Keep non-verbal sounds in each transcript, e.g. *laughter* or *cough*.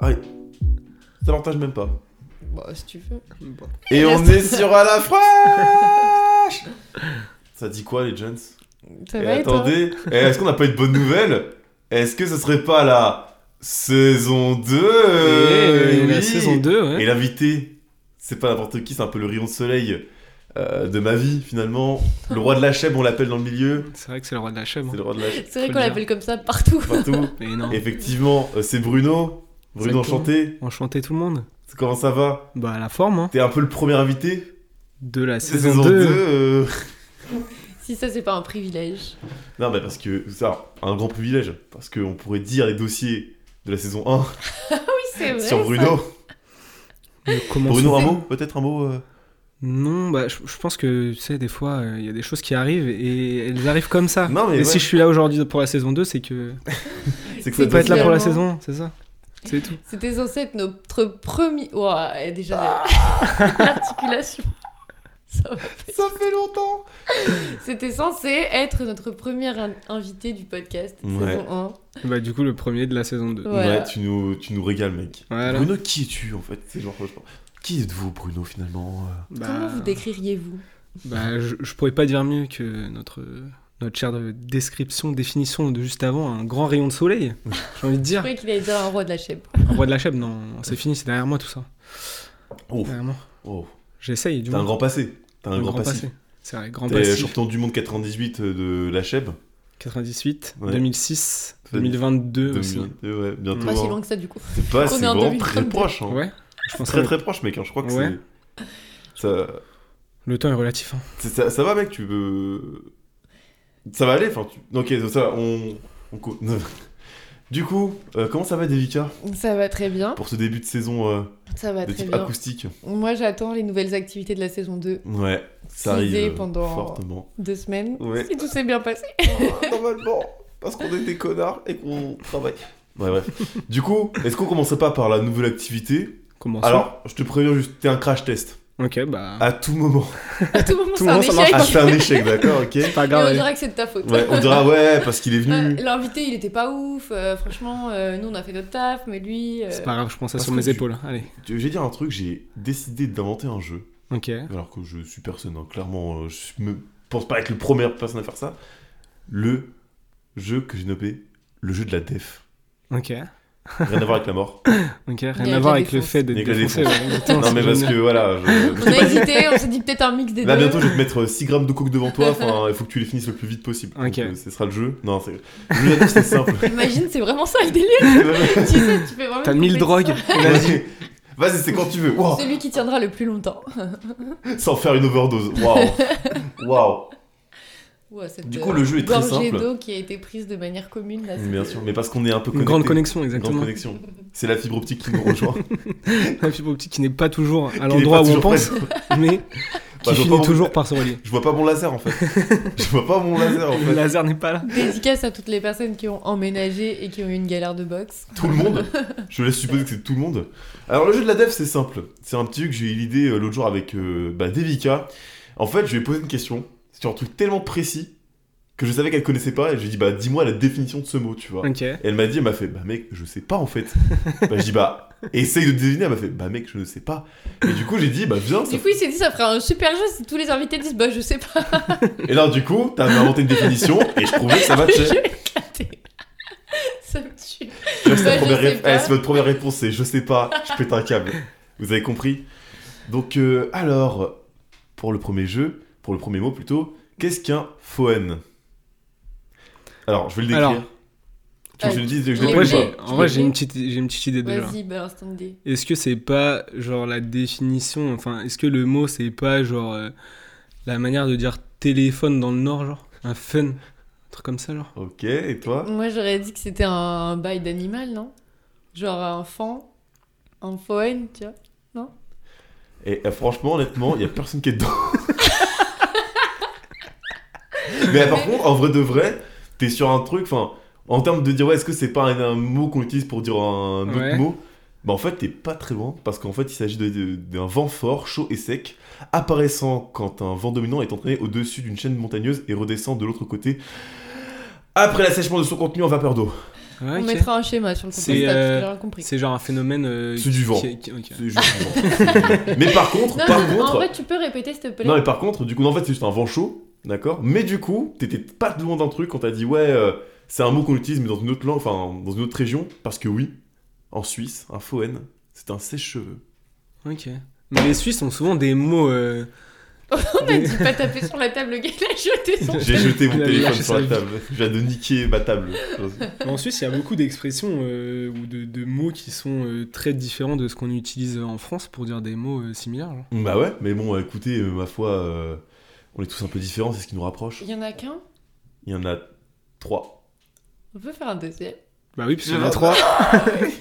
Arrête. Ça l'avantage même pas. Bah, si tu veux. Bon. Et on Reste- est sur à la fraîche Ça dit quoi, les gens Ça Et va et toi attendez, eh, est-ce qu'on n'a pas eu de bonnes nouvelles Est-ce que ce serait pas la saison 2 Et Euh, Oui. Eh, La saison 2, Et ouais. l'invité, c'est pas n'importe qui, c'est un peu le rayon de soleil euh, de ma vie finalement. Le roi de la chèvre, on l'appelle dans le milieu. C'est vrai que c'est le roi de la chèvre. C'est le roi de la chèvre C'est vrai Faut qu'on le dire. l'appelle comme ça partout. partout. hein. Mais non. Et effectivement, euh, c'est Bruno. Bruno Exactement. enchanté. Enchanté tout le monde. Comment ça va Bah, la forme, hein. T'es un peu le premier invité De la de saison 2. euh. *laughs* Si ça, c'est pas un privilège. Non, mais parce que ça, un grand privilège. Parce qu'on pourrait dire les dossiers de la saison 1 Oui, c'est vrai. sur Bruno. Comment Bruno, un mot Peut-être un mot euh, Non, bah, je, je pense que, tu sais, des fois, euh, il y a des choses qui arrivent et elles arrivent comme ça. Non, mais et ouais. Ah. si je suis là aujourd'hui pour la saison 2, c'est que. C'est que ça Bah, C'est Faut pas doit être là pour la Finalement. saison, c'est ça. C'est tout. C'était censé être notre premier. Ouah, et déjà. Ah. *laughs* L'articulation. Ça va. Ça fait longtemps C'était censé être notre premier in- invité du podcast, Ouais. saison 1. Bah, du coup, le premier de la saison 2. Voilà. Ouais, tu nous, tu nous régales, mec. Voilà. Bruno, qui es-tu en fait C'est genre, franchement, Qui êtes-vous, Bruno, finalement euh Comment vous décririez-vous bah, je, je pourrais pas dire mieux que notre, notre chère de- description, définition de juste avant, un grand rayon de soleil, j'ai envie de Je dire. croyais qu'il allait dire un roi de la chèvre. Un roi de la chèvre, non, non, c'est fini, c'est derrière moi tout ça. Oh, Derrière moi. oh. J'essaye, du T'as un moins. grand passé. T'as un, grand, passé. C'est vrai, grand T'es passé. champion du monde 98 de la Cheb. 98, Ouais. 2006, 2022 aussi. 2002, ouais, bientôt. Pas si hein. loin que ça, du coup. C'est pas, Bah, qu'on c'est est en vraiment très 2022. proche. hein. Ouais, je pense Très que très proche, mec. hein, Je crois que Ouais. c'est. Ça... le temps est relatif. hein. c'est- ça. ça va, mec. Tu veux. Ça va aller. Enfin, tu... ok, ça va, on. on cou- *laughs* du coup, euh, comment ça va, Devika Ça va très bien. Pour ce début de saison euh, Ça va de très type bien. acoustique. Moi, j'attends les nouvelles activités de la saison 2. Ouais, ça arrive Teasé euh, pendant- fortement. *laughs* Deux semaines. Ouais. Si tout s'est bien passé. Ah, Normalement, parce qu'on est des connards et qu'on travaille. Ouais, bref. Du coup, est-ce qu'on commencerait pas par la nouvelle activité Comment ça Alors, ah. je te préviens juste, t'es un crash test. Ok, bah. À tout moment. À tout moment, Tout c'est le un monde, ça marche échec. Ah, c'est un échec, d'accord, *laughs* ok C'est pas Et on grave. dira que c'est de ta faute. Ouais, on dira ouais, parce qu'il est Ouais, Mm. venu. Euh, L'invité, il était pas ouf. euh, franchement, euh, nous, on a fait notre taf, mais lui. euh, C'est pas grave, je prends ça parce sur que mes tu- épaules. Allez, Je vais dire un truc, j'ai décidé d'inventer un jeu. ok. Alors que je suis personne, hein. clairement, euh, je me pense pas être le premier personne à faire ça. Le jeu que j'ai nommé le jeu de la def. Ok, Rien à voir avec la mort. *laughs* ok, avec rien la à voir avec le défense. fait de Avec la défoncer. défense. ouais, exactement, Non, c'est mais parce génial. que voilà. je- On a hésité, on s'est dit peut-être un mix des Là, deux. bientôt, je vais te mettre 6 grammes Bah, de coke devant *laughs* toi. Enfin, il faut que tu les finisses le plus vite possible. Ok. Donc, euh, ce sera le jeu. Non, c'est. Le jeu de la def, c'est *laughs* simple. Imagine, c'est vraiment ça le délire. tu sais, tu fais vraiment. T'as une mille compétition. drogues. Vas-y. Vas-y, c'est quand tu veux. Wow. Celui qui tiendra le plus longtemps. Sans faire une overdose. *laughs* Waouh. Waouh. Ouah, cette, euh, Du coup, le jeu est très gorgée simple. d'eau qui a été prise de manière commune là. Bien c'était- sûr, mais parce qu'on est un peu Ah, Une connecté. grande connexion, Une grande exactement. connexion. C'est la fibre optique qui nous rejoint. Un fibre optique qui n'est pas toujours à Qui n'est l'endroit pas où on toujours pense, mais Bah, qui je vois finit pas toujours mon- par se relier. Je vois pas mon laser en fait. Je vois pas mon laser en Le fait. laser n'est pas là. Dédicace à toutes les personnes qui ont emménagé et qui ont eu une galère de boxe. Tout le monde. Je laisse supposer que c'est tout le monde. Alors le jeu de la dev c'est simple. C'est un petit jeu que j'ai eu l'idée euh, l'autre jour avec euh, bah, Devika. En fait, je lui ai posé une question sur un truc tellement précis que je savais qu'elle connaissait pas et je lui ai dit bah dis-moi la définition de ce mot, tu vois. Ok. Et elle m'a dit, elle m'a fait, bah mec, je sais pas en fait. bah je dis, bah essaye de deviner. Elle m'a fait, bah mec, je ne sais pas. Et du coup, j'ai dit, bah viens. ça- Du coup, il s'est dit ça ferait un super jeu si tous les invités disent bah je sais pas. *laughs* Et là, du coup, t'as inventé une définition et je trouvais que ça je matchait. vais éclater. *laughs* ça me tue. Tu vois, c'est Bah, la je première sais ré- pas. Eh, c'est votre première réponse, c'est je sais pas, je pète un câble. Vous avez compris Donc, euh, alors, pour le premier jeu, pour le premier mot plutôt, qu'est-ce qu'un phoen Alors, je vais le décrire. Alors. tu veux que je le dise, que je Ouais, le En Mais vrai, dise ou oui. j'ai- pas en vrai, Je j'ai l'ai une dit. petite, j'ai une petite idée déjà. hein. Vas-y, balance ton dé. Est-ce que c'est pas genre la définition, enfin, est-ce que le mot c'est pas genre euh, la manière de dire téléphone dans le nord, genre un fun, un truc comme ça, genre Ok, et toi Moi, j'aurais dit que c'était un bail d'animal, non Genre un fan, un faune, tu vois. Et euh, franchement, honnêtement, il y a personne qui est dedans. *laughs* Mais euh, par contre, en vrai de vrai, t'es sur un truc, enfin, en termes de dire, ouais, est-ce que c'est pas un, un mot qu'on utilise pour dire un autre Ouais. mot Bah en fait, t'es pas très loin, parce qu'en fait, il s'agit de- de- d'un vent fort, chaud et sec, apparaissant quand un vent dominant est entraîné au-dessus d'une chaîne montagneuse et redescend de l'autre côté après l'assèchement de son contenu en vapeur d'eau. Ouais, On ok. mettra un schéma sur le C'est, contexte, parce que euh, j'ai rien compris. C'est genre un phénomène. euh, C'est du vent. qui- qui- ok. C'est juste du *laughs* vent. mais par contre, Non, par mais contre. en vrai, tu peux répéter, s'il te plaît. Non, mais par contre, du coup, non, en fait, c'est juste un vent chaud, d'accord Mais du coup, t'étais pas loin d'un truc quand t'as dit, ouais, euh, c'est un mot qu'on utilise, mais dans une autre langue, enfin, dans une autre région, parce que oui, en Suisse, un Foen, c'est un *laughs* sèche-cheveux. Ok. Mais les Suisses ont souvent des mots. euh, On a dit pas taper sur la table, le gars, il a jeté son J'ai jeté mon Il a téléphone lâché sur la sa table. Je viens de niquer ma table. *laughs* Mais En Suisse, il y a beaucoup d'expressions euh, ou de, de mots qui sont euh, très différents de ce qu'on utilise en France pour dire des mots euh, similaires. genre. bah ouais, mais bon, écoutez, euh, ma foi, euh, on est tous un peu différents, c'est ce qui nous rapproche. Il y en a qu'un Il y en a trois. On peut faire un deuxième Bah oui, parce qu'il y en Non. a trois.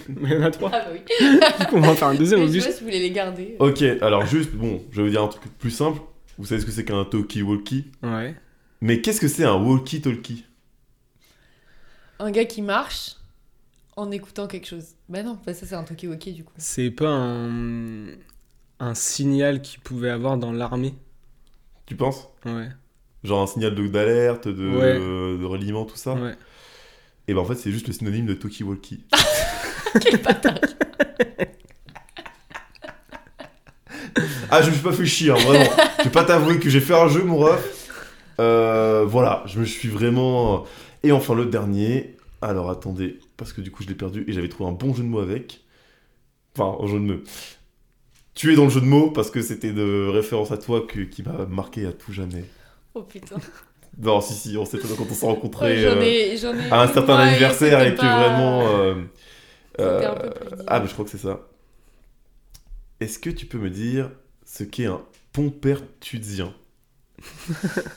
Mais *laughs* il y en a trois. Ah bah oui. Du coup, on va en faire un deuxième. Mais *laughs* on je sais dit pas si vous voulez les garder. Ok, alors juste, bon, je vais vous dire un truc plus simple. Vous savez ce que c'est qu'un talkie-walkie Ouais. Mais qu'est-ce que c'est un walkie-talkie Un gars qui marche en écoutant quelque chose. Bah non, bah ça c'est un talkie-walkie du coup. C'est pas un, un signal qu'ils pouvaient avoir dans l'armée. Tu penses Ouais. Genre un signal de- d'alerte, de, Ouais. euh, de reliement, tout ça. ouais. Et ben en fait, c'est juste le synonyme de *laughs* talkie-walkie. Quel bâtard ah, je me suis pas fait chier, hein, vraiment. je vais pas t'avouer que j'ai fait un jeu, mon ref. Euh, voilà, je me suis vraiment. euh, Et enfin, le dernier. Alors attendez, parce que du coup, je l'ai perdu et j'avais trouvé un bon jeu de mots avec. Enfin, un jeu de mots. Tu es dans le jeu de mots parce que c'était de référence à toi que- qui m'a marqué à tout jamais. Oh putain. Non, si, si, on s'est quand on s'est rencontrés. J'en euh, ai, j'en ai à un une, certain moi, et anniversaire c'était et que pas- vraiment. euh, C'était un euh, peu plus dit. ah, mais je crois que c'est ça. Est-ce que tu peux me dire ce qu'est un *laughs* pompertudien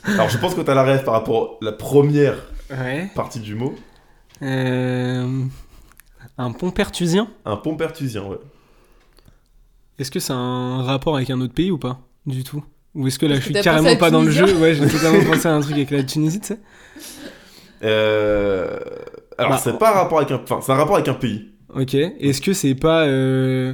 Alors, je pense que t'as la rêve par rapport à la première Ouais. partie du mot. Euh, Un pompertusien Un pompertusien, ouais. Est-ce que c'est un rapport avec un autre pays ou pas Du tout Ou est-ce que là Parce je que suis t'as carrément pensé à pas dans le Tunisien. jeu Ouais, j'ai totalement pensé à un truc avec la Tunisie, tu sais. Euh, Alors, Bah, c'est pas un rapport avec un... Enfin, c'est un rapport avec un pays. Ok. Est-ce que c'est pas euh,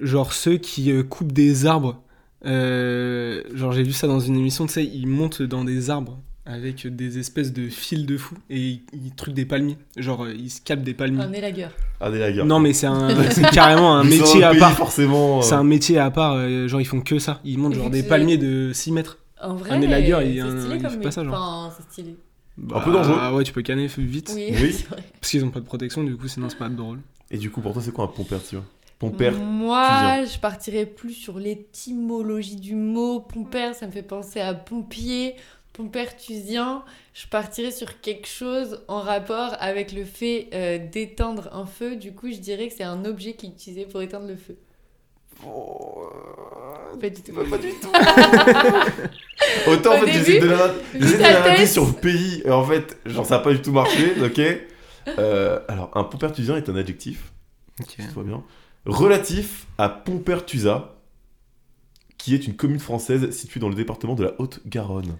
genre ceux qui euh, coupent des arbres euh, Genre j'ai vu ça dans une émission, tu sais, ils montent dans des arbres avec des espèces de fils de fou et ils, ils truquent des palmiers. Genre euh, ils se capent des Un palmiers. élagueur. Ah, des lagueurs. Non mais c'est un- c'est carrément un Vu que c'est métier à pays, part. forcément. euh, C'est un métier à part, euh, genre ils font que ça. Ils montent Et genre vu des que- palmiers de 6 mètres. En vrai, Un élagueur, il- c'est un- stylé il comme fait pas ça, genre. Enfin, c'est stylé. Un peu dangereux. Ah ouais, tu peux canner vite. Oui, Oui. c'est *laughs* vrai. Parce qu'ils ont pas de protection, du coup sinon c'est pas drôle. Et du coup, pour toi, c'est quoi un pompertudien Mm. Pomper... Moi, je partirais plus sur l'étymologie du mot. Pompère, ça me fait penser à pompier, pompertusien. Je partirais sur quelque chose en rapport avec le fait euh, d'éteindre un feu. Du coup, je dirais que c'est un objet qui est utilisé pour éteindre le feu. Pas du tout. Oh. Pas du tout. Autant en fait Au début, j'essaie de la vu j'essaie de ta la noter tête. sur le pays et en fait genre ça a pas du tout marché, *laughs* ok. Euh, alors un pompertusien est un adjectif, Ok. si tout va bien, relatif à Pompertusa, qui est une commune française située dans le département de la Haute-Garonne.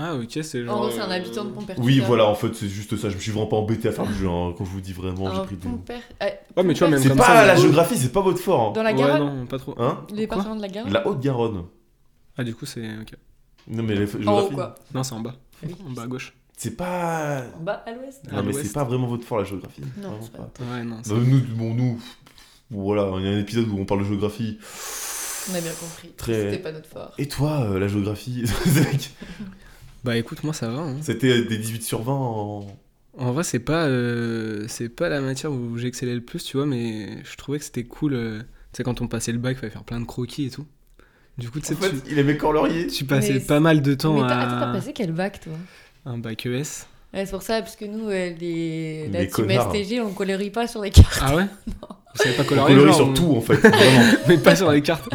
Ah ok, c'est genre. En gros, c'est un euh, habitant de Pompertusien. Oui voilà en fait c'est juste ça, je me suis vraiment pas embêté à faire le jeu hein, quand je vous dis vraiment j'ai Un pris des... pompère... ah, Ouais, mais tu vois, même C'est comme pas ça, la mais- géographie, c'est pas votre fort. Dans Hein. la Ouais, Garonne non, pas trop. Hein Les Quoi département de la Garonne la Haute-Garonne. Ah, du coup, c'est. ok. Non mais la En haut, géographie. quoi. Non, c'est en bas. Oui. En bas à gauche. C'est pas En bas, à l'ouest. Non À mais l'ouest. c'est pas vraiment votre fort la géographie. Non, Vraiment c'est pas pas. Ouais, non. c'est- Bah, nous, bon, nous, pff, voilà, il y a un épisode où on parle de géographie. On a bien compris. Très- C'était pas notre fort. Et toi, euh, la géographie *laughs* c'est vrai que Bah écoute, moi ça va. hein. C'était des 18 sur 20 en. En vrai, c'est pas, euh, c'est pas la matière où j'excellais le plus, tu vois, mais je trouvais que c'était cool. euh, Tu sais, quand on passait le bac, il fallait faire plein de croquis et tout. Du coup, tu En sais, fait, tu- il aimait Corps Laurier. tu passais Mais- pas mal de temps Mais à t'as- attends, t'as passé quel bac, toi un bac E ES. *laughs* Ouais, c'est pour ça, parce que nous, euh, les... la Les team connards. STG, on colorie pas sur *laughs* les cartes. Ah ouais Vous savez pas On colorier colorie genre, sur on- tout en fait, vraiment. hein. *laughs* Mais pas sur les cartes.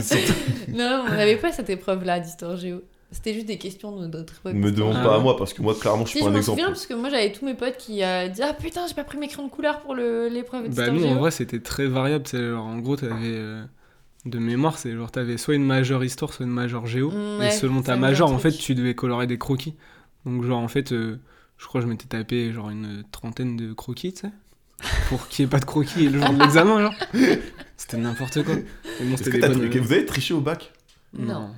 non, on n'avait pas cette épreuve-là d'histoire géo. C'était juste des questions de notre époque. Me demande Ah pas à ouais. moi parce que moi, clairement, je suis Si, je pas un m'en exemple. souviens, parce que moi, j'avais tous mes potes qui euh, disaient Ah putain, j'ai pas pris mes crayons de couleur pour le- l'épreuve Bah, d'histoire nous, en géo. vrai, c'était très variable. tu sais, genre, en gros, t'avais. euh, de mémoire, c'est genre, t'avais soit une majeure histoire, soit une majeure géo. Mm, Ouais, et selon ça ta me dit un majeure, en fait, truc. tu devais colorer des croquis. Donc, genre, en fait, euh, je crois que je m'étais tapé genre une trentaine de croquis, tu sais. Pour qu'il n'y ait pas de croquis le jour de l'examen, genre. C'était n'importe quoi. Mais bon, Est-ce c'était que des t'as bonnes- truqué- Vous avez triché au bac Non.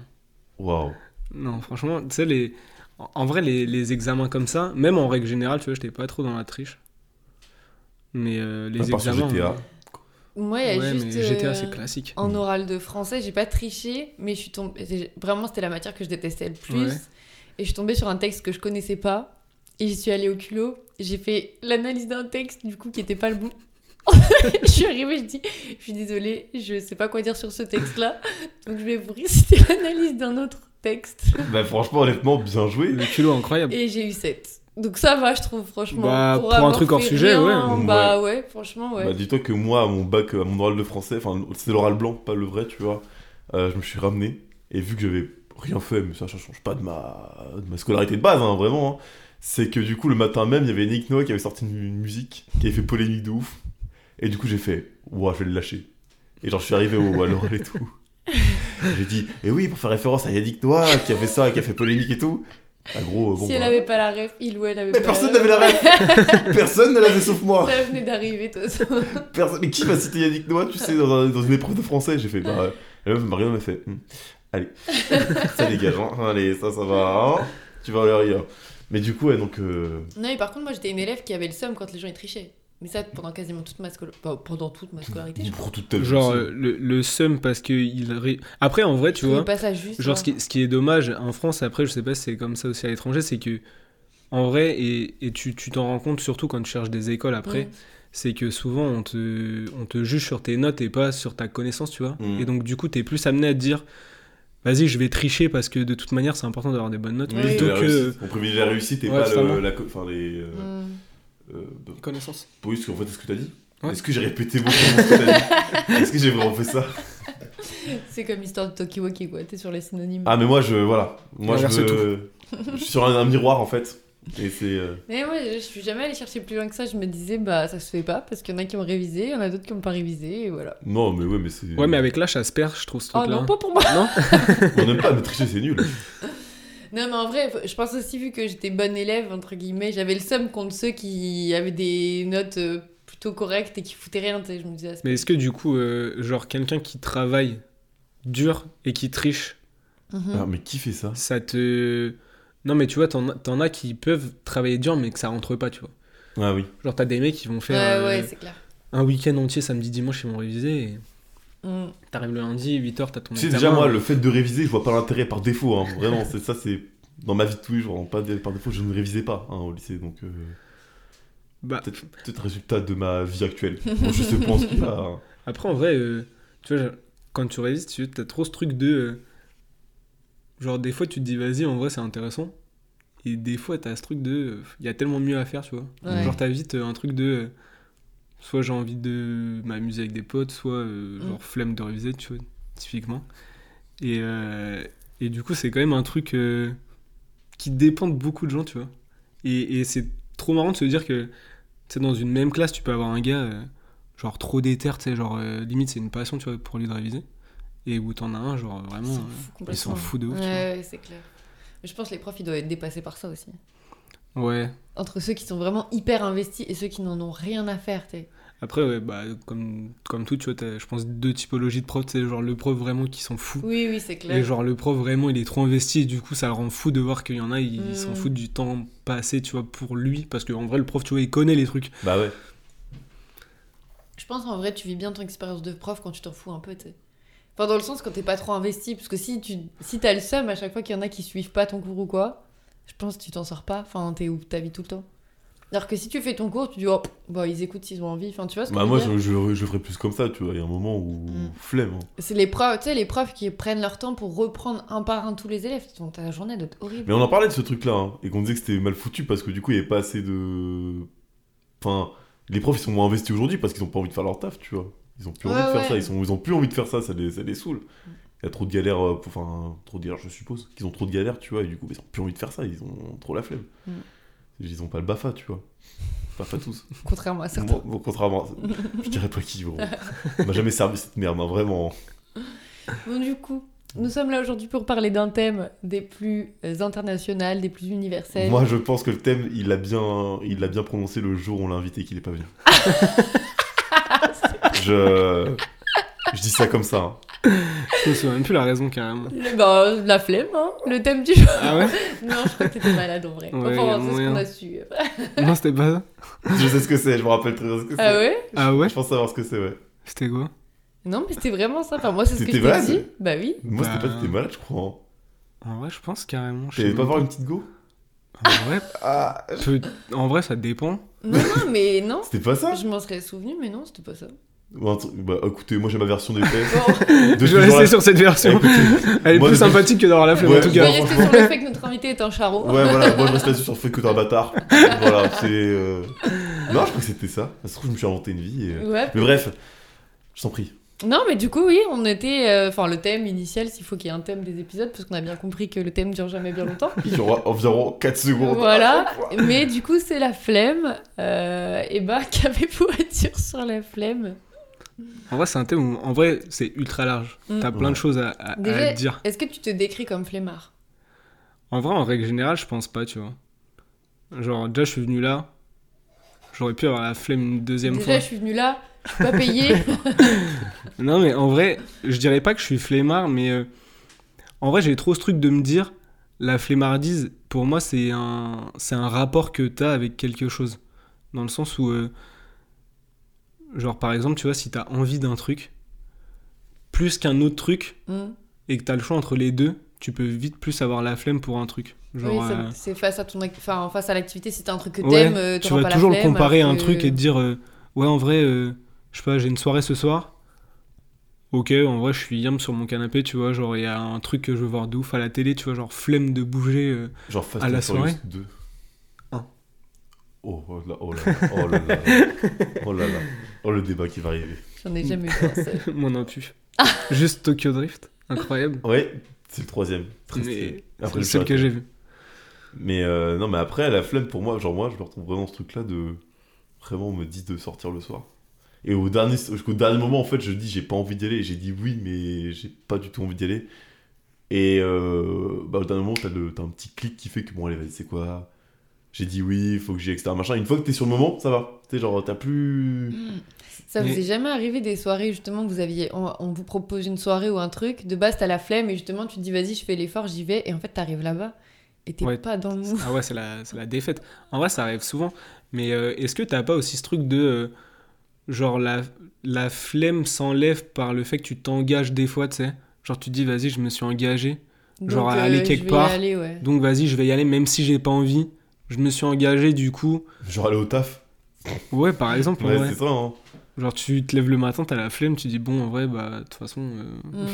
Waouh. Non, franchement, tu sais, les... en en vrai, les, les examens comme ça, même en règle générale, tu vois, j'étais pas trop dans la triche. Mais euh, les À part sur examens. GTA. Moi, il y a Ouais, juste. mais GTA, c'est euh, classique. En Mm. oral de français, j'ai pas triché, mais je suis tombée. Vraiment, c'était la matière que je détestais le plus. Ouais. Et je suis tombée sur un texte que je connaissais pas. Et j'y suis allée au culot. J'ai fait l'analyse d'un texte, du coup, qui était pas le bon. *laughs* je suis arrivée, je dis Je suis désolée, je sais pas quoi dire sur ce texte-là. Donc, je vais vous réciter l'analyse d'un autre texte. Bah franchement, honnêtement, bien joué. Le culot incroyable. Et j'ai eu 7. Donc, ça va, je trouve, franchement. Bah, pour un avoir truc hors fait sujet, rien, ouais. Bah, ouais, franchement, ouais. Bah dis-toi que moi, à mon bac, à mon oral de français, enfin c'est l'oral blanc, pas le vrai, tu vois, euh, je me suis ramené, et vu que j'avais rien fait, mais ça, ça change pas de ma, de ma scolarité de base, hein, vraiment, hein, c'est que du coup, le matin même, il y avait Nick Noah qui avait sorti une, une musique, qui avait fait polémique de ouf, et du coup j'ai fait, ouah, je vais le lâcher. Et genre je suis arrivé au, à l'oral et *laughs* tout. j'ai dit, et oui, pour faire référence à Yannick Noah qui a fait ça, qui a fait polémique et tout. Ah gros, euh, bon, si elle bah. avait pas la ref, il ou elle avait Mais pas personne la n'avait la ref *laughs* Personne ne l'avait sauf moi Ça venait d'arriver, de toute façon. Personne- Mais qui m'a cité Yannick Noah, tu sais, dans, un- dans une épreuve de français J'ai fait, bah, euh, la meuf Marion m'a fait, hmm, allez, ça dégage, hein. allez, ça, ça va, hein. tu vas leur rire. Mais du coup, ouais, donc, euh, Non, mais par contre, moi j'étais une élève qui avait le seum quand les gens ils trichaient. Mais ça pendant quasiment toute ma scolarité. pendant toute ma scolarité. je pour toute ta vie. Genre aussi. euh, le, le seum parce que il ré- après en vrai tu trouvais vois pas ça juste. genre hein. ce qui, ce qui est dommage en France après je sais pas si c'est comme ça aussi à l'étranger c'est que en vrai et, et tu tu t'en rends compte surtout quand tu cherches des écoles après Mm. c'est que souvent on te on te juge sur tes notes et pas sur ta connaissance tu vois Mm. et donc du coup t'es plus amené à te dire vas-y je vais tricher parce que de toute manière c'est important d'avoir des bonnes notes bah Oui, plutôt la plutôt que réussite. On privilégie la réussite et Ouais, pas totalement. le, la. co- Enfin, les. Euh, Mm. euh, bah, connaissance oui, parce qu'en fait, est-ce que t'as dit Ouais. Est-ce que j'ai répété beaucoup ce que t'as dit Est-ce que j'ai vraiment fait ça C'est comme l'histoire de Tokiwoki quoi, t'es sur les synonymes. Ah, mais moi, je. Voilà. Moi, je, Inverser me- je suis sur un, un miroir, en fait. Et c'est. euh, Mais moi je je suis jamais allée chercher plus loin que ça, je me disais bah ça se fait pas parce qu'il y en a qui ont révisé, il y en a d'autres qui ont pas révisé et voilà. Non, mais ouais, mais c'est. ouais mais avec l'âge ça se perd je trouve ce Oh truc là non, pas pour moi non On n'aime pas, mais tricher, c'est nul. Non mais en vrai, faut- je pense aussi vu que j'étais bonne élève entre guillemets, j'avais le seum contre ceux qui avaient des notes euh, plutôt correctes et qui foutaient rien, tu sais, je me disais ah, c'est Mais est-ce que du coup, euh, genre quelqu'un qui travaille dur et qui triche, pas- Mhm. Ah, mais qui fait ça ça te... Non mais tu vois, t'en t'en as qui peuvent travailler dur mais que ça rentre pas, tu vois. Ah oui. Genre t'as des mecs qui vont Ouais, faire euh, ouais, c'est clair. un week-end entier, samedi, dimanche, ils vont réviser. Et... Mm. T'arrives le lundi, 8h, t'as ton Tu sais, examen. déjà, euh, moi, le fait de réviser, je vois pas l'intérêt par défaut. hein. Vraiment, c'est ça, c'est. Dans ma vie de tous les jours, Hein, pas de- par défaut, je ne révisais pas hein, au lycée, donc euh, Bah, peut-être peut-être résultat de ma vie *laughs* actuelle. Bon, je sais pas ce qu'il y a. hein. après en vrai, euh, tu vois, genre, quand tu révises, tu as trop ce truc de... euh, Genre des fois tu te dis vas-y, en vrai c'est intéressant. Et des fois t'as ce truc de... Il y a tellement mieux à faire, tu vois. Ouais. Genre t'as vite euh, un truc de euh, soit j'ai envie de m'amuser avec des potes, soit euh, Mm. genre flemme de réviser, tu vois, typiquement. Et, euh, et du coup c'est quand même un truc euh, qui dépend de beaucoup de gens, tu vois. Et, et c'est trop marrant de se dire que tu sais dans une même classe tu peux avoir un gars euh, genre trop déter, tu sais, genre euh, limite c'est une passion, tu vois, pour lui de réviser. Et où t'en as un, genre Ils vraiment, s'en euh, foutent complètement. ils s'en foutent de Ouais, ouf, tu ouais, c'est clair. Mais je pense que les profs, ils doivent être dépassés par ça aussi. vois. Ouais. Entre ceux qui sont vraiment hyper investis et ceux qui n'en ont rien à faire, t'es. Après, ouais, bah, comme, comme tout, tu vois, t'as, je pense, deux typologies de profs. C'est genre le prof vraiment qui s'en fout. Oui, oui, c'est Et clair. genre le prof vraiment, il est trop investi. Et du coup, ça le rend fou de voir qu'il y en a, ils Mm. s'en foutent du temps passé, tu vois, pour lui. Parce qu'en vrai, le prof, tu vois, il connaît les trucs. Bah ouais. Je pense en vrai, tu vis bien ton expérience de prof quand tu t'en fous un peu, t'es. Enfin, dans le sens quand t'es pas trop investi, parce que si tu si t'as le seum à chaque fois qu'il y en a qui suivent pas ton cours ou quoi, je pense que tu t'en sors pas. Enfin, t'es où ta vie tout le temps. Alors que si tu fais ton cours, tu dis, oh, bah, ils écoutent s'ils ont envie. Enfin, tu vois ce que Bah je veux moi, dire je, je, je le ferais plus comme ça, tu vois. Il y a un moment où. Mm. Flemme. hein. C'est les profs, tu sais, les profs qui prennent leur temps pour reprendre un par un tous les élèves. Donc, ta journée doit être horrible. Mais on en parlait de ce truc-là, hein, et qu'on disait que c'était mal foutu parce que du coup, il n'y avait pas assez de. Enfin, les profs, ils sont moins investis aujourd'hui parce qu'ils n'ont pas envie de faire leur taf, tu vois. Ils ont plus Ouais, envie de faire ouais. ça, ils, sont... ils ont plus envie de faire ça, ça les, ça les saoule. Il y a trop de galères, euh, pour- enfin, trop de galères, je suppose, qu'ils ont trop de galères, tu vois, et du coup, bah, ils ont plus envie de faire ça, ils ont trop la flemme. Mm. Ils ont pas le BAFA, tu vois. Bafa tous. Contrairement à *laughs* certains. Bon, bon, contrairement, à- je dirais pas qui, gros. On m'a jamais servi cette merde, hein, vraiment. Bon, du coup, nous sommes là aujourd'hui pour parler d'un thème des plus euh, internationales, des plus universels. Moi, je pense que le thème, il l'a bien, il l'a bien prononcé le jour où on l'a invité et qu'il n'est pas venu. je, Je dis ça comme ça. hein. Je ne sais même plus la *laughs* raison carrément. Le- bah, la flemme, hein, le thème du jour. *laughs* Ah ouais Non, je crois que t'étais malade en vrai. Ouais, y a enfin, c'est ce moyen. qu'on a su. Non, c'était pas ça. Je sais ce que c'est, je me rappelle très bien ce que c'est. Ah ouais Ah ouais Je pense savoir ce que c'est, ouais. C'était quoi Non, mais c'était vraiment ça. Enfin, moi, c'est ce que T'étais je malade t'ai dit. Bah oui. Moi, c'était Bah. pas que t'étais malade, je crois. hein. En vrai, je pense carrément. je sais T'allais pas même voir une petite go pas. En vrai, Ah peut- en vrai, ça dépend. Non, non, mais non. C'était pas ça Je m'en serais souvenu, mais non, c'était pas ça. Ou un truc- Bah écoutez, moi j'ai ma version des *laughs* faits. Bon, De je ce vais rester jour-là- sur cette version. Écoutez, Elle est moi, plus depuis- sympathique que d'avoir la flemme Ouais, en tout je vais cas. ouais. rester sur le fait que notre invité est un charreau. Ouais, voilà, moi je reste là-dessus sur le fait que t'es un bâtard. voilà, c'est. euh, Non, je crois que c'était ça. Ça se trouve, je me suis inventé une vie. et- euh, Ouais. Mais bref, je t'en prie. Non, mais du coup, oui, on était. euh, Enfin, le thème initial, s'il faut qu'il y ait un thème des épisodes, parce qu'on a bien compris que le thème dure jamais bien longtemps. Il y aura environ 4 secondes. Voilà. Mais du coup, c'est la flemme. et bah, *laughs* qu'avez-vous à dire sur la flemme En vrai, c'est un thème où, en vrai, c'est ultra large. Mm. T'as plein de choses à, à- à Déjà- dire. Est-ce que tu te décris comme flemmard En vrai, en règle générale, je pense pas, tu vois. Genre, déjà, je suis venu là. J'aurais pu avoir la flemme une deuxième Déjà, fois. je suis venue là, je suis pas payée. *laughs* Non, mais en vrai, je dirais pas que je suis flemmard, mais euh, en vrai, j'ai trop ce truc de me dire la flemmardise, pour moi, c'est un, c'est un rapport que t'as avec quelque chose. Dans le sens où, euh, genre, par exemple, tu vois, si t'as envie d'un truc, plus qu'un autre truc, Mm. et que t'as le choix entre les deux, tu peux vite plus avoir la flemme pour un truc. Genre, oui, c'est- euh, c'est face à ton, ac- enfin face à l'activité. Si t'as un truc que Ouais, t'aimes, euh, tu t'auras vas pas la toujours le flemme, comparer à alors un que- truc et te dire euh, ouais en vrai euh, je sais pas j'ai une soirée ce soir ok en vrai je suis yam sur mon canapé tu vois genre il y a un truc que je veux voir de ouf à la télé tu vois genre flemme de bouger euh. Genre Fast À la and Furious soirée 2. Un. Oh, oh là, oh là, là, oh là *laughs* là, oh là là, oh le débat qui va arriver. J'en ai jamais eu un seul. moi non plus *laughs* juste Tokyo Drift incroyable Ouais, c'est le troisième. Très stylé. mais c'est Après le le seul que pirate. j'ai vu Mais euh, non, mais après, la flemme pour moi, genre moi, je me retrouve vraiment ce truc-là de. Vraiment, on me dit de sortir le soir. Et au dernier, jusqu'au dernier moment, en fait, je dis j'ai pas envie d'y aller. J'ai dit oui, mais j'ai pas du tout envie d'y aller. Et euh, bah, au dernier moment, t'as, le- t'as un petit clic qui fait que bon, allez, vas-y, c'est quoi J'ai dit oui, faut que j'y aille, etc. Machin. Une fois que t'es sur le moment, ça va. Tu sais, genre, t'as plus. Ça vous Mais- est jamais arrivé des soirées justement vous aviez on, on vous propose une soirée ou un truc de base t'as la flemme et justement tu te dis vas-y je fais l'effort j'y vais et en fait t'arrives là-bas et t'es Ouais. pas dans le mood. ah ouais c'est la, c'est la défaite en vrai ça arrive souvent mais euh, est-ce que t'as pas aussi ce truc de euh, genre la, la flemme s'enlève par le fait que tu t'engages des fois tu sais genre tu te dis vas-y je me suis engagé Genre, Donc, euh, aller je quelque vais y part. aller, *laughs* ouais. Donc vas-y, je vais y aller même si j'ai pas envie. Je me suis engagé du coup. Genre, aller au taf. Mm. Ouais, par exemple, en Ouais, vrai. c'est ça, hein. genre tu te lèves le matin, t'as la flemme, tu dis bon en vrai bah de toute façon euh, Mm.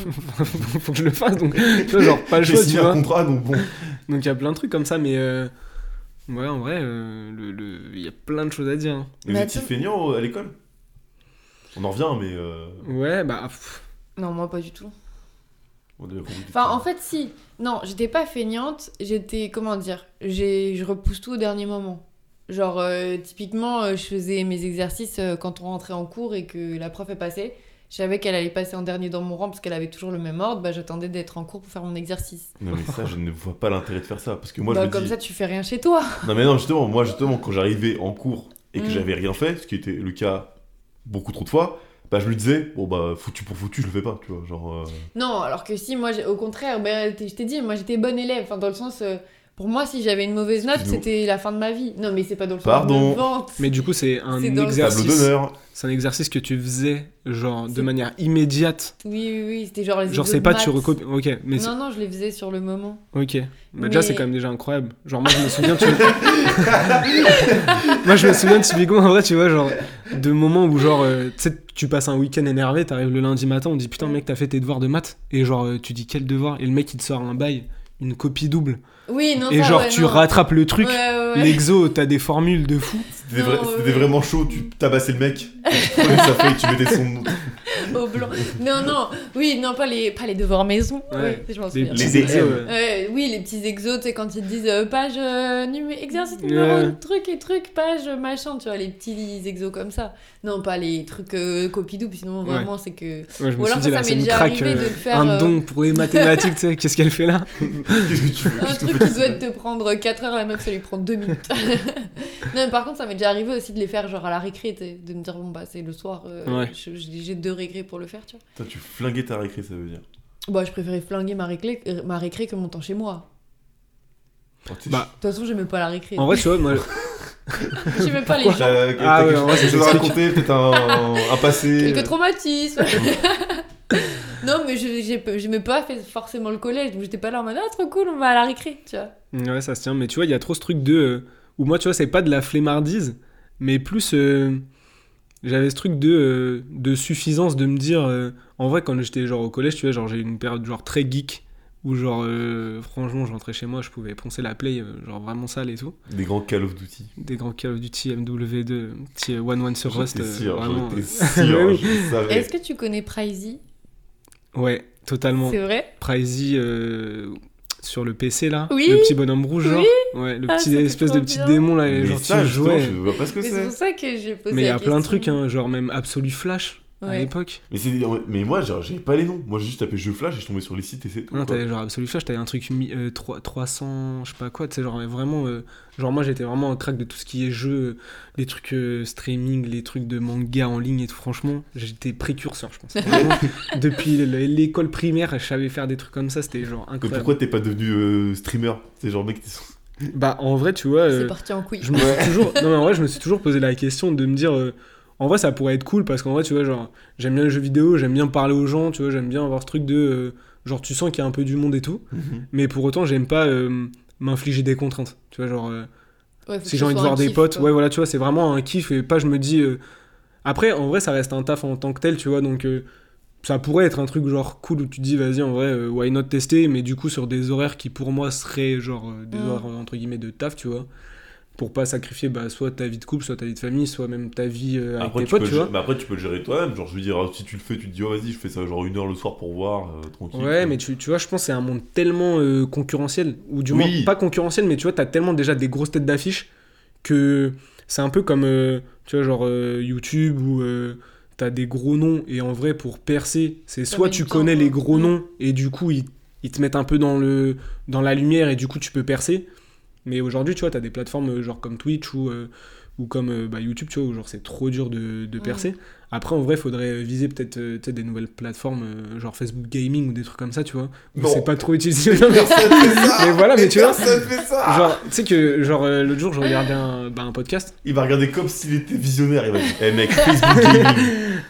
*laughs* faut que je le fasse donc tu vois, genre *laughs* pas le J'ai choix, tu signé un vois. contrat, donc bon. Donc il y a plein de trucs comme ça mais euh, ouais en vrai euh, le- le- il y a plein de choses à dire. hein. Mais Mais vous étiez attends. feignant à l'école On en revient, mais. euh, Ouais bah pff, Non moi pas du tout. on avait compris que Enfin, t'étais- en fait, si. Non, j'étais pas feignante. J'étais, comment dire, j'ai, je repousse tout au dernier moment. Genre, euh, typiquement, euh, je faisais mes exercices euh, quand on rentrait en cours et que la prof est passée. Je savais qu'elle allait passer en dernier dans mon rang parce qu'elle avait toujours le même ordre. Bah, j'attendais d'être en cours pour faire mon exercice. Non mais ça je ne vois pas l'intérêt de faire ça parce que moi Bah, je me comme dis ça, tu fais rien chez toi. *laughs* non mais non justement moi justement quand j'arrivais en cours et que Mm. j'avais rien fait ce qui était le cas beaucoup trop de fois bah je me disais bon bah foutu pour foutu je le fais pas tu vois genre euh, Non, alors que si, moi, j'ai- au contraire, bah, t- je t'ai dit, moi, j'étais bonne élève. Enfin, dans le sens, euh, pour moi, si j'avais une mauvaise note, Excuse-nous. c'était la fin de ma vie. Non, mais c'est pas dans le sens Pardon. de vente. mais du coup c'est un C'est dans tableau le exercice d'honneur c'est un exercice que tu faisais genre de C'est- manière immédiate. Oui, oui, oui, c'était genre les Genre exos c'est de pas tu maths. recopies OK mais c'est- Non, non, je les faisais sur le moment. Ok. Bah déjà, Mais- c'est quand même déjà incroyable. Genre, moi, je me souviens, tu vois... *laughs* moi, je me souviens typiquement, en vrai, tu vois, genre, de moments où, genre, euh, tu sais, tu passes un week-end énervé, t'arrives le lundi matin, on dit putain, mec, t'as fait tes devoirs de maths. Et genre, euh, tu dis quel devoir Et le mec, il te sort un bail, une copie double. Oui, non, et ça, genre, ouais, tu non. rattrapes le truc. Ouais, ouais, ouais. L'exo, t'as des formules de fou. c'était Non, vrai- ouais, c'était ouais. vraiment chaud tu tabassais le mec tu prenais sa feuille tu mettais son *laughs* Au blanc. Non, non, oui, non, pas les, pas les devoirs maison. Ouais. Oui, je m'en Des souviens. petits Les exos, euh, DM. ouais. Ouais, oui, les petits exos, tu sais, quand ils te disent euh, page euh, numé- exercice Ouais. numéro truc et truc, page euh, machin, tu vois, les petits exos comme ça. Non, pas les trucs euh, copie double, sinon vraiment c'est que. Ouais, je me Ou alors ça, ça suis dit, là, m'est c'est une déjà craque, arrivé euh, de le faire. un euh, don pour les mathématiques, tu sais, qu'est-ce qu'elle *laughs* fait là qu'est-ce que tu veux Un Qu'est-ce que truc tu qui doit te prendre 4 heures, la meuf, ça lui prend 2 *laughs* minutes. non, mais par contre, ça m'est déjà arrivé aussi de les faire genre à la récré, t'sais, de me dire, bon, bah, c'est le soir, euh, Ouais. je- je- j'ai deux récré préféré pour le faire, tu vois. Toi, tu flinguais ta récré, ça veut dire. Bah, je préférais flinguer ma récré, euh, ma récré que mon temps chez moi. Oh, t'es- Bah, De toute façon, j'aimais pas la récré. En vrai, tu vois, moi, *laughs* j'aimais pas les gens. T'as- Ah t'as ouais, quelque en vrai, ça chose à s'explique. raconter, peut-être un, un passé. euh, Quelques *laughs* traumatismes. *laughs* non, mais je- j'ai- j'aimais pas fait forcément le collège, donc j'étais pas là en mode ah trop cool, on va à la récré, tu vois. Ouais, ça se tient. Mais tu vois, il y a trop ce truc de. euh, où moi, tu vois, c'est pas de la flemmardise, mais plus. euh, j'avais ce truc de, euh, de suffisance de me dire. euh, en vrai, quand j'étais genre au collège, tu vois, genre j'ai eu une période genre très geek, où genre, euh, franchement, je rentrais chez moi, je pouvais poncer la play, euh, genre vraiment sale et tout. Des grands Call of Duty. Des grands Call of Duty, MW2, petit euh, One One sur Rust. J'étais euh, sûr, vraiment, *laughs* j'étais euh, sûr, oui. je le savais. Est-ce que tu connais Pricey euh, Ouais, totalement. C'est vrai Pricey euh, sur le PC là, Oui. le petit bonhomme rouge, genre. Ouais, le Ah, petit c'était espèce trop de petit bien. démon là, et Mais genre ça, tu justement, jouais. je vois pas ce que Mais c'est c'est. pour ça que j'ai posé Mais il y la a plein de trucs, question. hein, genre même Absolu Flash à Ouais. l'époque. Mais, c'est- mais moi, genre, j'avais pas les noms. Moi, j'ai juste tapé jeu flash et je tombais sur les sites et c'est tout. Non, quoi. t'avais genre Absolu Flash, t'avais un truc mi- euh, trois- 300, je sais pas quoi, tu sais, genre mais vraiment. euh, genre moi j'étais vraiment un crack de tout ce qui est jeu, euh, les trucs euh, streaming, les trucs de manga en ligne et tout. Franchement, j'étais précurseur, je pense. *laughs* Vraiment, depuis le- l'école primaire, je savais faire des trucs comme ça, c'était genre Mais incroyable. pourquoi t'es pas devenu euh, streamer C'est genre, mec, t'es. Bah en vrai, tu vois. C'est euh, parti en couille. Je me suis toujours, non mais en vrai, je me suis toujours posé la question de me dire, euh, en vrai, ça pourrait être cool parce qu'en vrai, tu vois, genre, j'aime bien les jeux vidéo, j'aime bien parler aux gens, tu vois, j'aime bien avoir ce truc de, euh, genre, tu sens qu'il y a un peu du monde et tout, mais pour autant, j'aime pas euh, m'infliger des contraintes, tu vois, genre, euh, Ouais, faut que si j'ai ce envie de soit un voir des kiff, potes, quoi. ouais, voilà, tu vois, c'est vraiment un kiff et pas je me dis. euh, Après, en vrai, ça reste un taf en tant que tel, tu vois, donc euh, ça pourrait être un truc genre cool où tu te dis, vas-y, en vrai, euh, why not tester, mais du coup, sur des horaires qui pour moi seraient genre euh, des Mm. horaires euh, entre guillemets de taf, tu vois, pour pas sacrifier bah, soit ta vie de couple, soit ta vie de famille, soit même ta vie euh, avec Après tes tu, potes, peux tu le gérer- vois. mais Bah, après, tu peux le gérer toi-même. Genre, je veux dire, euh, si tu le fais, tu te dis, oh, vas-y, je fais ça genre une heure le soir pour voir, euh, tranquille. *laughs* Ouais, mais tu, tu vois, je pense que c'est un monde tellement euh, concurrentiel, ou du Oui. moins pas concurrentiel, mais tu vois, t'as tellement déjà des grosses têtes d'affiche que c'est un peu comme, euh, tu vois, genre euh, YouTube où euh, t'as des gros noms, et en vrai, pour percer, c'est Ça soit met tu du temps, connais quoi. les gros Mm. noms, et du coup, ils, ils te mettent un peu dans, le, dans la lumière, et du coup, tu peux percer. Mais aujourd'hui, tu vois, t'as des plateformes euh, genre comme Twitch ou, euh, ou comme euh, bah, YouTube, tu vois, où genre c'est trop dur de, de Mm. percer. Après, en vrai, faudrait viser peut-être euh, tu sais, des nouvelles plateformes, euh, genre Facebook Gaming ou des trucs comme ça, tu vois. où Non. C'est pas trop utilisé. Non, *laughs* mais- Personne fait ça mais voilà, mais tu vois. Personne fait ça Genre, tu sais que genre euh, l'autre jour, je regardais un, bah, un podcast. Il va regarder comme s'il était visionnaire. Il va dire, eh *laughs* mec, Facebook Gaming.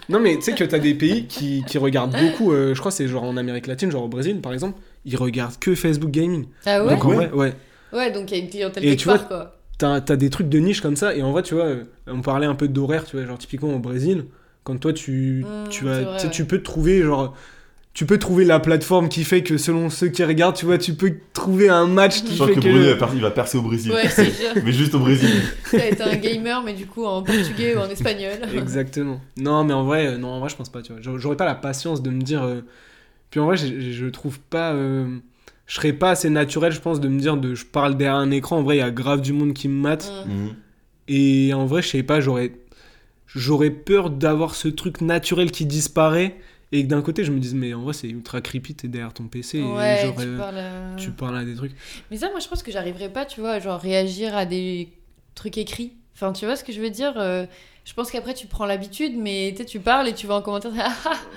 Non, mais tu sais que t'as des pays qui, qui regardent beaucoup, euh, je crois que c'est genre en Amérique latine, genre au Brésil par exemple, ils regardent que Facebook Gaming. Ah ouais Donc en Ouais. vrai, ouais. Ouais, donc il y a une clientèle Et quelque tu vois- part, quoi. T'as t'as des trucs de niche comme ça, et en vrai, tu vois, euh, on parlait un peu d'horaire, tu vois, genre typiquement au Brésil, quand toi tu, Mm, tu, c'est as, vrai, tu sais, ouais. tu peux trouver genre. Tu peux trouver la plateforme qui fait que selon ceux qui regardent, tu vois, tu peux trouver un match Je qui sens fait que que. Bruno, il va per- il va percer au Brésil. Ouais, c'est sûr. Mais juste au *laughs* Brésil. T'as été un gamer, mais du coup en portugais ou en espagnol. Exactement. Non, mais en vrai, euh, non, en vrai, je pense pas, tu vois. J'aurais- J'aurais pas la patience de me dire. euh, Puis en vrai, j'ai- j'ai- je trouve pas. euh, Je serais pas assez naturel, je pense, de me dire de je parle derrière un écran. En vrai, il y a grave du monde qui me mate. Mm. Mhm. Et en vrai, je sais pas, j'aurais j'aurais peur d'avoir ce truc naturel qui disparaît et que d'un côté je me dise mais en vrai c'est ultra creepy t'es derrière ton PC et Ouais, genre, tu euh, parles. à- tu parles à des trucs Mais ça, moi, je pense que j'arriverais pas, tu vois, genre réagir à des trucs écrits. Enfin, tu vois ce que je veux dire euh, Je pense qu'après, tu prends l'habitude, mais tu sais, tu parles et tu vas en commentaire. Ah,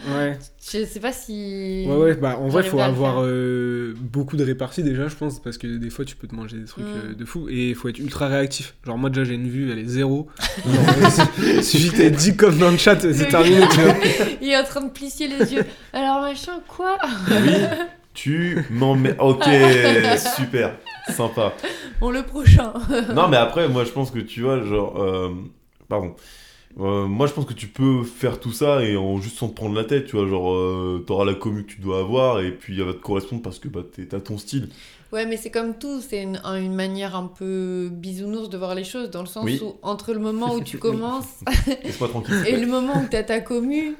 ah, ouais je sais pas si. ouais ouais bah en vrai faut J'arriverai à le avoir faire. euh, beaucoup de réparties déjà je pense parce que des fois tu peux te manger des trucs Mm. euh, de fou et il faut être ultra réactif genre moi déjà j'ai une vue elle *laughs* est zéro genre, *laughs* euh, suffit que t'aies dit comme dans le chat c'est Le terminé tu vois *laughs* Il est en train de plisser les yeux. Alors, machin, quoi Oui, tu m'emmènes. Ok, *laughs* super, sympa. Bon, le prochain. Non, mais après, moi, je pense que tu vois, genre. euh, Pardon. Euh, moi, je pense que tu peux faire tout ça et en juste sans te prendre la tête, tu vois. Genre, euh, t'auras la commu que tu dois avoir et puis elle va te correspondre parce que bah, t'es- t'as ton style. Ouais, mais c'est comme tout, c'est une, une manière un peu bisounours de voir les choses, dans le sens Oui. où entre le moment où *laughs* tu Oui. commences Laisse-moi tranquille. et le moment où t'as ta commu,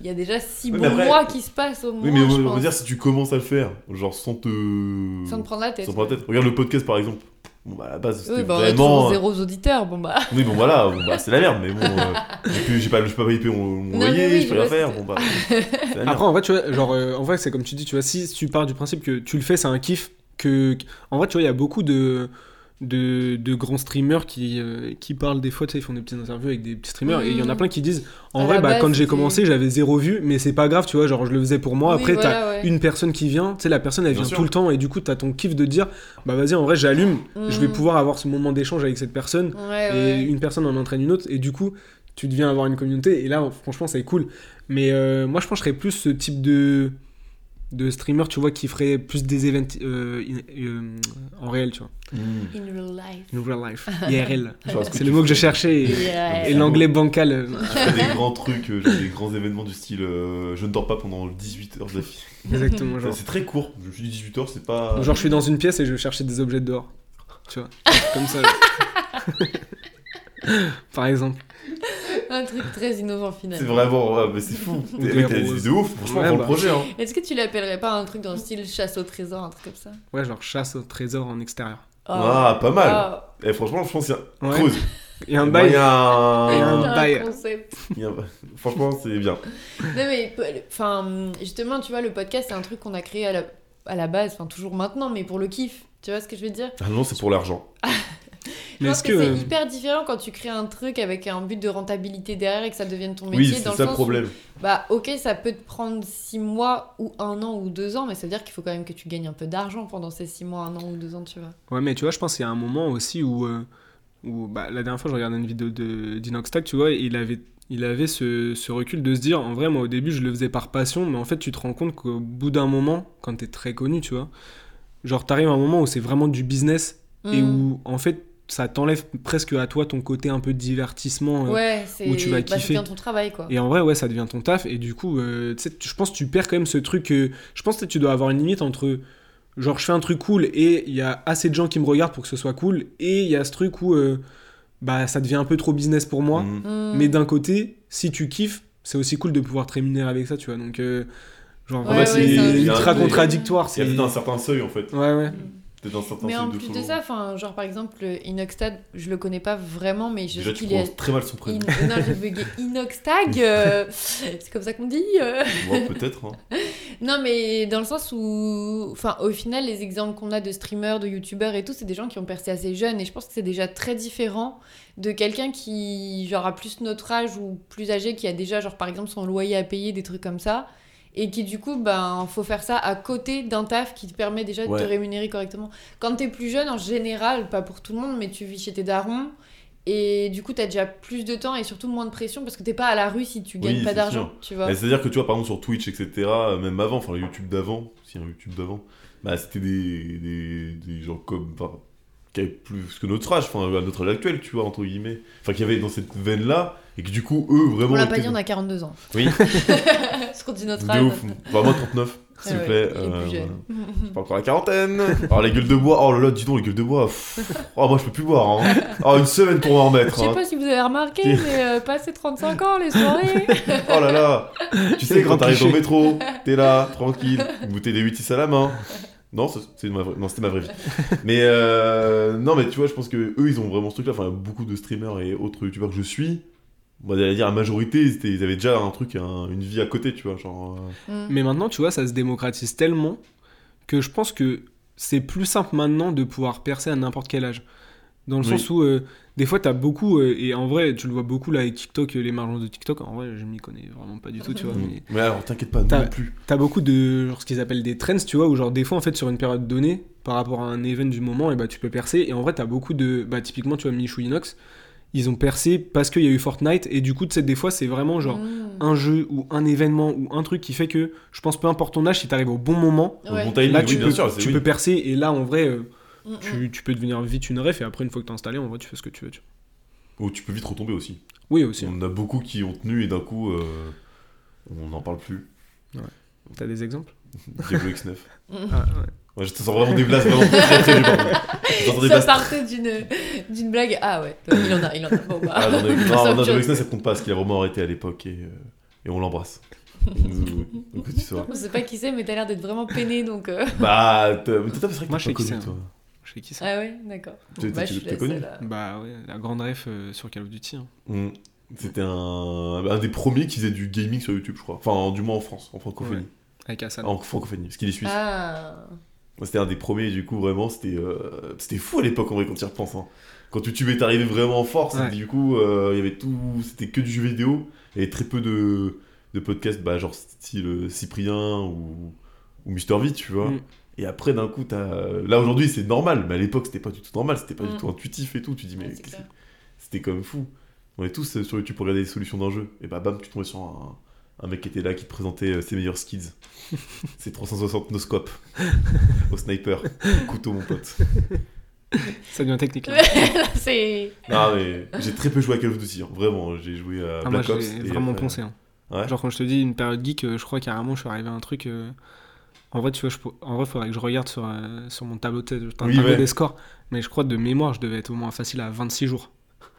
il y a déjà six Oui, bons mais après- mois qui se passent au moins. Oui, mais je on, on pense, va dire si tu commences à le faire, genre sans te. Sans te prendre la tête. Sans te prendre la tête. Regarde le podcast par exemple. Bon, bah, à la base, c'était Oui, bah, on a vraiment. euh, toujours zéro auditeur, bon bah. Oui, bon, voilà, bon, bah, c'est la merde, mais bon. *laughs* euh, j'ai plus- j'ai pas, j'ai pas payé mon- mon Non, loyer, mais oui, je peux je rien vois, faire. c'est- Bon, bah. c'est la merde. *laughs* Après, en vrai, tu vois, genre, euh, en vrai, c'est comme tu dis, tu vois, si tu pars du principe que tu le fais, c'est un kiff, que. En vrai, tu vois, il y a beaucoup de, de, de grands streamers qui, euh, qui parlent des fois, tu sais, ils font des petites interviews avec des petits streamers, et il y en a Mhm. plein qui disent, en À vrai, la bah, base, quand j'ai c'était- commencé, j'avais zéro vue, mais c'est pas grave, tu vois, genre, je le faisais pour moi, Oui, après, t'as voilà, ouais. une personne qui vient, tu sais, la personne, elle Bien vient sûr. tout le temps, et du coup, t'as ton kiff de dire, bah vas-y, en vrai, j'allume, je vais Mhm. pouvoir avoir ce moment d'échange avec cette personne, Ouais, et ouais. une personne en entraîne une autre, et du coup, tu deviens avoir une communauté, et là, franchement, c'est cool. Mais euh, moi, je pense que je serais plus ce type de, de streamer, tu vois, qui ferait plus des events euh, in- euh, en réel, tu vois, In real life. in *laughs* real life, IRL. Genre, est-ce Hmm. C'est tu le mot que je ferais- cherchais, et, Yeah. et l'anglais bancal. euh, Tu fais des grands trucs, euh, genre des grands événements du style euh, je ne dors pas pendant 18 heures d'affilée. exactement, *laughs* genre. C'est très court, je me suis dit 18 heures, c'est pas. Genre, je suis dans une pièce et je vais chercher des objets dehors. Tu vois, *laughs* comme ça. Par exemple. Un truc très innovant C'est finalement. vraiment, ouais, mais c'est fou. Ou Les des mecs, t'as des roses. idées de ouf, franchement, Ouais, pour le bah. projet. Hein. Est-ce que tu l'appellerais pas un truc dans le style chasse au trésor, un truc comme ça Ouais, genre chasse au trésor en extérieur. Oh. Ah, pas mal. Oh. Et franchement, je pense qu'il y a. Ouais. Creuse. Et un Moi, Il y bail. a Et un. un- Oh, Putain, bail. concept. il y a- Franchement, c'est bien. Non mais enfin justement tu vois le podcast c'est un truc qu'on a créé à la, à la base enfin toujours maintenant mais pour le kiff tu vois ce que je veux dire Ah non, c'est pour l'argent. Je Mais pense est-ce que, que. c'est euh, hyper différent quand tu crées un truc avec un but de rentabilité derrière et que ça devienne ton métier Oui, c'est dans le ça le sens problème. où, bah ok ça peut te prendre 6 mois ou 1 an ou 2 ans mais ça veut dire qu'il faut quand même que tu gagnes un peu d'argent pendant ces 6 mois 1 an ou 2 ans tu vois Ouais, mais tu vois, je pense qu'il y a un moment aussi où. euh, où bah, la dernière fois, je regardais une vidéo de d'Inoxtag, tu vois, et il avait, il avait ce, ce recul de se dire en vrai, moi au début, je le faisais par passion, mais en fait, tu te rends compte qu'au bout d'un moment, quand t'es très connu, tu vois, genre, t'arrives à un moment où c'est vraiment du business et Hmm. où, en fait, ça t'enlève presque à toi ton côté un peu divertissement. euh, ouais c'est où tu vas bah, ça kiffer. devient ton travail quoi Et en vrai, ouais, ça devient ton taf. Et du coup, euh, tu sais, tu- je pense que tu perds quand même ce truc. euh, je pense que tu dois avoir une limite entre. Genre, je fais un truc cool et il y a assez de gens qui me regardent pour que ce soit cool. Et il y a ce truc où. euh, bah, ça devient un peu trop business pour moi. Mm. Hmm. Mais d'un côté, si tu kiffes, c'est aussi cool de pouvoir te rémunérer avec ça, tu vois. Donc, euh, genre, Ouais, en vrai, ouais, c'est c'est un- ultra c'est un- contradictoire. Il y C'est... a peut-être un certain seuil en fait. Ouais, ouais. Peut-être un certain Hmm. mais seuil en de plus de follow. ça enfin genre par exemple Inoxtag je le connais pas vraiment mais je Déjà, sais tu qu'il est prononces très mal son In- prénom. Non, j'ai bugué. Inoxtag, *laughs* euh, c'est comme ça qu'on dit. euh. Ouais, peut-être. hein. Non, mais dans le sens où, enfin, au final, les exemples qu'on a de streamers, de youtubeurs et tout, c'est des gens qui ont percé assez jeunes. Et je pense que c'est déjà très différent de quelqu'un qui, genre, a plus notre âge ou plus âgé, qui a déjà, genre, par exemple, son loyer à payer, des trucs comme ça. Et qui, du coup, ben, faut faire ça à côté d'un taf qui te permet déjà Ouais. de te rémunérer correctement. Quand t'es plus jeune, en général, pas pour tout le monde, mais tu vis chez tes darons. Et du coup, t'as déjà plus de temps et surtout moins de pression parce que t'es pas à la rue si tu gagnes Oui, pas c'est d'argent, sûr. tu vois. Mais C'est-à-dire que tu vois, par exemple, sur Twitch, etc., euh, même avant, enfin, le YouTube d'avant, si un YouTube d'avant, bah, c'était des, des, des gens comme. enfin, qui avaient plus que notre âge, enfin, à notre âge actuel, tu vois, entre guillemets. Enfin, qui avaient dans cette veine-là, et que du coup, eux, vraiment. On l'a étaient- pas dit, on a 42 ans. *laughs* Oui. Je continue notre De âge. ouf. Enfin, moi, *laughs* 39, s'il Ah te ouais, plaît. il est euh, plus voilà. jeune. J'ai Pas encore la quarantaine. Alors, les gueules de bois, oh là là, dis donc, les gueules de bois. pff. Oh, moi, je peux plus boire, hein. Oh, une semaine pour m'en *laughs* Je remettre. sais hein. pas si vous avez remarqué, mais euh, passer 35 ans, *laughs* les soirées. Oh là là Tu sais, Les quand grands t'arrives au clichés. métro, t'es là, tranquille, une bouteille des 8 à la main. Non, ça, c'est ma vraie- non, c'était ma vraie vie. Mais euh, non, mais tu vois, je pense que eux, ils ont vraiment ce truc-là. Enfin, beaucoup de streamers et autres youtubeurs que je suis, on va dire la majorité, ils, étaient- ils avaient déjà un truc, un- une vie à côté, tu vois. Genre, euh, Mm. Mais maintenant, tu vois, ça se démocratise tellement que je pense que c'est plus simple maintenant de pouvoir percer à n'importe quel âge. Dans le Oui. sens où, euh, des fois, t'as beaucoup, euh, et en vrai, tu le vois beaucoup là avec TikTok, euh, les margences de TikTok, en vrai, je m'y connais vraiment pas du tout, tu vois. mais Mais alors, t'inquiète pas, nous T'as- non plus. T'as beaucoup de genre, ce qu'ils appellent des trends, tu vois, où genre des fois, en fait, sur une période donnée, par rapport à un event du moment, et bah tu peux percer. Et en vrai, t'as beaucoup de. Bah, typiquement, tu vois, Michou Inox, ils ont percé parce qu'il y a eu Fortnite, et du coup, tu sais, des fois, c'est vraiment genre Mm. un jeu ou un événement ou un truc qui fait que, je pense, peu importe ton âge, si t'arrives au bon moment, Au Ouais. bon timing, là, oui, tu, bien peux, sûr, c'est tu oui. peux percer et là, en vrai, euh, Mm, mm. tu, tu peux devenir vite une ref et après, une fois que t'es installé, en vrai, tu fais ce que tu veux. tu vois. Ou tu peux vite retomber aussi. Oui, aussi. hein. On a beaucoup qui ont tenu et d'un coup, euh, on n'en parle plus. Mm. T'as des exemples Diablo X9. Mm. ah, Ouais, je te sens vraiment des blases vraiment très très dures, par contre. Je t'entends des Ça blases partait d'une d'une blague. Ah ouais, il en a, il en a. Bon, bah. Ah, *laughs* non, mais- Ça non, autre non, chose. Joe Exner, ça compte pas parce qu'il a vraiment arrêté à l'époque et, euh, et on *laughs* l'embrasse. Il nous- Donc tu sauras. Je sais pas qui c'est, mais t'as l'air d'être vraiment peiné donc. euh, Bah, t'as- mais t'as- c'est vrai que t'as Moi, je pas sais qui connu c'est, toi. Je sais qui ça Ah ouais, d'accord. T'es- Bah, t'es- je suis t'es la connu seule à- Bah ouais, la grande ref euh, sur Call of Duty. hein. Mm. C'était un, un des premiers qui faisait du gaming sur YouTube, je crois. Enfin, du moins en France, en francophonie. Avec Hassan. En francophonie, parce qu'il est suisse. Ah. Moi, c'était un des premiers, du coup, vraiment, c'était euh, c'était fou à l'époque, en vrai, quand tu y repenses. hein. Quand YouTube est arrivé vraiment en force, Ouais. et du coup, euh, il y avait tout, c'était que du jeu vidéo, et très peu de, de podcasts, bah, genre style euh, Cyprien ou, ou Mister V, tu vois. Mm. Et après, d'un coup, t'as. Là, aujourd'hui, c'est normal, mais à l'époque, c'était pas du tout normal, c'était pas du Mm. tout intuitif et tout. Tu dis, mais Ouais, c'est qu'est-ce clair. c'était quand même fou. On est tous euh, sur YouTube pour regarder les solutions d'un jeu. Et bah bam, tu tombais sur un, un mec qui était là qui te présentait euh, ses meilleurs *laughs* skids. ses 360 noscopes au sniper. Couteau, mon *laughs* pote. Ça devient technique. hein. là. Là, c'est. Non, mais j'ai très peu joué à Call of Duty, hein. vraiment. J'ai joué à Ah, moi, Euh, Black Ops. j'ai et vraiment après- poncé. hein. Ouais. Genre, quand je te dis une période geek, euh, je crois carrément, je suis arrivé à un truc. euh, En vrai, tu vois, je... pour- en vrai, faudrait que je regarde sur, euh, sur mon tableau, de... un Oui, tableau ouais. des scores. Mais je crois de mémoire, je devais être au moins facile à 26 jours.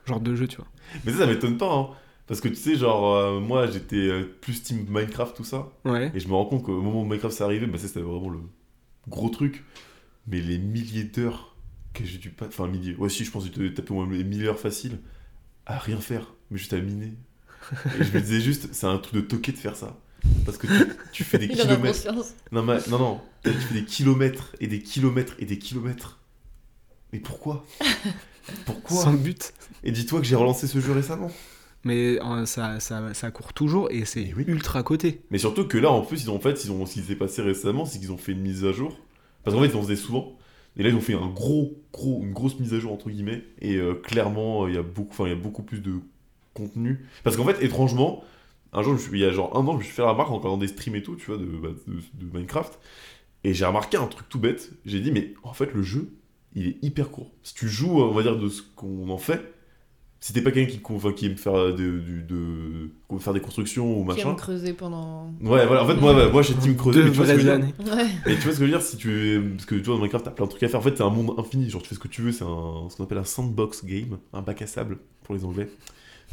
Genre de jeu, tu vois. Mais ça, ça m'étonne pas. hein. Parce que tu sais, genre, euh, moi j'étais euh, plus team Minecraft, tout ça. Ouais. Et je me rends compte qu'au moment où Minecraft s'est arrivé, bah, ça, c'était vraiment le gros truc. Mais les milliers d'heures que j'ai dû pas. Enfin, milliers. Ouais, si, je pense que j'ai dû taper au moins les 1000 heures faciles à rien faire, mais juste à miner. Et je me disais juste, c'est un truc de toqué de faire ça. Parce que tu, tu fais des *laughs* Il en a kilomètres. conscience. Non, mais- non, non. Tu fais des kilomètres et des kilomètres et des kilomètres. Mais pourquoi Pourquoi Sans but. Et dis-toi que j'ai relancé ce jeu récemment. Mais euh, ça, ça, ça court toujours et c'est Eh oui. ultra coté. Mais surtout que là, en plus, ils ont en fait, ils ont, ce qui s'est passé récemment, c'est qu'ils ont fait une mise à jour. Parce qu'en fait, ils en faisaient souvent. Et là, ils ont fait un gros, gros, une grosse mise à jour entre guillemets. Et euh, clairement, il y a beaucoup, enfin, il y a beaucoup plus de contenu. Parce qu'en fait, étrangement, un jour, je suis- il y a genre un an, je me suis fait la remarque en regardant des streams et tout, tu vois, de, bah, de- de Minecraft. Et j'ai remarqué un truc tout bête. J'ai dit, mais en fait, le jeu, il est hyper court. Si tu joues, on va dire, de ce qu'on en fait, si t'es pas quelqu'un qui, enfin, qui aime faire, euh, de, du- de- qu'on veut faire des constructions ou Qui machin. aime creuser pendant. Ouais, voilà, en fait, moi, moi j'ai Team Creuset, Deux mais tu vois ce que je vraies veux dire. années. Ouais. Mais tu vois ce que je veux dire, si tu es... Parce que tu vois, dans Minecraft, t'as plein de trucs à faire. En fait, c'est un monde infini, genre tu fais ce que tu veux, c'est un... ce qu'on appelle un sandbox game, un bac à sable pour les anglais.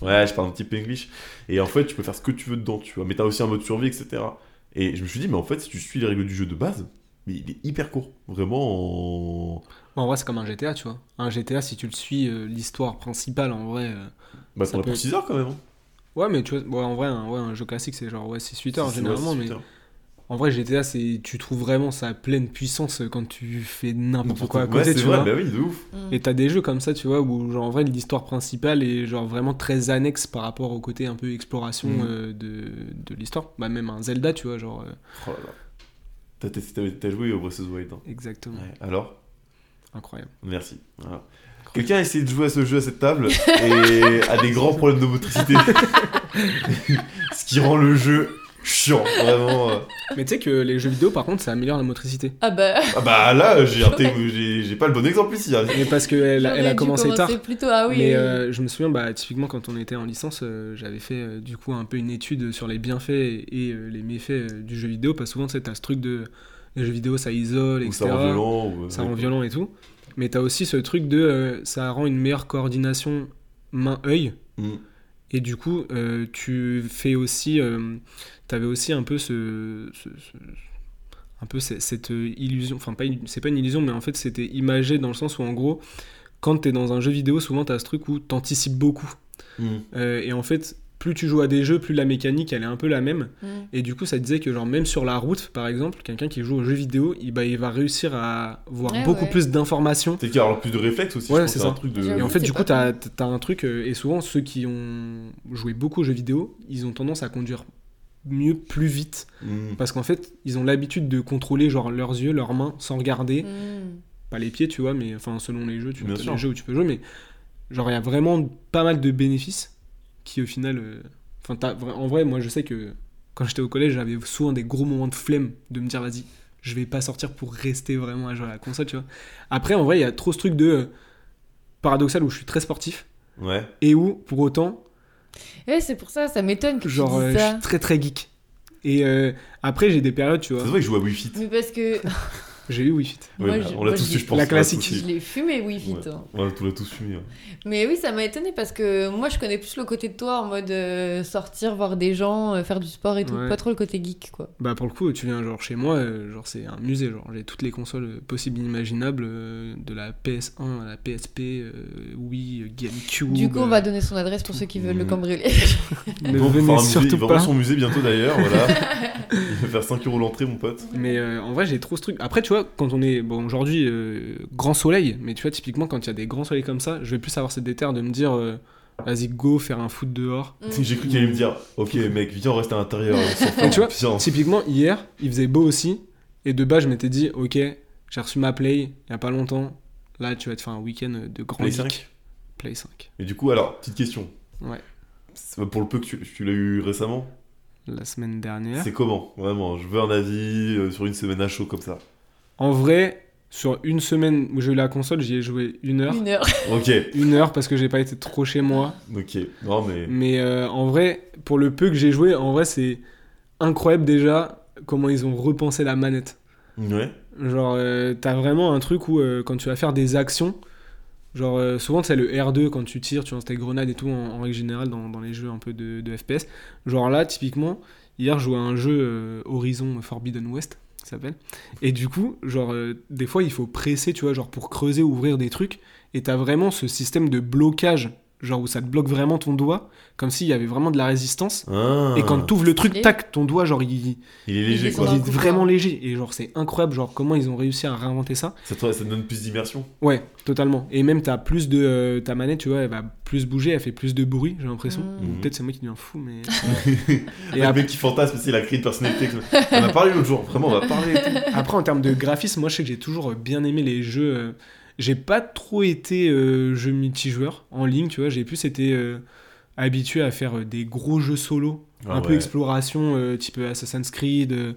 Ouais, je parle un petit peu English. Et en fait, tu peux faire ce que tu veux dedans, tu vois. Mais t'as aussi un mode survie, etc. Et je me suis dit, mais en fait, si tu suis les règles du jeu de base, mais il est hyper court. Vraiment. en- En vrai, c'est comme un GTA, tu vois. Un GTA, si tu le suis, euh, l'histoire principale, en vrai. euh, Bah, Ça t'en as peut pour être- 6 heures quand même. hein. Ouais, mais tu vois, ouais, en vrai, un, ouais, un jeu classique, c'est genre ouais, 6-8 heures C'est- généralement. ouais, c'est mais huit heures. en vrai, GTA, c'est tu trouves vraiment sa pleine puissance euh, quand tu fais n'importe quoi à Ouais, côté, c'est tu vrai, vois. bah oui, de ouf. Mm. Et t'as des jeux comme ça, tu vois, où genre en vrai, l'histoire principale est genre vraiment très annexe par rapport au côté un peu exploration Mhm. euh, de, de l'histoire. Bah, même un Zelda, tu vois, genre. euh, Oh là là. T'as- t'as- T'as t'as joué au Breath of the Wild. hein. exactement. Ouais, alors Incroyable. Merci. Voilà. Quelqu'un a essayé de jouer à ce jeu à cette table et a des grands problèmes de motricité. *laughs* Ce qui rend le jeu chiant, vraiment. euh. Mais tu sais que les jeux vidéo, par contre, ça améliore la motricité. Ah bah, Ah bah là, j'ai un thé- j'ai j'ai pas le bon exemple ici. hein. Mais parce *laughs* qu'elle elle j'aurais a dû commencé tard. commencer plus tôt. Ah oui. Mais oui. euh, je me souviens, bah, typiquement, quand on était en licence, euh, j'avais fait euh, du coup un peu une étude sur les bienfaits et, et, euh, les méfaits euh, du jeu vidéo. Parce que souvent, tu sais, t'as ce truc de les jeux vidéo, ça isole, Ou etc. ça rend violent. Ou, euh, ça rend violent et tout. Mais t'as aussi ce truc de euh, ça rend une meilleure coordination main-œil. Mm. Et du coup, euh, tu fais aussi. euh, T'avais aussi un peu ce. ce- ce- un peu ce- cette euh, illusion. Enfin, pas, une- c'est pas une illusion, mais en fait, c'était imagé dans le sens où, en gros, quand t'es dans un jeu vidéo, souvent t'as ce truc où t'anticipes beaucoup. Mm. Euh, et en fait, plus tu joues à des jeux, plus la mécanique, elle est un peu la même. Mm. Et du coup, ça disait que, genre, même sur la route, par exemple, quelqu'un qui joue aux jeux vidéo, il, bah, il va réussir à voir Ouais, beaucoup ouais. plus d'informations. Peut-être qu'il y aura plus de réflexes aussi. Ouais, je pense c'est que ça. un truc de. Et en J'avoue. fait, Euh, c'est du coup, pas t'as t'as un truc, euh, et souvent ceux qui ont joué beaucoup aux jeux vidéo, ils ont tendance à conduire mieux, plus vite, Mm. parce qu'en fait, ils ont l'habitude de contrôler genre leurs yeux, leurs mains, sans regarder, Mm. pas les pieds, tu vois, mais enfin selon les jeux, tu Bien t'as sûr. les jeux où tu peux jouer, mais genre il y a vraiment pas mal de bénéfices qui au final, euh, enfin t'as- vra- en vrai, moi je sais que quand j'étais au collège, j'avais souvent des gros moments de flemme de me dire vas-y, je vais pas sortir pour rester vraiment à jouer à la console, tu vois. Après, en vrai, il y a trop ce truc de euh, paradoxal où je suis très sportif Ouais. et où, pour autant, Ouais, Eh, c'est pour ça, ça m'étonne que genre, tu euh, dises je ça. suis très très geek. Et euh, après, j'ai des périodes, tu Ça vois, se voit qu'il joue à Wii Fit. Mais parce *laughs* que j'ai eu Wi-Fi. Ouais, Moi, bah, je- on moi, l'a tous je su, dis- je pense. la on l'a tous classique. su. je l'ai fumé, oui, vite. hein. On l'a- on l'a tous fumé. hein. Mais oui, ça m'a étonné parce que moi, je connais plus le côté de toi en mode euh, sortir, voir des gens, euh, faire du sport et tout. Ouais. Pas trop le côté geek, quoi. Bah pour le coup, tu viens genre chez moi, euh, genre c'est un musée, genre j'ai toutes les consoles euh, possibles et imaginables, euh, de la PS1 à la PSP, euh, Wii, euh, GameCube. Du coup, on va euh, donner son adresse pour ceux qui veulent le Mm. cambrioler. ne Donc, il va venez faire un musée- il surtout va avoir pas. *laughs* son musée bientôt d'ailleurs. voilà. Il va faire 5 euros l'entrée, mon pote. Mais euh, en vrai, j'ai trop ce truc. Après, tu vois, vois, quand on est. Bon, aujourd'hui, euh, grand soleil, mais tu vois, typiquement, quand il y a des grands soleils comme ça, je vais plus avoir cette déterre de me dire, euh, vas-y, go faire un foot dehors. Si J'ai cru qu'il allait me dire, ok mec, viens, on reste à l'intérieur. on *laughs* s'en fout, Mais tu vois, viens. Typiquement, hier, il faisait beau aussi, et de bas, je m'étais dit, ok, j'ai reçu ma play il y a pas longtemps, là, tu vas te faire un week-end de grand Play geek. 5. Play 5. Et du coup, alors, petite question. Ouais. C'est- Pour le peu que tu, tu l'as eu récemment, La semaine dernière. c'est comment Vraiment, je veux un avis euh, sur une semaine à chaud comme ça. En vrai, sur une semaine où j'ai eu la console, j'y ai joué une heure. *laughs* Une heure. Ok, Une heure parce que j'ai pas été trop chez moi. ok. Non mais. Mais euh, en vrai, pour le peu que j'ai joué, en vrai, c'est incroyable déjà comment ils ont repensé la manette. Ouais. Genre, euh, t'as vraiment un truc où euh, quand tu vas faire des actions, genre euh, souvent c'est le R2 quand tu tires, tu lances tes grenades et tout en, en règle générale dans, dans les jeux un peu de, de FPS. Genre là, typiquement, hier je jouais à un jeu euh, Horizon Forbidden West, ça s'appelle. Et du coup, genre euh, des fois il faut presser, tu vois, genre pour creuser ou ouvrir des trucs. Et t'as vraiment ce système de blocage, genre où ça te bloque vraiment ton doigt, comme s'il y avait vraiment de la résistance. Ah, Et quand t'ouvres le truc, Stylé. tac, ton doigt, genre il, Il est léger Ils quoi. ont il est un hein. coup de vraiment poing. léger et genre c'est incroyable genre comment ils ont réussi à réinventer ça. Ça te, ça te donne plus d'immersion. Ouais, totalement. Et même t'as plus de euh, ta manette, tu vois, elle va plus bouger, elle fait plus de bruit, j'ai l'impression. Mm. Mhm. *laughs* Peut-être c'est moi qui deviens *laughs* fou, mais Et et le ap- mec qui fantasme, c'est la crée une personnalité. on a parlé l'autre jour, vraiment, on va parler. et tout. après en termes de graphisme, moi je sais que j'ai toujours euh, bien aimé les jeux. euh, J'ai pas trop été euh, jeu multijoueur en ligne, tu vois. J'ai plus été euh, habitué à faire euh, des gros jeux solo, Ah un peu ouais. exploration, euh, type Assassin's Creed, euh,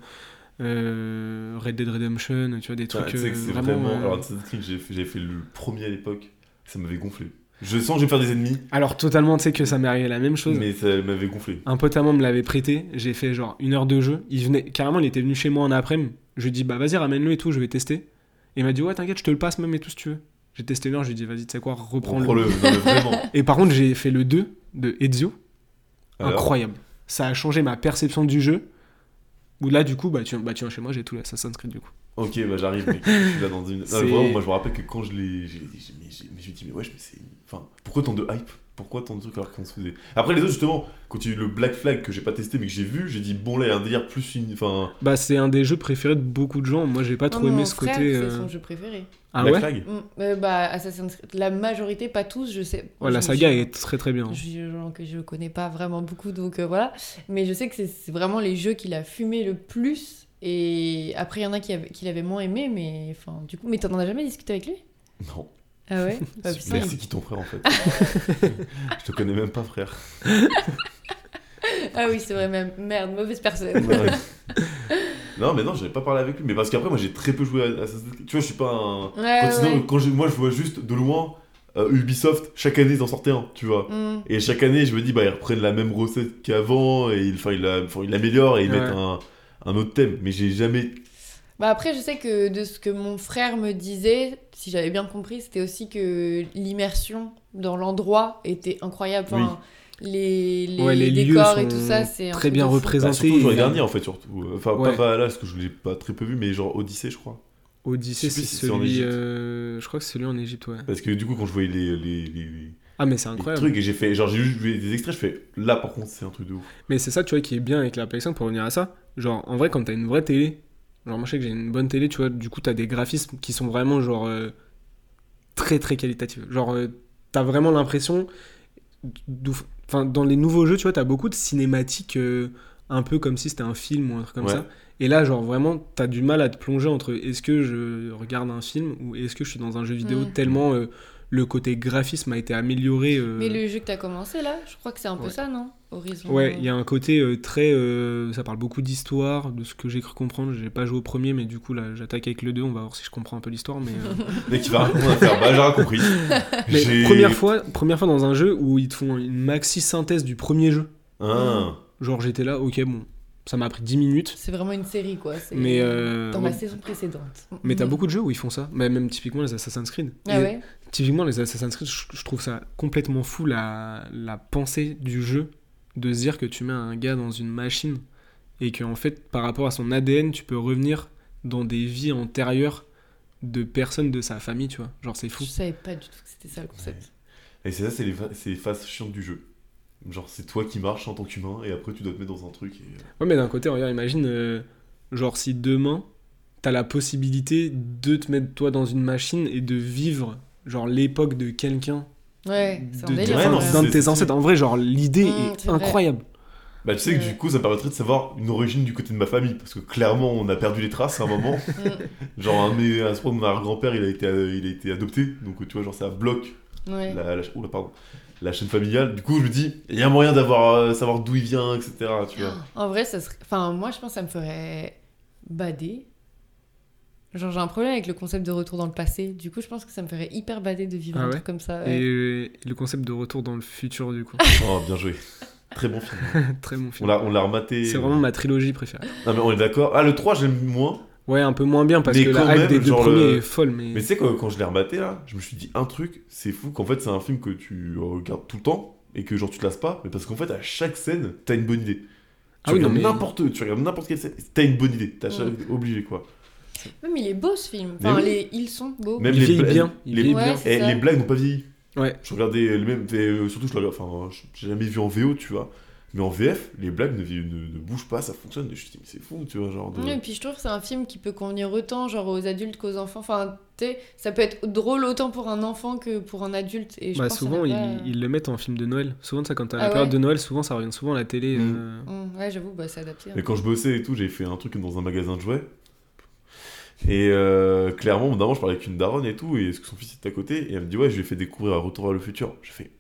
euh, Red Dead Redemption, tu vois des Putain, trucs Bah, tu sais que euh, c'est vraiment. vraiment. euh, Alors, Assassin's Creed, j'ai fait, j'ai fait le premier à l'époque, ça m'avait gonflé. Je sens que je vais faire des ennemis, Alors totalement, tu sais que ça m'est arrivé la même chose. mais ça m'avait gonflé. Un pote à moi me l'avait prêté, j'ai fait genre une heure de jeu. Il venait, carrément, il était venu chez moi en après-midi. Je lui ai dit, bah vas-y, ramène-le et tout, je vais tester. Et il m'a dit, ouais, t'inquiète, je te le passe même et tout si tu veux. J'ai testé une heure, je lui ai dit, vas-y, tu sais quoi, reprends-le. Prends-le, non, mais vraiment. Et par contre, j'ai fait le 2 de Ezio. Alors *laughs* Incroyable. Ça a changé ma perception du jeu. Où là, du coup, bah tu, bah, tu viens chez moi, j'ai tout l'Assassin's Creed du coup. Ok, bah j'arrive, mec. Je suis là dans une. Non, C'est- mais vraiment, moi je me rappelle que quand je l'ai. j'ai- j'ai- Mais j'ai- mais je me dis, mais wesh, mais c'est. Enfin, pourquoi tant de hype Pourquoi tant de trucs alors qu'on se faisait. Après les autres, justement, quand il y a eu le Black Flag que j'ai pas testé mais que j'ai vu, j'ai dit, bon là, il y a un délire plus. Une... Enfin, Bah, c'est un des jeux préférés de beaucoup de gens. Moi, j'ai pas Non, trop Oh, mon aimé ce frère, côté. C'est euh, son jeu préféré. Ah Black ouais Flag Mm, euh, bah, Assassin's Creed, la majorité, pas tous, je sais. Ouais, Oh, la je- saga je- est très très bien. Je, genre que je connais pas vraiment beaucoup, donc euh, voilà. Mais je sais que c'est- c'est vraiment les jeux qu'il a fumé le plus. Et après, il y en a qui, avaient- qui l'avaient moins aimé, mais enfin, du coup. Mais t'en as jamais discuté avec lui Non. Ah *laughs* ouais Bah, C'est- putain, mais c'est qui ton frère en fait *laughs* Je te connais même pas, frère. il- Ah oui, c'est vrai, même. Merde, mauvaise personne. Ouais. non, mais non, j'avais pas parlé avec lui. Mais parce qu'après, moi j'ai très peu joué à Assassin's Creed. Tu vois, je suis pas un. Ouais, Euh, quand ouais. sinon, quand je- moi je vois juste de loin euh, Ubisoft, chaque année ils en sortaient un, tu vois. Mm. Et chaque année, je me dis, bah, ils reprennent la même recette qu'avant, et ils, enfin, ils, la- enfin, ils l'améliorent et ils Ouais. mettent un, un autre thème. Mais j'ai jamais. Bah après, je sais que de ce que mon frère me disait, si j'avais bien compris, c'était aussi que l'immersion dans l'endroit était incroyable. Enfin, les, les, Ouais, les lieux décors et sont tout ça, c'est un très truc bien de fou. représentés. Bah, Présenté, surtout le jour euh, dernier, en fait, surtout. Enfin, Ouais. pas, pas là, parce que je l'ai pas très peu vu, mais genre Odyssée, je crois. Odyssey, Je sais c'est plus si c'est en celui. Égypte. euh, Je crois que c'est celui en Égypte, ouais. Parce que du coup, quand je voyais les, les, les- les Ah, mais c'est incroyable. trucs, et j'ai fait. Genre, j'ai juste vu des extraits, je fais là, par contre, c'est un truc de ouf. Mais c'est ça, tu vois, qui est bien avec la Play 5 pour revenir à ça. Genre, en vrai, quand t'as une vraie télé, genre, moi je sais que j'ai une bonne télé, tu vois, du coup, t'as des graphismes qui sont vraiment, genre, euh, très très qualitatifs. Genre, euh, t'as vraiment l'impression. d'où- Enfin, dans les nouveaux jeux, tu vois, t'as beaucoup de cinématiques euh, un peu comme si c'était un film ou un truc comme Ouais. ça. Et là, genre, vraiment, t'as du mal à te plonger entre est-ce que je regarde un film ou est-ce que je suis dans un jeu vidéo Mm. tellement. euh, le côté graphisme a été amélioré. euh, Mais le jeu que t'as commencé là, je crois que c'est un peu Ouais. ça, non Horizon. Ouais, il y a un côté euh, très. euh, ça parle beaucoup d'histoire, de ce que j'ai cru comprendre. J'ai pas joué au premier, mais du coup, là, j'attaque avec le 2. On va voir si je comprends un peu l'histoire. Mais, *laughs* euh, Dès qu'il va rien faire, bah, j'ai rien compris. *laughs* mais J'ai- première, fois, première fois dans un jeu où ils te font une maxi synthèse du premier jeu. Hein. Genre, j'étais là, ok, bon, ça m'a pris 10 minutes. C'est vraiment une série, quoi. c'est- Mais, euh, Dans ouais. la saison précédente. Mm. Mais t'as beaucoup de jeux où ils font ça. Mais même typiquement les Assassin's Creed. Ah Et ouais Typiquement les Assassin's Creed, je, je trouve ça complètement fou la, la pensée du jeu de se dire que tu mets un gars dans une machine et que en fait par rapport à son ADN tu peux revenir dans des vies antérieures de personnes de sa famille tu vois genre c'est Je fou savais pas du tout que c'était ça le concept. Et c'est ça, c'est les, fa- c'est les phases chiantes du jeu. Genre, c'est toi qui marches en tant qu'humain, et euh. après, tu dois te mettre dans un truc. Et... ouais mais d'un côté regarde imagine euh, genre si demain t'as la possibilité de te mettre toi dans une machine et de vivre genre l'époque de quelqu'un, Ouais, c'est un de, délire. Ouais, en non, vrai. d'un de c'est- tes ancêtres. En vrai, genre l'idée Mm, est c'est vrai. incroyable. Bah, tu sais que du coup, ça me permettrait de savoir une origine du côté de ma famille, parce que clairement, on a perdu les traces à un moment. genre, un de mes, un, je crois que mon arrière-grand-père, il, a été, euh, il a été adopté, donc tu vois, genre, ça bloque Ouais. la, la- oula, pardon, la chaîne familiale. Du coup, je me dis, il y a moyen d'avoir, euh, savoir d'où il vient, etc. Tu vois. Ah, En vrai, ça serait. Enfin, moi, je pense que ça me ferait bader. Genre, j'ai un problème avec le concept de retour dans le passé. Du coup, je pense que ça me ferait hyper bader de vivre Ah un ouais truc comme ça. Et ouais. euh, le concept de retour dans le futur, *laughs* du coup. Oh, bien joué. Très bon film. Très bon On film. l'a, euh, on l'a rematé. C'est vraiment ma trilogie préférée. Non, mais on est d'accord. Ah, le 3, j'aime moins. Ouais, un peu moins bien parce Mais que la quand hype même, des deux genre premiers le- est folle, mais. Mais tu sais, quand, quand je l'ai rematé, là, je me suis dit un truc, c'est fou qu'en fait, c'est un film que tu regardes tout le temps et que genre tu te lasses pas, mais parce qu'en fait, à chaque scène, t'as une bonne idée. Tu Ah oui, non, regardes mais- n'importe tu regardes n'importe quelle scène, t'as une bonne idée. T'as Mm. chaque- obligé, quoi. Même il est beau ce film. Mais Enfin, oui. les... ils sont beaux. Même Il les vieillit blagues- bien, il les- vieillit Ouais, bien. c'est Et ça. les blagues n'ont pas vieilli. Ouais. Je regardais les mêmes, et, euh, surtout je l'avais- enfin, je- j'ai jamais vu en VO, tu vois. Mais en VF, les blagues ne, vi- ne, ne bougent pas, ça fonctionne. Et je me suis dit, mais c'est fou, tu vois, genre. De... Ouais, et puis je trouve que c'est un film qui peut convenir autant genre aux adultes qu'aux enfants. Enfin, tu sais, ça peut être drôle autant pour un enfant que pour un adulte. Et je Bah, pense que ça euh, souvent, n'a ils, pas- ils le mettent en film de Noël. Souvent, ça, quand t'as Ah la période ouais de Noël, souvent, ça revient souvent à la télé. Mm. *laughs* euh, Hum, ouais, j'avoue, bah, c'est adapté. hein. Mais quand je bossais et tout, j'ai fait un truc dans un magasin de jouets. Et euh, clairement, au bout d'un moment, je parlais avec une daronne et tout, et est-ce que son fils était à côté Et elle me dit, ouais, je lui ai fait découvrir à Retour vers le futur. Je fais,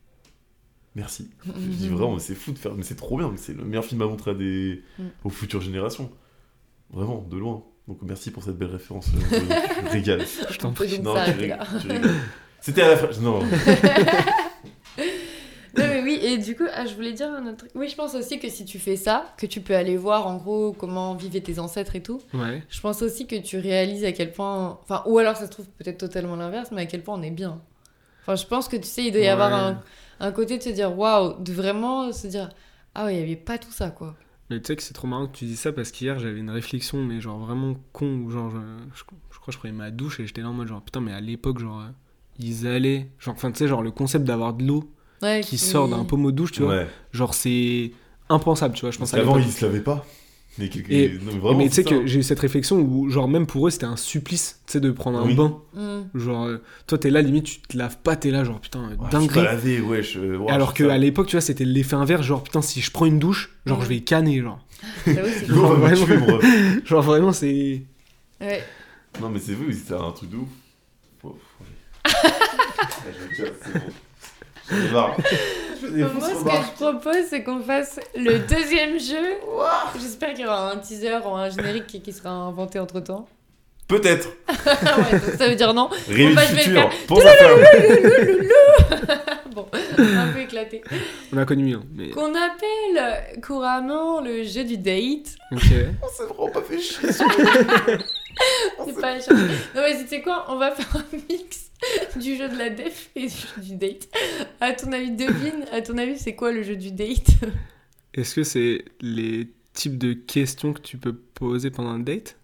merci. Je me *laughs* Mhm. dis, vraiment, mais c'est fou de faire, mais c'est trop bien, mais c'est le meilleur film à montrer à des... Mm. aux futures générations. Vraiment, de loin. Donc merci pour cette belle référence. euh, *laughs* je régale. Je t'en On peut prie. donc Non, tu s'arrêter rigoles, là. tu rigoles. C'était à la fin. Non. Non mais oui, et du coup, ah, je voulais dire un autre truc. Oui, je pense aussi que si tu fais ça, que tu peux aller voir en gros comment vivaient tes ancêtres et tout, Ouais. je pense aussi que tu réalises à quel point... Enfin, ou alors ça se trouve peut-être totalement l'inverse, mais à quel point on est bien. Enfin, je pense que tu sais, il doit y avoir Ouais. un, un côté de se dire, waouh, de vraiment se dire, ah ouais, il n'y avait pas tout ça, quoi. Mais tu sais que c'est trop marrant que tu dis ça parce qu'hier j'avais une réflexion, mais genre vraiment con, où genre je, je- je crois que je prenais ma douche et j'étais là en mode genre putain, mais à l'époque, genre euh, ils allaient, genre, enfin tu sais, genre le concept d'avoir de l'eau Ouais, Mm. qui sort d'un pommeau de douche, tu vois, Ouais. genre c'est impensable, tu vois, je pense Parce à l'époque. qu'avant, ils se lavaient pas. Mais quelque- Et- non, mais vraiment, mais tu sais c'est que ça. hein. j'ai eu cette réflexion où genre même pour eux c'était un supplice, tu sais, de prendre un Oui. bain. Hum. Genre euh, toi t'es là, limite tu te laves pas, t'es là, genre putain, euh, Ouais, je suis dinguerie. pas lavé, wesh, euh, ouais, Alors je que suis à ça. l'époque, tu vois, c'était l'effet inverse, genre putain, si je prends une douche, genre Ouais. je vais canner, genre. *laughs* J'avoue, c'est L'eau va me Vraiment. tuer, mon ref. Genre vraiment c'est Ouais. Non, mais c'est vrai, c'était un truc de ouf. Oh, ouais. Ouais, je me casse, c'est bon. J'en ai marre. Je fais des Donc, Moi, fausses ce que remarques. je propose, c'est qu'on fasse le deuxième jeu. J'espère qu'il y aura un teaser ou un générique qui- qui sera inventé entre-temps. *laughs* Peut-être. Ah ouais, donc ça veut dire non. Rémi bah, le je vais futur. le Pense à faire. *laughs* Bon, un peu éclaté. on a connu hein, mais Qu'on appelle couramment le jeu du date. On OK. s'est vraiment pas fait chier. *laughs* sur- C'est pas cher. Non mais tu sais quoi, on va faire un mix *laughs* du jeu de la def et du jeu du date. À ton avis, devine, à ton avis, c'est quoi le jeu du date Est-ce que c'est les types de questions que tu peux poser pendant un date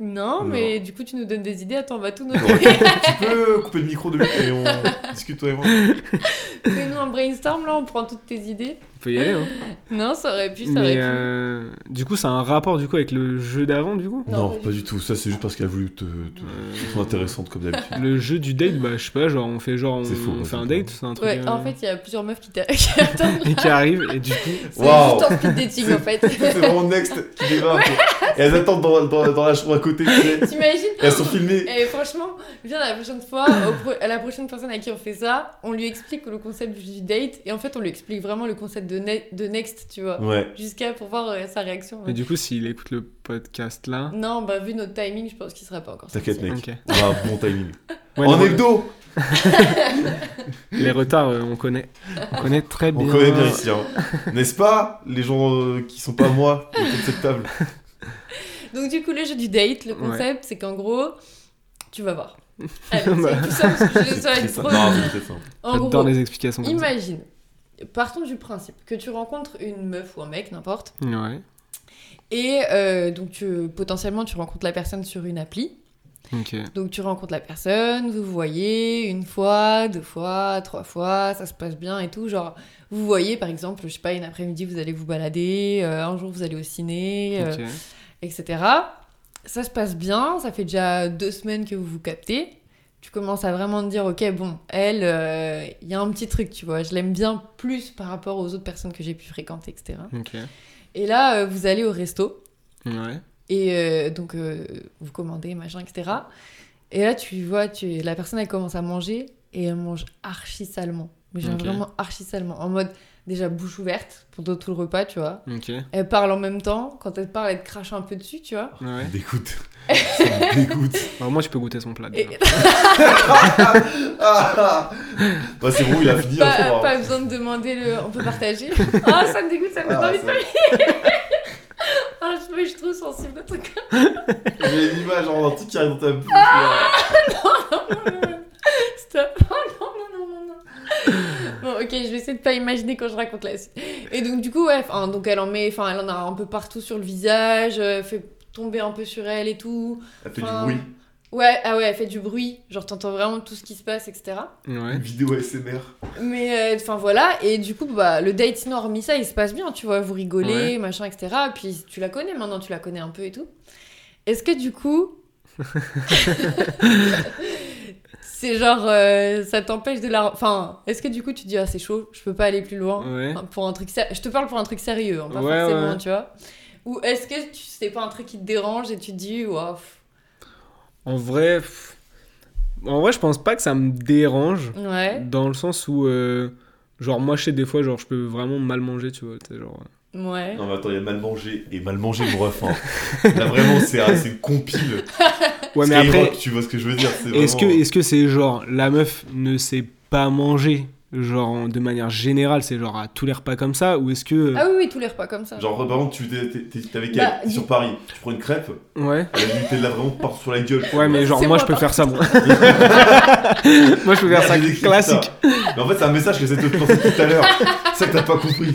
Non, Non. mais du coup, tu nous donnes des idées. Attends, on va tout Ouais. noter. Tu peux couper le micro de lui et on discute toi et moi. *laughs* Fais-nous un brainstorm là, on prend toutes tes idées. On peut y aller, hein. Non, ça aurait pu, ça aurait Mais pu. euh, du coup, ça a un rapport du coup avec le jeu d'avant, du coup Non, pas du tout. Ça, c'est juste parce qu'elle a voulu te. Euh, intéressante comme d'habitude. Le jeu du date, bah je sais pas, genre on fait genre on, C'est faux, on ouais, fait un c'est date, c'est un truc. Ouais, en euh, fait, il y a plusieurs meufs qui t'a- *laughs* qui attendent. et qui arrive et du coup, C'est *laughs* Waouh. juste en speed dating en fait. C'est vraiment Next qui débarque. Et elles attendent dans, dans, dans la chambre à côté, tu sais. *laughs* T'imagines Elles sont filmées. Et franchement, viens la prochaine fois, au pro- à la prochaine personne à qui on fait ça, on lui explique le concept du date et en fait on lui explique vraiment le concept de, ne- de next, tu vois. Ouais. Jusqu'à pour voir euh, sa réaction. et hein. du coup s'il écoute le podcast là, Non, bah vu notre timing, je pense qu'il sera pas encore. sorti. T'inquiète, mec. OK. On a un bon timing. Ouais, en non, hebdo les retards euh, on connaît. On connaît très On bien. euh, connaît bien ici, hein. N'est-ce pas, les gens euh, qui sont pas moi autour de cette table Donc du coup, le jeu du date, le Ouais. concept, c'est qu'en gros, tu vas *laughs* voir. Allez, c'est Bah. tout simple parce que je *laughs* C'est vais- ça va très être trop simple. Non, c'est très simple. En J'adore gros, les explications comme ça. imagine, partons du principe que tu rencontres une meuf ou un mec, n'importe. Ouais. Et euh, donc, tu- potentiellement, tu rencontres la personne sur une appli. OK. Donc, tu rencontres la personne, vous vous voyez une fois, deux fois, trois fois, ça se passe bien et tout. Genre, vous voyez, par exemple, je sais pas, une après-midi, vous allez vous balader, euh, un jour, vous allez au ciné, euh, OK. etc. euh, ça se passe bien, ça fait déjà deux semaines que vous vous captez. Tu commences à vraiment te dire, ok, bon, elle, euh, il y a un petit truc, tu vois, je l'aime bien plus par rapport aux autres personnes que j'ai pu fréquenter, etc. Ok. Et là, euh, vous allez au resto, Ouais. et euh, donc euh, vous commandez, machin, etc. Et là, tu vois, tu... la personne, elle commence à manger, et elle mange archi salement. Mais genre Ok. vraiment archi salement. En mode, déjà bouche ouverte pendant tout le repas, tu vois. Ok. Elle parle en même temps, quand elle parle, elle te crache un peu dessus, tu vois. Ouais. D'écoute. Ça *laughs* me dégoûte. Alors moi, je peux goûter son plat. Et déjà. Ah, ah. bah, c'est bon, il a fini. hein, c'est pas, pas pas grave. besoin de demander le. On peut *laughs* partager Ah, ça me dégoûte, ça me donne Ah, envie de ça- parler. *laughs* Ah, je me- je suis trop sensible à ton cas. J'ai une image en antique qui arrive dans ta bouche. là. *laughs* Stop. Oh non, non, non, non, non. Bon, ok, je vais essayer de pas imaginer quand je raconte la suite. Et donc, du coup, ouais, enfin, donc elle en met, enfin, elle en a un peu partout sur le visage, euh, fait tomber un peu sur elle et tout. Elle fait du Enfin, bruit. Ouais, ah ouais, elle fait du bruit, genre t'entends vraiment tout ce qui se passe, etc. Ouais. Une vidéo ASMR. Mais euh, enfin voilà, et du coup, bah, le date, sinon, hormis ça, il se passe bien, tu vois, vous rigolez, Ouais. machin, etc. Puis tu la connais maintenant, tu la connais un peu et tout. Est-ce que du *laughs* coup. c'est genre. euh, ça t'empêche de la. Enfin, est-ce que du coup, tu te dis, ah, c'est chaud, je peux pas aller plus loin Ouais. Enfin, pour un truc ser- Je te parle pour un truc sérieux, hein, pas Ouais, forcément, ouais. tu vois. Ou est-ce que tu... c'est pas un truc qui te dérange et tu te dis, waouh. pff, En vrai, pff, en vrai, je pense pas que ça me dérange. Ouais, Dans le sens où, euh, genre, moi, je sais, des fois, genre, je peux vraiment mal manger, tu vois. t'sais, Genre, ouais. Non mais attends, il y a mal mangé et mal mangé le ref. hein. Là vraiment c'est assez compile. ouais, mais Skyrock, après, tu vois ce que je veux dire, c'est Est-ce que vraiment- est-ce que c'est genre la meuf ne sait pas manger genre de manière générale c'est genre à tous les repas comme ça ou est-ce que Ah oui, oui, tous les repas comme ça. euh, genre par exemple, tu t'es- t'es- t'es- t'es avec Bah, elle sur Paris, tu prends une crêpe, ouais elle a du Nutella vraiment partout sur la gueule. ouais mais genre C'est moi moi, hein. je peux par faire *laughs* ça moi moi je peux faire ça J'ai décrit classique ça. Mais en fait c'est un message que j'essaie de te passer tout à *laughs* l'heure. C'est ça que t'as pas compris.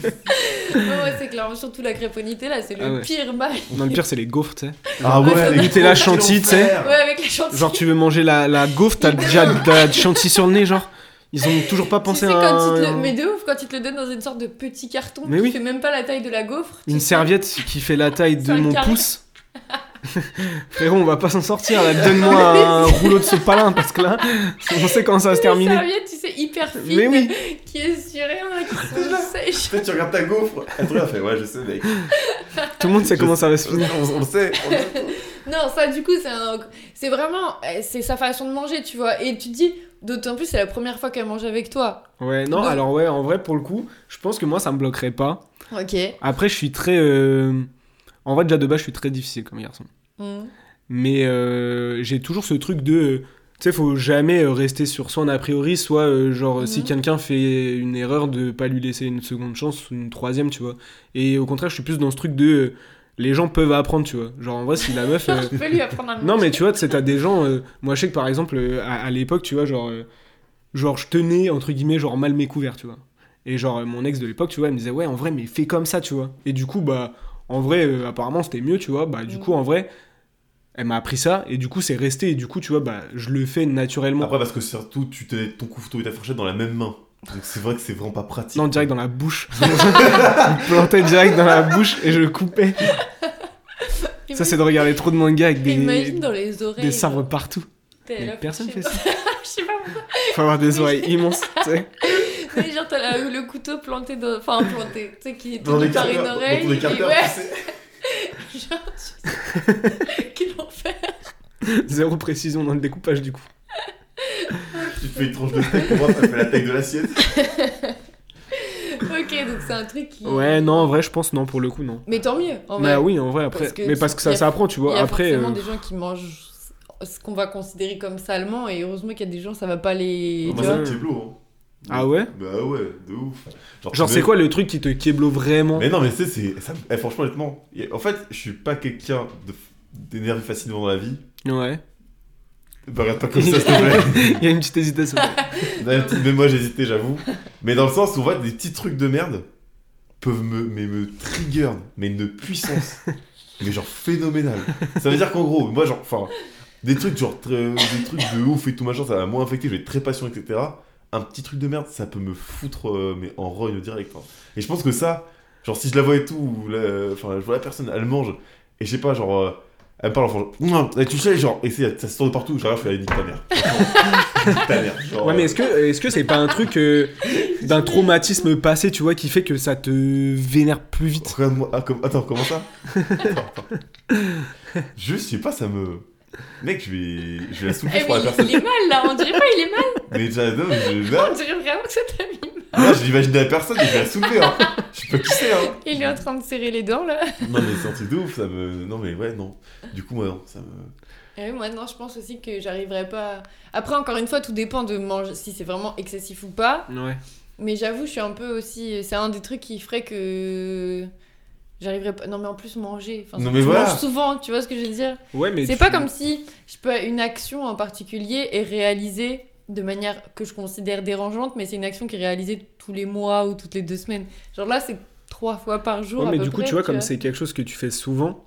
Ouais, ouais, c'est clairement surtout la créponité là, c'est le Ah ouais. pire mal. non le pire c'est les gaufres tu sais Ah ouais, Ouais, les Nutella gros chantilly, tu sais. enfer. Ouais, avec les chantilly. genre tu veux manger la, la gaufre t'as déjà de la chantilly sur le nez genre ils ont toujours pas tu sais, pensé à quand ils te un- le... Mais de ouf, quand ils te le donnent dans une sorte de petit carton Mais qui oui. fait même pas la taille de la gaufre. tu une sais. serviette qui fait la taille de C'est un mon carré. pouce frérot on va pas s'en sortir *laughs* là donne-moi un rouleau de sopalin parce que là on sait quand ça va se Une terminer serviette, tu sais, hyper fine, mais oui *laughs* qui est surée, hein, *laughs* qui C'est là. sont sèches. Peut-être tu regardes ta gaufre. Elle te regarde, elle fait ouais je sais *laughs* mec. Tout le monde sait comment ça va se On, finir. on le sait. on le sait. Non, ça, du coup, c'est un- c'est vraiment. euh, C'est sa façon de manger, tu vois. Et tu te dis, d'autant plus, c'est la première fois qu'elle mange avec toi. Ouais, non, Donc- alors ouais, en vrai, pour le coup, je pense que moi, ça me bloquerait pas. Ok. Après, je suis très... euh, En vrai, déjà, de base, je suis très difficile comme garçon. Mm. Mais euh, j'ai toujours ce truc de... euh, Tu sais, faut jamais euh, rester sur soi en a priori, soit euh, genre Mhm. si quelqu'un fait une erreur, de pas lui laisser une seconde chance ou une troisième, tu vois. Et au contraire, je suis plus dans ce truc de... euh, les gens peuvent apprendre, tu vois. Genre, en vrai, si la meuf... euh, *laughs* Je peux lui apprendre à manger. Non, mais tu vois, tu sais, t'as des gens. euh, moi, je sais que par exemple, euh, à, à l'époque, tu vois, genre, euh, genre, je tenais, entre guillemets, genre, mal mes couverts, tu vois. Et genre, euh, mon ex de l'époque, tu vois, elle me disait, ouais, en vrai, mais fais comme ça, tu vois. Et du coup, bah, en vrai, euh, apparemment, c'était mieux, tu vois. Bah, du Mm. coup, en vrai, elle m'a appris ça, et du coup, c'est resté, et du coup, tu vois, bah, je le fais naturellement. Après parce que surtout tu tenais ton couteau et ta fourchette dans la même main. Donc c'est vrai que c'est vraiment pas pratique. Non, direct dans la *laughs* bouche. je me plantais direct dans la bouche, et je le coupais. Ça, c'est de regarder trop de mangas avec Imagine des, dans les oreilles. des sabres partout. T'es Mais là, personne je sais fait pas- ça. *laughs* Je sais pas Faut avoir des oreilles immenses, tu sais. Mais genre, t'as la- le couteau planté dans. Enfin, planté. Tu sais, qui est Dans tenu les par une carteurs- oreille. dans ton et- écarteur, ouais, tu sais. genre, tu sais. *laughs* Quel enfer. Zéro précision dans le découpage du coup. Tu te fais une tranche de steak, pour moi ça fait la taille de l'assiette. Ok, donc c'est un truc qui. Ouais, non, en vrai, je pense non pour le coup, non. Mais tant mieux, en vrai. Bah oui, en vrai, après. Parce que mais parce que ça y a- s'apprend, tu Il y vois. a Après, forcément euh, des gens qui mangent ce qu'on va considérer comme salement, et heureusement qu'il y a des gens, ça va pas les. Moi tu bah, ça vois me kéblo, hein. Ah ouais Bah ouais, de ouf. genre, tu c'est mets- quoi le truc qui te kéblo vraiment Mais non, mais tu sais, c'est. ça me- eh, franchement, honnêtement, y a- en fait, je suis pas quelqu'un de- d'énervé facilement dans la vie. Ouais. *laughs* Bah, regarde pas comme ça, s'il te plaît. Il y a une petite *laughs* hésitation. D'ailleurs, tu- Même moi, j'hésitais, j'avoue. Mais dans le sens où, en fait, des petits trucs de merde peuvent me, mais me trigger, mais une puissance, mais genre phénoménale. Ça veut dire qu'en gros, moi, genre, enfin, des trucs genre, très- des trucs de ouf et tout machin, ça va moins affecter, je vais être très patient, etc. Un petit truc de merde, ça peut me foutre, euh, mais en rogne direct. hein. Et je pense que ça, genre, si je la vois et tout, ou la- enfin, je vois la personne, elle mange, et je sais pas, genre, euh, Elle me parle en français. Non, et tu sais, genre, et c'est- ça se tourne partout. J'arrive, je fais, nique ta mère. ta mère. Genre, Ouais, mais est-ce que est-ce que c'est pas un truc euh, d'un traumatisme passé, tu vois, qui fait que ça te vénère plus vite Regarde-moi. ah, comme- Attends, comment ça Je sais pas, ça me. Mec, je vais, je vais la Eh souffler, je oui, crois, la personne. il est mal là, on dirait pas, il est mal, Mais j'adore, je... là, on dirait vraiment que ça t'a mis. mal. là, je l'imagine la personne et je vais la soulever, hein. Je sais pas qui c'est, hein. Il est en train de serrer les dents là. Non, mais c'est un truc de ouf, ça me. Non, mais ouais, non. Du coup, moi, non, ça me. Et Eh moi, non, je pense aussi que j'arriverai pas. à- Après, encore une fois, tout dépend de manger, si c'est vraiment excessif ou pas. Ouais. Mais j'avoue, je suis un peu aussi. C'est un des trucs qui ferait que. J'arriverais pas. Non, mais en plus, manger. Enfin, Non, je mais voilà. mange souvent, tu vois ce que je veux dire Ouais, mais C'est tu- pas comme si je peux, une action en particulier est réalisée de manière que je considère dérangeante, mais c'est une action qui est réalisée tous les mois ou toutes les deux semaines. Genre là, c'est trois fois par jour. Ouais, à mais peu du coup, près, tu vois, comme c'est quelque chose que tu fais souvent,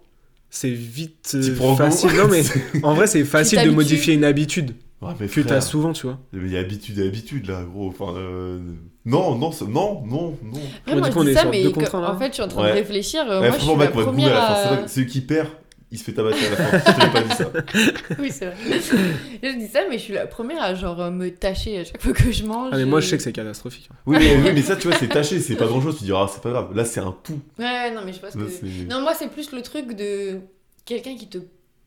c'est vite euh, Petit prends-goût. facile. *laughs* Non, mais en vrai, c'est facile de t'habitues. modifier une habitude Ouais, mais que t'as frère, souvent, tu vois. Mais il y a habitude et habitude, là, gros. Enfin, euh... Non, non, ça- non, non, non. Après, Ouais, moi, du je coup, on dis est ça, sur mais deux hein. que- contrats, là. en fait, je suis en train Ouais. de réfléchir. euh, Ouais, moi, je suis bah, franchement, la mec, on va te goumer à première euh, la fin. à... C'est vrai, Celui qui perd, il se fait tabasser à la fin. Je t'ai pas dit ça. Oui, c'est vrai. *laughs* je dis ça, mais je suis la première à genre euh, me tâcher à chaque fois que je mange. Ah, mais moi, je sais que c'est catastrophique. Oui, mais, oui, mais ça, tu vois, c'est taché, c'est pas grand chose. Tu diras, ah, c'est pas grave. Là, c'est un pouls. Ouais, non, mais je pense que. Là, Bah, c'est- Non, moi, c'est plus le truc de quelqu'un qui te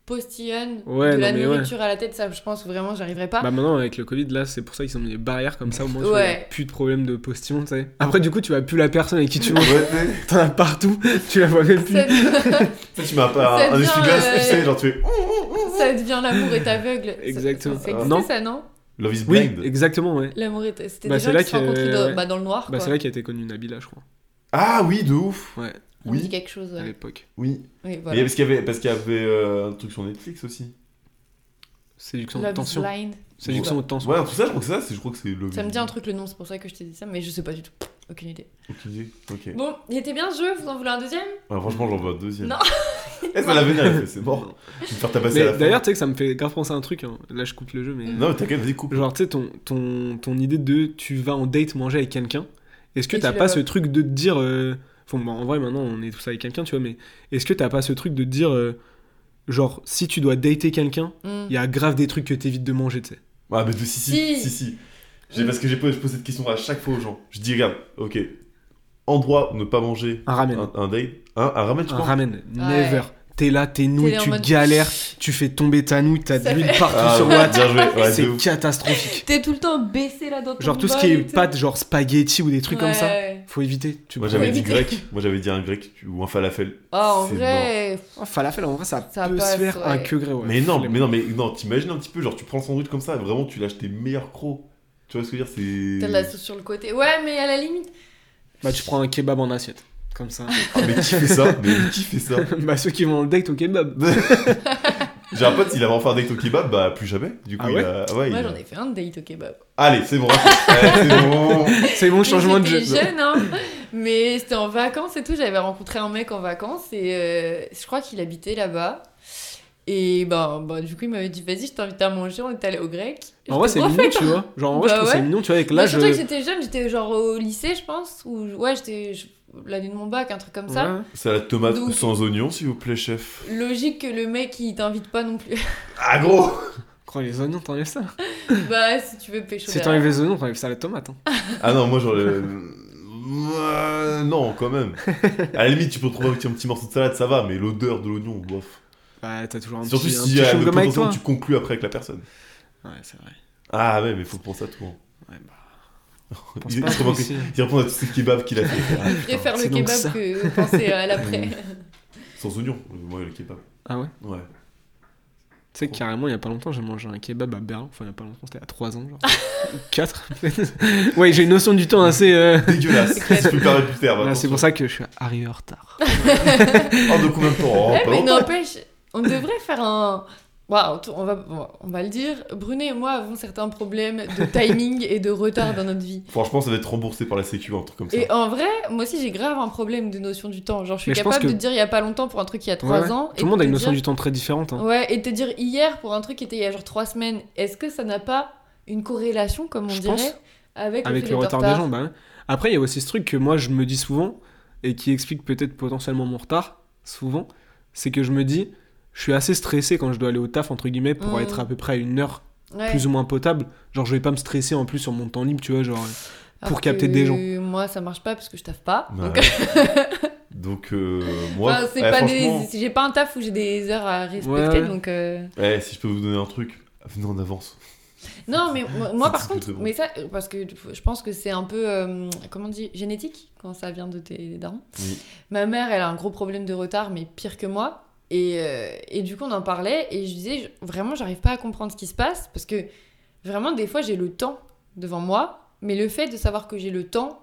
postillonne Ouais, de la non, mais ouais. nourriture à la tête. Ça, je pense vraiment, j'arriverai pas. Bah, maintenant, avec le Covid, là, c'est pour ça qu'ils ont mis des barrières comme ça, au moins, tu Ouais. vois, plus de problème de postillon, tu sais. Après, du coup, tu vois plus la personne avec qui *laughs* tu Ouais, manges. mais- T'en as partout, tu la vois même plus. ça, Ça, tu m'as pas Ça un devient, essuie-glace, euh, tu sais, genre tu fais *laughs* ça devient l'amour est aveugle. Ça- Exactement. Ça, existait, Non. ça, non Love is Oui, blind. exactement, ouais. L'amour est. C'était Bah, des c'est gens là qui se que- rencontraient dans, ouais. bah, dans le noir. quoi. Bah, c'est là qu'a été connue Nabila, je crois, Ah oui, de ouf. Ouais. On dit Oui, quelque chose. à Ouais. l'époque. oui. Oui, Mais voilà. parce qu'il y avait, parce qu'il y avait euh, un truc sur Netflix aussi. Séduction Love de is tension. blind. Séduction de tension. Ouais, tout ça, je crois que ça, c'est- je crois que c'est Love Ça is me dit un Blind. truc le nom, c'est pour ça que je t'ai dit ça, mais je sais pas du tout. Aucune idée. Aucune idée. Ok. Bon, il était bien ce jeu, vous en voulez un deuxième Ouais, franchement, j'en veux un deuxième. Non. Eh, ça l'a venir, elle fait, c'est mort. Je vais me faire tabasser à la Mais fin. d'ailleurs, tu sais que ça me fait grave penser à un truc. hein. Là, je coupe le jeu, mais. Mm. Non, mais t'inquiète, vas-y, coupe. Genre, tu sais, ton, ton, ton idée de tu vas en date manger avec quelqu'un, est-ce que Et t'as tu pas l'as ce truc de te dire. euh, Bon, bah, en vrai, maintenant, on est tous avec quelqu'un, tu vois, mais est-ce que t'as pas ce truc de te dire. euh, Genre, si tu dois dater quelqu'un, il y a grave des trucs que t'évites de manger, tu sais. Ah, mais de, si, si, Si. si, si. J'ai- Mm. Parce que j'ai posé, je pose cette question à chaque fois aux gens. Je dis, regarde, ok, endroit où ne pas manger Un ramen. un, un date, hein, un ramen, tu Un penses ramen, Ah never. ouais. T'es là, t'es nouilles, là en tu mode- galères, tu fais tomber ta nouille, t'as de Ça l'huile partout Ah, sur ouais, Watt. bien joué. Ouais, C'est de ouf. catastrophique. T'es tout le temps baissé là dans ton Genre, tout ce qui est pâtes, genre spaghetti ou des trucs comme ça, faut éviter. Tu Moi prends- j'avais dit éviter. grec, moi j'avais dit un grec tu- ou un falafel. Ah, en C'est vrai. Oh, falafel, en vrai, ça, Ça peut passe, se faire ouais. un que gré, ouais. Mais non, Flemme. mais non, mais non, t'imagines un petit peu, genre tu prends le sandwich comme ça, vraiment tu lâches tes meilleurs crocs. Tu vois ce que je veux T'as de dire la C'est. sauce sur le côté. Ouais, mais à la limite. Bah, tu prends un kebab en assiette. Comme ça. Ah, mais qui fait ça Mais *laughs* qui fait ça *laughs* bah, ceux qui vont en date au kebab. J'ai un pote, il avait enfin un date au kebab, bah plus jamais. Du coup, Ah il ouais a. il Moi, a- j'en ai fait un date bah, au kebab. Allez, c'est bon. Allez, c'est *laughs* bon. *laughs* C'est bon, changement de J'étais jeu. jeune, hein. Mais c'était en vacances et tout. J'avais rencontré un mec en vacances et euh, je crois qu'il habitait là-bas. Et ben, ben, du coup, il m'avait dit, vas-y, je t'invite à manger. On est allé au grec. En vrai, J'étais c'est refait, mignon, tu vois. Genre, en Bah vrai, je trouve ouais. c'est mignon, tu vois, avec Là, l'âge. surtout que euh, j'étais jeune, j'étais genre au lycée, je pense, ou ouais, j'étais je- l'année de mon bac, un truc comme ça. ouais. Salade tomate Donc- sans oignon, s'il vous plaît, chef. Logique que le mec il t'invite pas non plus. *laughs* Ah gros Quand les oignons, t'enlèves ça. bah, si tu veux pécho. Si derrière. t'enlèves les oignons, t'enlèves ça à la tomate. hein. Ah non, moi j'aurais. Euh, Non, quand même. À la limite, tu peux trouver un petit, un petit morceau de salade, ça va, mais l'odeur de l'oignon, bof. Bah, t'as toujours un Surtout petit, un si petit euh, chewing-gum avec potentiellement, toi. tu conclus après avec la personne. Ouais, c'est vrai. Ah ouais, mais faut penser à tout. hein. Ouais, bah, *laughs* pense Il, il pas se remarque- aussi. il répond à tous ces kebabs qu'il a *laughs* fait. Ah, Je préfère c'est le donc kebab ça. que penser à *laughs* l'après. sans oignon, euh, moi le kebab. Ah ouais Ouais. Tu sais, que carrément, il y a pas longtemps, j'ai mangé un kebab à Berlin. Enfin, il y a pas longtemps, c'était à 3 ans, *laughs* genre. 4. *laughs* ouais, j'ai une notion du temps assez. euh, *laughs* Dégueulasse. C'est clair. Je peux pas récupérer. voilà, c'est Ah, bah, pour ça que je suis arrivé en retard. Oh, de combien de temps Oh, Ouais, pas Eh, mais longtemps. n'empêche, on devrait faire un. Waouh, t- on va, on va- on va le dire. Brunet et moi avons certains problèmes de timing et de retard dans notre vie. Franchement, ça va être remboursé par la Sécu, un truc comme ça. Et en vrai, moi aussi j'ai grave un problème de notion du temps. Genre, je suis Mais je pense capable de que- te dire il y a pas longtemps pour un truc il y a 3 Ouais, ouais. ans. et Tout le monde a de une te notion dire- du temps très différente. hein. Ouais, et te dire hier pour un truc qui était il y a genre 3 semaines, est-ce que ça n'a pas une corrélation, comme on Je dirait, pense. avec, avec fait le d'être en retard des gens. Bah, ouais. Après, il y a aussi ce truc que moi je me dis souvent et qui explique peut-être potentiellement mon retard, souvent, c'est que je me dis, je suis assez stressé quand je dois aller au taf, entre guillemets, pour Mm. être à peu près à une heure Ouais. plus ou moins potable. Genre, je vais pas me stresser en plus sur mon temps libre, tu vois, genre, euh, Alors pour capter que des gens. Moi, ça marche pas parce que je taffe pas. Ouais. Donc, *laughs* Donc, euh, moi, enfin, c'est ouais, pas des- franchement, j'ai pas un taf où j'ai des heures à respecter. Ouais. Donc, euh, ouais, eh, si je peux vous donner un truc, venez en avance. non, mais moi, moi, C'est par tout ce que contre, je demande. mais ça, euh, parce que je pense que c'est un peu, euh, comment on dit, génétique quand ça vient de tes darons. Oui. Ma mère, elle a un gros problème de retard, mais pire que moi. Et, euh, et du coup, on en parlait et je disais, je- vraiment, j'arrive pas à comprendre ce qui se passe parce que vraiment, des fois, j'ai le temps devant moi, mais le fait de savoir que j'ai le temps,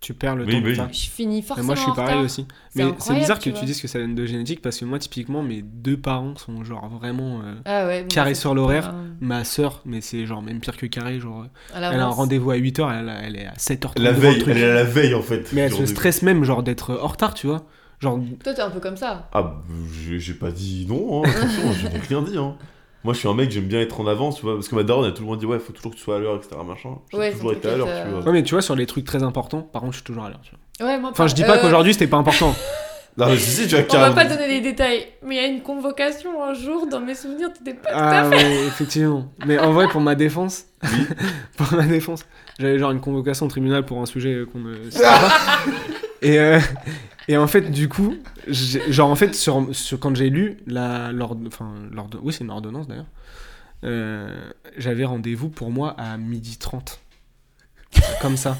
tu perds le Oui, temps. oui. de taf. je finis forcément. Mais moi, je en suis pareil retard. aussi. Mais c'est incroyable, bizarre que tu vois. dises que ça vient de génétique parce que moi, typiquement, mes deux parents sont genre vraiment euh, Ah ouais, bon, carrés ça, sur l'horaire. euh, Ma sœur, mais c'est genre même pire que carré, genre, à elle a un l'avance. rendez-vous à 8h, elle, elle est à 7h. La veille, elle est à la veille en fait. Mais elle du se rendez-vous. stresse même, genre, d'être en retard, tu vois. Genre, Toi, t'es un peu comme ça. Ah, bah, j'ai j'ai pas dit non, hein, attention, je n'ai rien dit. Hein. Moi, je suis un mec, j'aime bien être en avance, tu vois, parce que ma daronne a toujours dit, ouais, faut toujours que tu sois à l'heure, etc. Machin. J'ai Ouais, toujours c'est été à l'heure, peut-être, tu euh, vois. ouais, mais tu vois, sur les trucs très importants, par contre, je suis toujours à l'heure, tu vois. Ouais, moi, Enfin, pas- je dis pas euh, qu'aujourd'hui, c'était pas *laughs* important. euh, Non, mais je sais, tu as On va carrément. pas donner les détails, mais il y a une convocation un jour, dans mes souvenirs, t'étais pas tout à Ah ouais, effectivement. Mais en vrai, pour ma défense, Oui. *laughs* pour ma défense, j'avais genre une convocation au tribunal pour un sujet euh, qu'on *laughs* ne sait pas. Et, euh, *laughs* et en fait, du coup, j'ai- genre en fait, sur, sur- quand j'ai lu la, l'ord- enfin, l'ord- oui, c'est une ordonnance d'ailleurs. euh, j'avais rendez-vous pour moi à midi 30. Comme ça.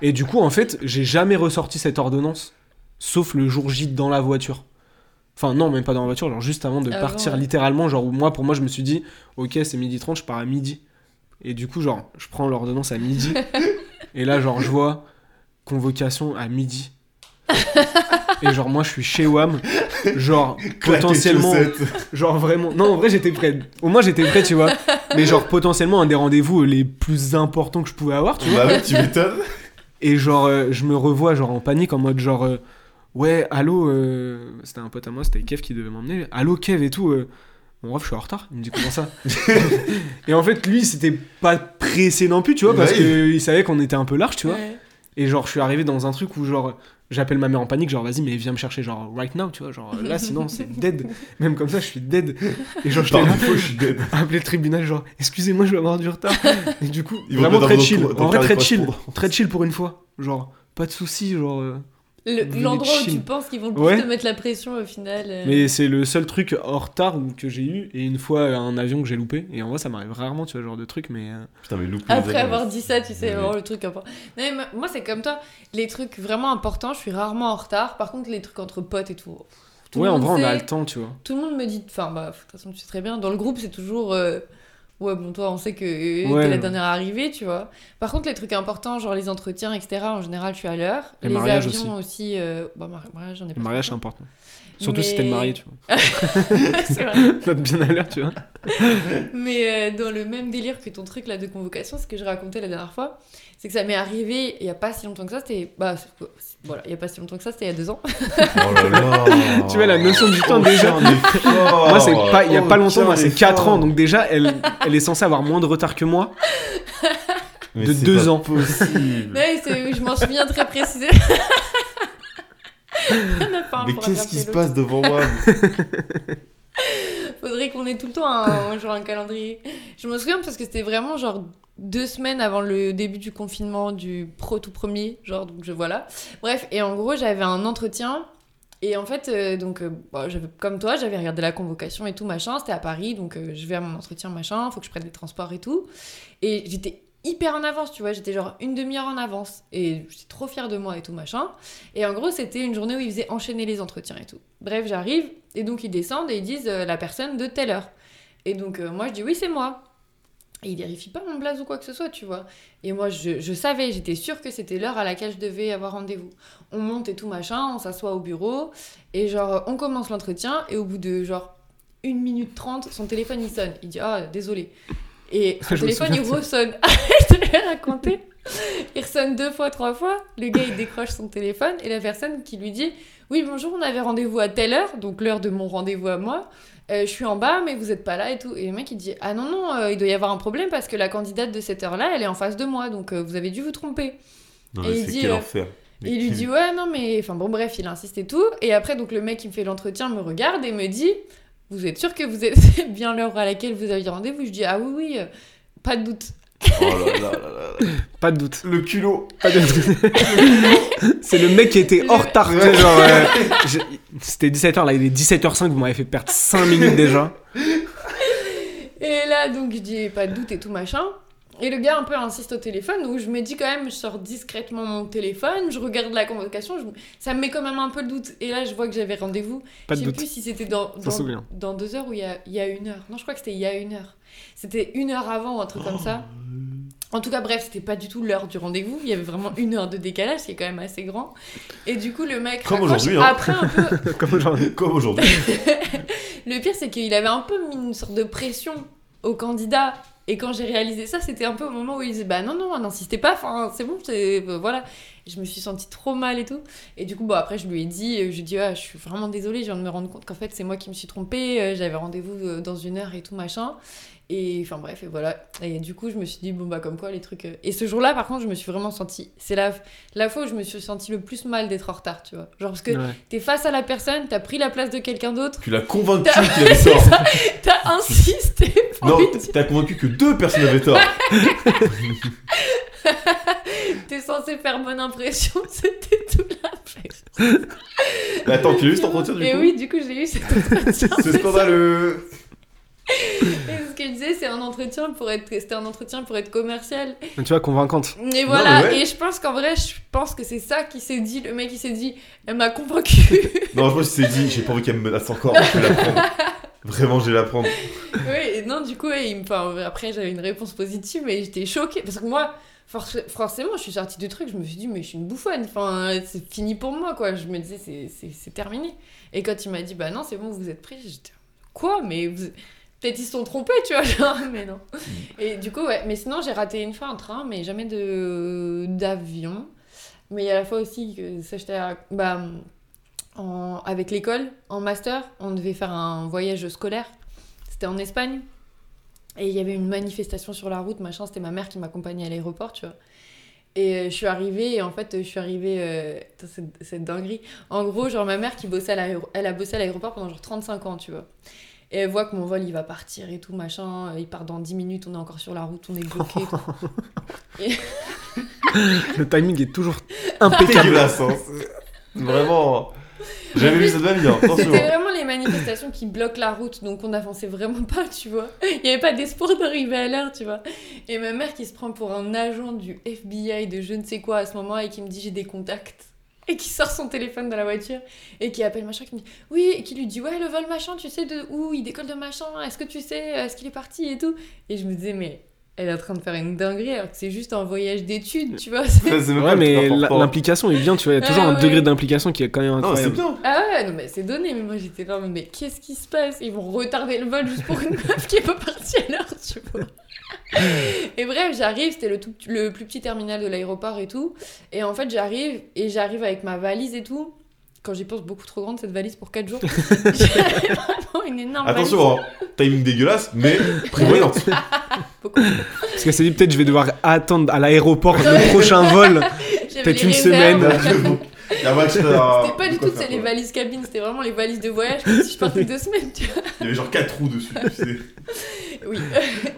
Et du coup, en fait, j'ai jamais ressorti cette ordonnance, sauf le jour J dans la voiture. Enfin, non, même pas dans la voiture, genre juste avant de Avant, partir ouais. littéralement, genre où moi, pour moi, je me suis dit, ok, c'est midi 30, je pars à midi. Et du coup, genre, je prends l'ordonnance à midi. et là, genre, je vois convocation à midi. et genre, moi, je suis chez WAM. Genre, *laughs* Claquer potentiellement. *laughs* chaussette. Genre vraiment. Non, en vrai, j'étais prêt. Au moins, j'étais prêt, tu vois. Mais genre, potentiellement, un des rendez-vous les plus importants que je pouvais avoir, tu vois. Bah ouais, tu m'étonnes. Et genre, euh, je me revois, genre, en panique, en mode, genre, euh, ouais, allô, euh, c'était un pote à moi, c'était Kev qui devait m'emmener. Allô, Kev et tout. euh, Mon ref, je suis en retard. Il me dit *laughs* comment ça Et en fait, lui, c'était pas pressé non plus, tu vois, parce Ouais. que qu'il savait qu'on était un peu large, tu vois. Ouais. Et genre, je suis arrivé dans un truc où, genre, j'appelle ma mère en panique, genre, vas-y, mais viens me chercher, genre, right now, tu vois, genre, *laughs* là, sinon, c'est dead. Même comme ça, je suis dead. Et genre, je Par t'ai défaut, je suis dead. appeler le tribunal genre excusez-moi je vais avoir *laughs* du retard et du coup Ils vont vraiment te mettre très dans chill le cour- dans en vrai le très carré chill correspondant. très chill pour une fois genre pas de soucis genre euh. Le- L'endroit où tu Chill. penses qu'ils vont le plus Ouais. te mettre la pression au final. euh. mais c'est le seul truc hors retard ou- que j'ai eu et une fois euh, un avion que j'ai loupé et en vrai ça m'arrive rarement tu vois genre de truc mais euh, Putain, mais loupe les Après amis. avoir dit ça, tu sais, Ouais. vraiment le truc important. Non, mais moi- moi, c'est comme toi. Les trucs vraiment importants, je suis rarement en retard. Par contre, les trucs entre potes et tout. tout le ouais en monde vrai on a sait, le temps tu vois Tout le monde me dit. Enfin, bah, de toute façon, tu sais très bien. Dans le groupe, c'est toujours. euh, Ouais, bon, toi, on sait que euh, Ouais, t'es la ouais. dernière arrivée, tu vois. Par contre, les trucs importants, genre les entretiens, etc., en général, je suis à l'heure. Les mariages avions aussi. euh, Bah, mari- mariage, j'en ai pas. le mariage c'est important surtout si Mais- t'es *laughs* marié tu vois *laughs* C'est vrai. faut être bien à l'heure tu vois Mais euh, dans le même délire que ton truc là de convocation, ce que je racontais la dernière fois, c'est que ça m'est arrivé il n'y a pas si longtemps que ça, c'était. Bah, c'est- voilà, il n'y a pas si longtemps que ça, c'était il y a deux ans. Oh là là. *laughs* tu vois la notion du temps Oh, déjà tiens, mais fort. *laughs* moi c'est pas il y a Oh, pas longtemps tiens, moi mais c'est 4 fort. ans donc déjà elle elle est censée avoir moins de retard que moi Mais de c'est deux pas ans. possible. Ouais, c'est- je m'en souviens très précisément. *laughs* On a pas un Mais pour qu'est-ce qui rattraper se l'autre. passe devant moi *laughs* Faudrait qu'on ait tout le temps un, genre un calendrier. Je me souviens parce que c'était vraiment genre deux semaines avant le début du confinement du pro tout premier, genre donc je voilà. Bref, et en gros j'avais un entretien et en fait euh, donc euh, bah, j'avais- comme toi j'avais regardé la convocation et tout machin, c'était à Paris donc euh, je vais à mon entretien machin, faut que je prenne les transports et tout et j'étais hyper en avance, tu vois, j'étais genre une demi-heure en avance et j'étais trop fière de moi et tout machin. Et en gros, c'était une journée où ils faisaient enchaîner les entretiens et tout. Bref, j'arrive et donc ils descendent et ils disent euh, la personne de telle heure. Et donc euh, moi je dis oui, c'est moi. Et ils vérifient pas mon blaze ou quoi que ce soit, tu vois. Et moi je, je savais, j'étais sûre que c'était l'heure à laquelle je devais avoir rendez-vous. On monte et tout machin, on s'assoit au bureau et genre on commence l'entretien et au bout de genre 1 minute 30, son téléphone il sonne. Il dit ah désolé. *laughs* Et Je son me téléphone il souviens ressonne. *laughs* je te l'ai raconté. Il ressonne deux fois, trois fois. Le gars, il décroche son téléphone et la personne qui lui dit Oui, bonjour, on avait rendez-vous à telle heure, donc l'heure de mon rendez-vous à moi. Euh, je suis en bas, mais vous n'êtes pas là et tout. Et le mec, il dit Ah non, non, euh, il doit y avoir un problème parce que la candidate de cette heure-là, elle est en face de moi, donc euh, vous avez dû vous tromper. Non, Et mais il c'est dit, quel euh, enfer. Mais Et il lui quel- *laughs* dit ouais non mais enfin bon bref il insiste et tout et après donc le mec qui me fait l'entretien me regarde et me dit Vous êtes sûr que vous êtes *laughs* bien l'heure à laquelle vous aviez rendez-vous Je dis Ah oui, oui, euh, pas de doute. Oh là là là là là. Pas de doute. Le culot. Pas de doute. *laughs* c'est le mec qui était en Le- retard. tu sais, genre, euh, je- C'était 17h, là il est 17h05, vous m'avez fait perdre 5 minutes déjà. Et là, donc, je dis pas de doute et tout machin. Et le gars un peu insiste au téléphone, où je me dis quand même, je sors discrètement mon téléphone, je regarde la convocation, je- ça me met quand même un peu le doute. Et là, je vois que j'avais rendez-vous. Pas de je sais doute. plus si c'était dans, Sans dans, souvenir. dans deux heures ou il y a, il y a une heure. Non, je crois que c'était il y a une heure. C'était une heure avant ou un truc comme ça. En tout cas, bref, c'était pas du tout l'heure du rendez-vous. Il y avait vraiment une heure de décalage, qui est quand même assez grand. Et du coup, le mec. Comme raccroche. aujourd'hui, hein. Après un peu, Comme *laughs* aujourd'hui. Comme aujourd'hui. le pire, c'est qu'il avait un peu mis une sorte de pression au candidat. Et quand j'ai réalisé ça, c'était un peu au moment où il disait Bah non, non, n'insistez pas, enfin, c'est bon, c'est. euh, Voilà. Et je me suis sentie trop mal et tout. Et du coup, bon, après, je lui ai dit euh, Je lui ai dit, ah, Je suis vraiment désolée, je viens de me rendre compte qu'en fait, c'est moi qui me suis trompée, euh, j'avais rendez-vous euh, dans une heure et tout, machin. Et enfin, bref, et voilà. Et du coup, je me suis dit Bon, bah, comme quoi, les trucs. euh. Et ce jour-là, par contre, je me suis vraiment sentie. C'est la, la fois où je me suis sentie le plus mal d'être en retard, tu vois. Genre, parce que Ouais. t'es face à la personne, t'as pris la place de quelqu'un d'autre. Tu l'as convaincu T'as- qu'il avait *laughs* tort. T'as insisté pour Non, lui t- t'as convaincu que deux personnes avaient *laughs* tort. dire T'es censé faire bonne impression, *laughs* c'était tout l'inverse. Mais attends, tu as eu cet entretien du Et coup Eh oui, du coup, j'ai *laughs* eu cet entretien. C'est scandaleux. Et ce que je disais, c'est un entretien pour être... C'était un entretien pour être commercial. Mais Tu vois, convaincante. Et voilà, mais ouais. et je pense qu'en vrai, je pense que c'est ça qui s'est dit. Le mec, il s'est dit, elle m'a convaincu. Non, je pense qu'il s'est dit, j'ai pas envie qu'elle me menace encore, je vais la *laughs* prendre. Vraiment, je vais la prendre. oui, et non, du coup, *laughs* ouais, il me... enfin, après, j'avais une réponse positive, mais j'étais choquée. Parce que moi, forc- forcément, je suis sortie du truc, je me suis dit, mais je suis une bouffonne. Enfin, c'est fini pour moi, quoi. Je me disais, c'est- c'est c'est terminé. Et quand il m'a dit, bah non, c'est bon, vous êtes pris, j'étais, quoi Mais vous- peut-être ils se sont trompés, tu vois. *laughs* Genre, mais non. Et du coup, ouais. Mais sinon, j'ai raté une fois un train, mais jamais de d'avion. Mais il y a la fois aussi que ça, j'étais à- bah, en- avec l'école, en master, on devait faire un voyage scolaire. C'était en Espagne. Et il y avait une manifestation sur la route, machin. C'était ma mère qui m'accompagnait à l'aéroport, tu vois. Et euh, je suis arrivée, et en fait, euh, je suis arrivée. euh, putain, cette, cette dinguerie. En gros, genre, ma mère qui bossait à l'aéro- elle a bossé à l'aéroport pendant genre 35 ans, tu vois. Et elle voit que mon vol, il va partir et tout, machin. euh, Il part dans 10 minutes, on est encore sur la route, on est bloqué. et tout. Le timing est toujours Ah, impeccable. Dégueulasse, hein. C'est- Vraiment. J'avais vu ça de ma vie, hein. attention. C'était vraiment les manifestations qui bloquent la route, donc on n'avançait vraiment *laughs* pas, tu vois. Il n'y avait pas d'espoir d'arriver à l'heure, tu vois. Et ma mère qui se prend pour un agent du FBI de je ne sais quoi à ce moment et qui me dit j'ai des contacts. Et qui sort son téléphone dans la voiture et qui appelle machin, qui me dit oui, et qui lui dit ouais, le vol machin, tu sais de où il décolle de machin, est-ce que tu sais, est-ce qu'il est parti et tout. Et je me disais, mais elle est en train de faire une dinguerie alors que c'est juste un voyage d'études, tu vois. *laughs* c'est- Ça, c'est même pas Ouais, le plus mais la- important. l'implication est bien, tu vois. Il y a toujours Ah un ouais. degré d'implication qui est quand même Non, c'est incroyable. bien. Ah ouais, non, mais c'est donné, mais moi j'étais là, mais qu'est-ce qui se passe Ils vont retarder le vol juste pour une meuf qui est pas partie à l'heure, tu vois. Et bref, j'arrive, c'était le, tout- le plus petit terminal de l'aéroport et tout. Et en fait, j'arrive, et j'arrive avec ma valise et tout. Quand j'y pense, beaucoup trop grande cette valise pour 4 jours. J'avais vraiment une énorme valise. Attention, hein. timing dégueulasse, mais prévoyante. *laughs* *laughs* Beaucoup. Parce que c'est dit, peut-être je vais devoir attendre à l'aéroport Ouais. *laughs* le prochain vol. J'avais hein. les Peut-être une réserves. semaine. hein. La vache, t'as- C'était pas du de quoi tout tu sais, faire, les quoi. valises cabines, c'était vraiment les valises de voyage, comme si je *laughs* partais deux semaines, tu vois. Il y avait genre 4 trous dessus, tu sais. Oui.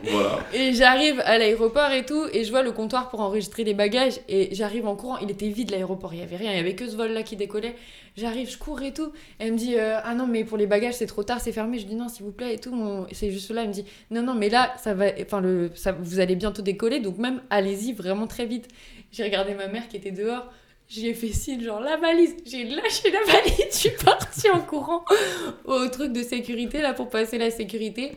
Voilà. Et j'arrive à l'aéroport et tout, et je vois le comptoir pour enregistrer les bagages, et j'arrive en courant, il était vide l'aéroport, il y avait rien, il y avait que ce vol-là qui décollait. J'arrive, je cours et tout, elle me dit euh, Ah non, mais pour les bagages, c'est trop tard, c'est fermé. Je dis Non, s'il vous plaît, et tout, mon- c'est juste là. Elle me dit Non, non, mais là, ça va, enfin, le... ça... vous allez bientôt décoller, donc même allez-y vraiment très vite. J'ai regardé ma mère qui était dehors. J'ai fait signe, genre la valise. J'ai lâché la valise, *laughs* je suis partie en courant au truc de sécurité, là, pour passer la sécurité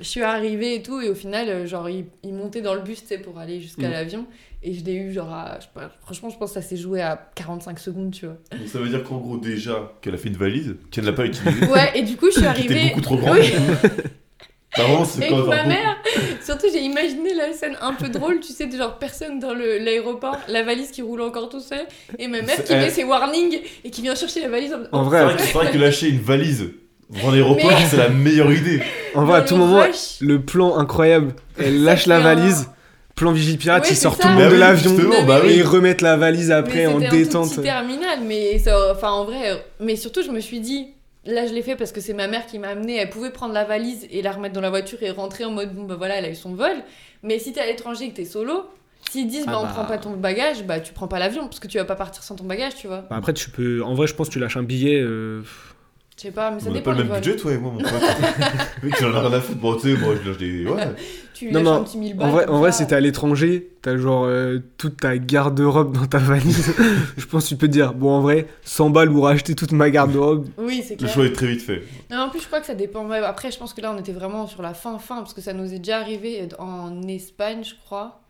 je suis arrivée et tout, et au final, euh, genre, il, il montait dans le bus, tu sais, pour aller jusqu'à Mm. l'avion. Et je l'ai eu, genre, à- je sais pas, franchement, je pense que ça s'est joué à 45 secondes, tu vois. Donc ça veut dire qu'en gros, déjà, qu'elle a fait une valise, qu'elle *laughs* ne l'a pas utilisée. Ouais, et du coup, *laughs* je suis Qui était arrivée. beaucoup trop grande. Oui. T'as vraiment, c'est Avec quand ma hein. t'as mère, surtout j'ai imaginé la scène un peu drôle, tu sais, de genre personne dans le- l'aéroport, la valise qui roule encore tout seul, et ma mère C'est- euh, qui met eh. ses warnings et qui vient chercher la valise. mode, oh, En C'est vrai vrai, que- c'est vrai que lâcher une valise dans l'aéroport, Mais- c'est la meilleure idée. en dans vrai, à tout le moment, rush. le plan incroyable. Elle Ça lâche la fait un- valise, plan Vigipirate, Ouais, il c'est sort ça. tout le Bah monde de oui, l'avion. justement, bah Et oui. ils remettent la valise après Mais en c'était un tout détente. petit terminal, mais ça, enfin en vrai, euh, mais surtout je me suis dit, Là, je l'ai fait parce que c'est ma mère qui m'a amené. Elle pouvait prendre la valise et la remettre dans la voiture et rentrer en mode bon, bah voilà, elle a eu son vol. Mais si t'es à l'étranger et que t'es solo, s'ils disent Ah bah, bah. on prend pas ton bagage, bah tu prends pas l'avion parce que tu vas pas partir sans ton bagage, tu vois. Bah, après, tu peux. En vrai, je pense que tu lâches un billet. euh, Je sais pas, mais ça On n'a dépend pas le du même vol. budget, toi et moi, mon pote. Mec, j'en ai rien à foutre. Bon, tu sais, moi, je lâche des. Ouais. Tu Non, lâches mais un petit mille balles. En vrai, comme en vrai ça. si t'es à l'étranger, t'as genre euh, toute ta garde-robe dans *laughs* ta valise. je pense que tu peux te dire, bon, en vrai, 100 balles ou racheter toute ma garde-robe. Oui, c'est Le clair. choix est très vite fait. Non, en plus, je crois que ça dépend. Ouais, après, je pense que là, on était vraiment sur la fin, fin, parce que ça nous est déjà arrivé en Espagne, je crois,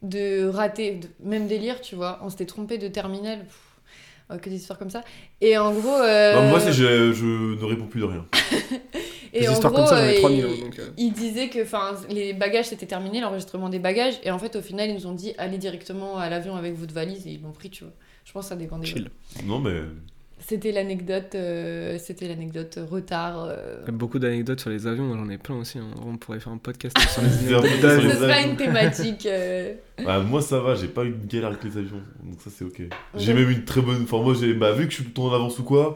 de rater, de- même délire, tu vois. On s'était trompé de terminal. Pff, euh, que des histoires comme ça. Et en gros. euh, Bah, Non, moi, c'est je, je ne réponds plus de rien. et Des en histoires gros, comme ça, j'en euh, ai 3000. il- donc, euh. Il disait que 'fin, les bagages c'était terminé, l'enregistrement des bagages, et en fait au final ils nous ont dit allez directement à l'avion avec votre valise et ils l'ont pris, tu vois. Je pense que ça dépend des Chill. gens. Non, mais. C'était l'anecdote, euh, c'était l'anecdote retard. euh. Il y a beaucoup d'anecdotes sur les avions, moi, j'en ai plein aussi. hein. On pourrait faire un *laughs* podcast sur les Faire des- anecdotes Ce les d'avions. sera avions. une thématique. euh. Bah, moi, ça va, j'ai pas eu une galère avec les avions. Donc, ça, c'est ok. J'ai Ouais. même une très bonne. Enfin, moi, j'ai. Bah, vu que je suis tout le temps en avance ou quoi.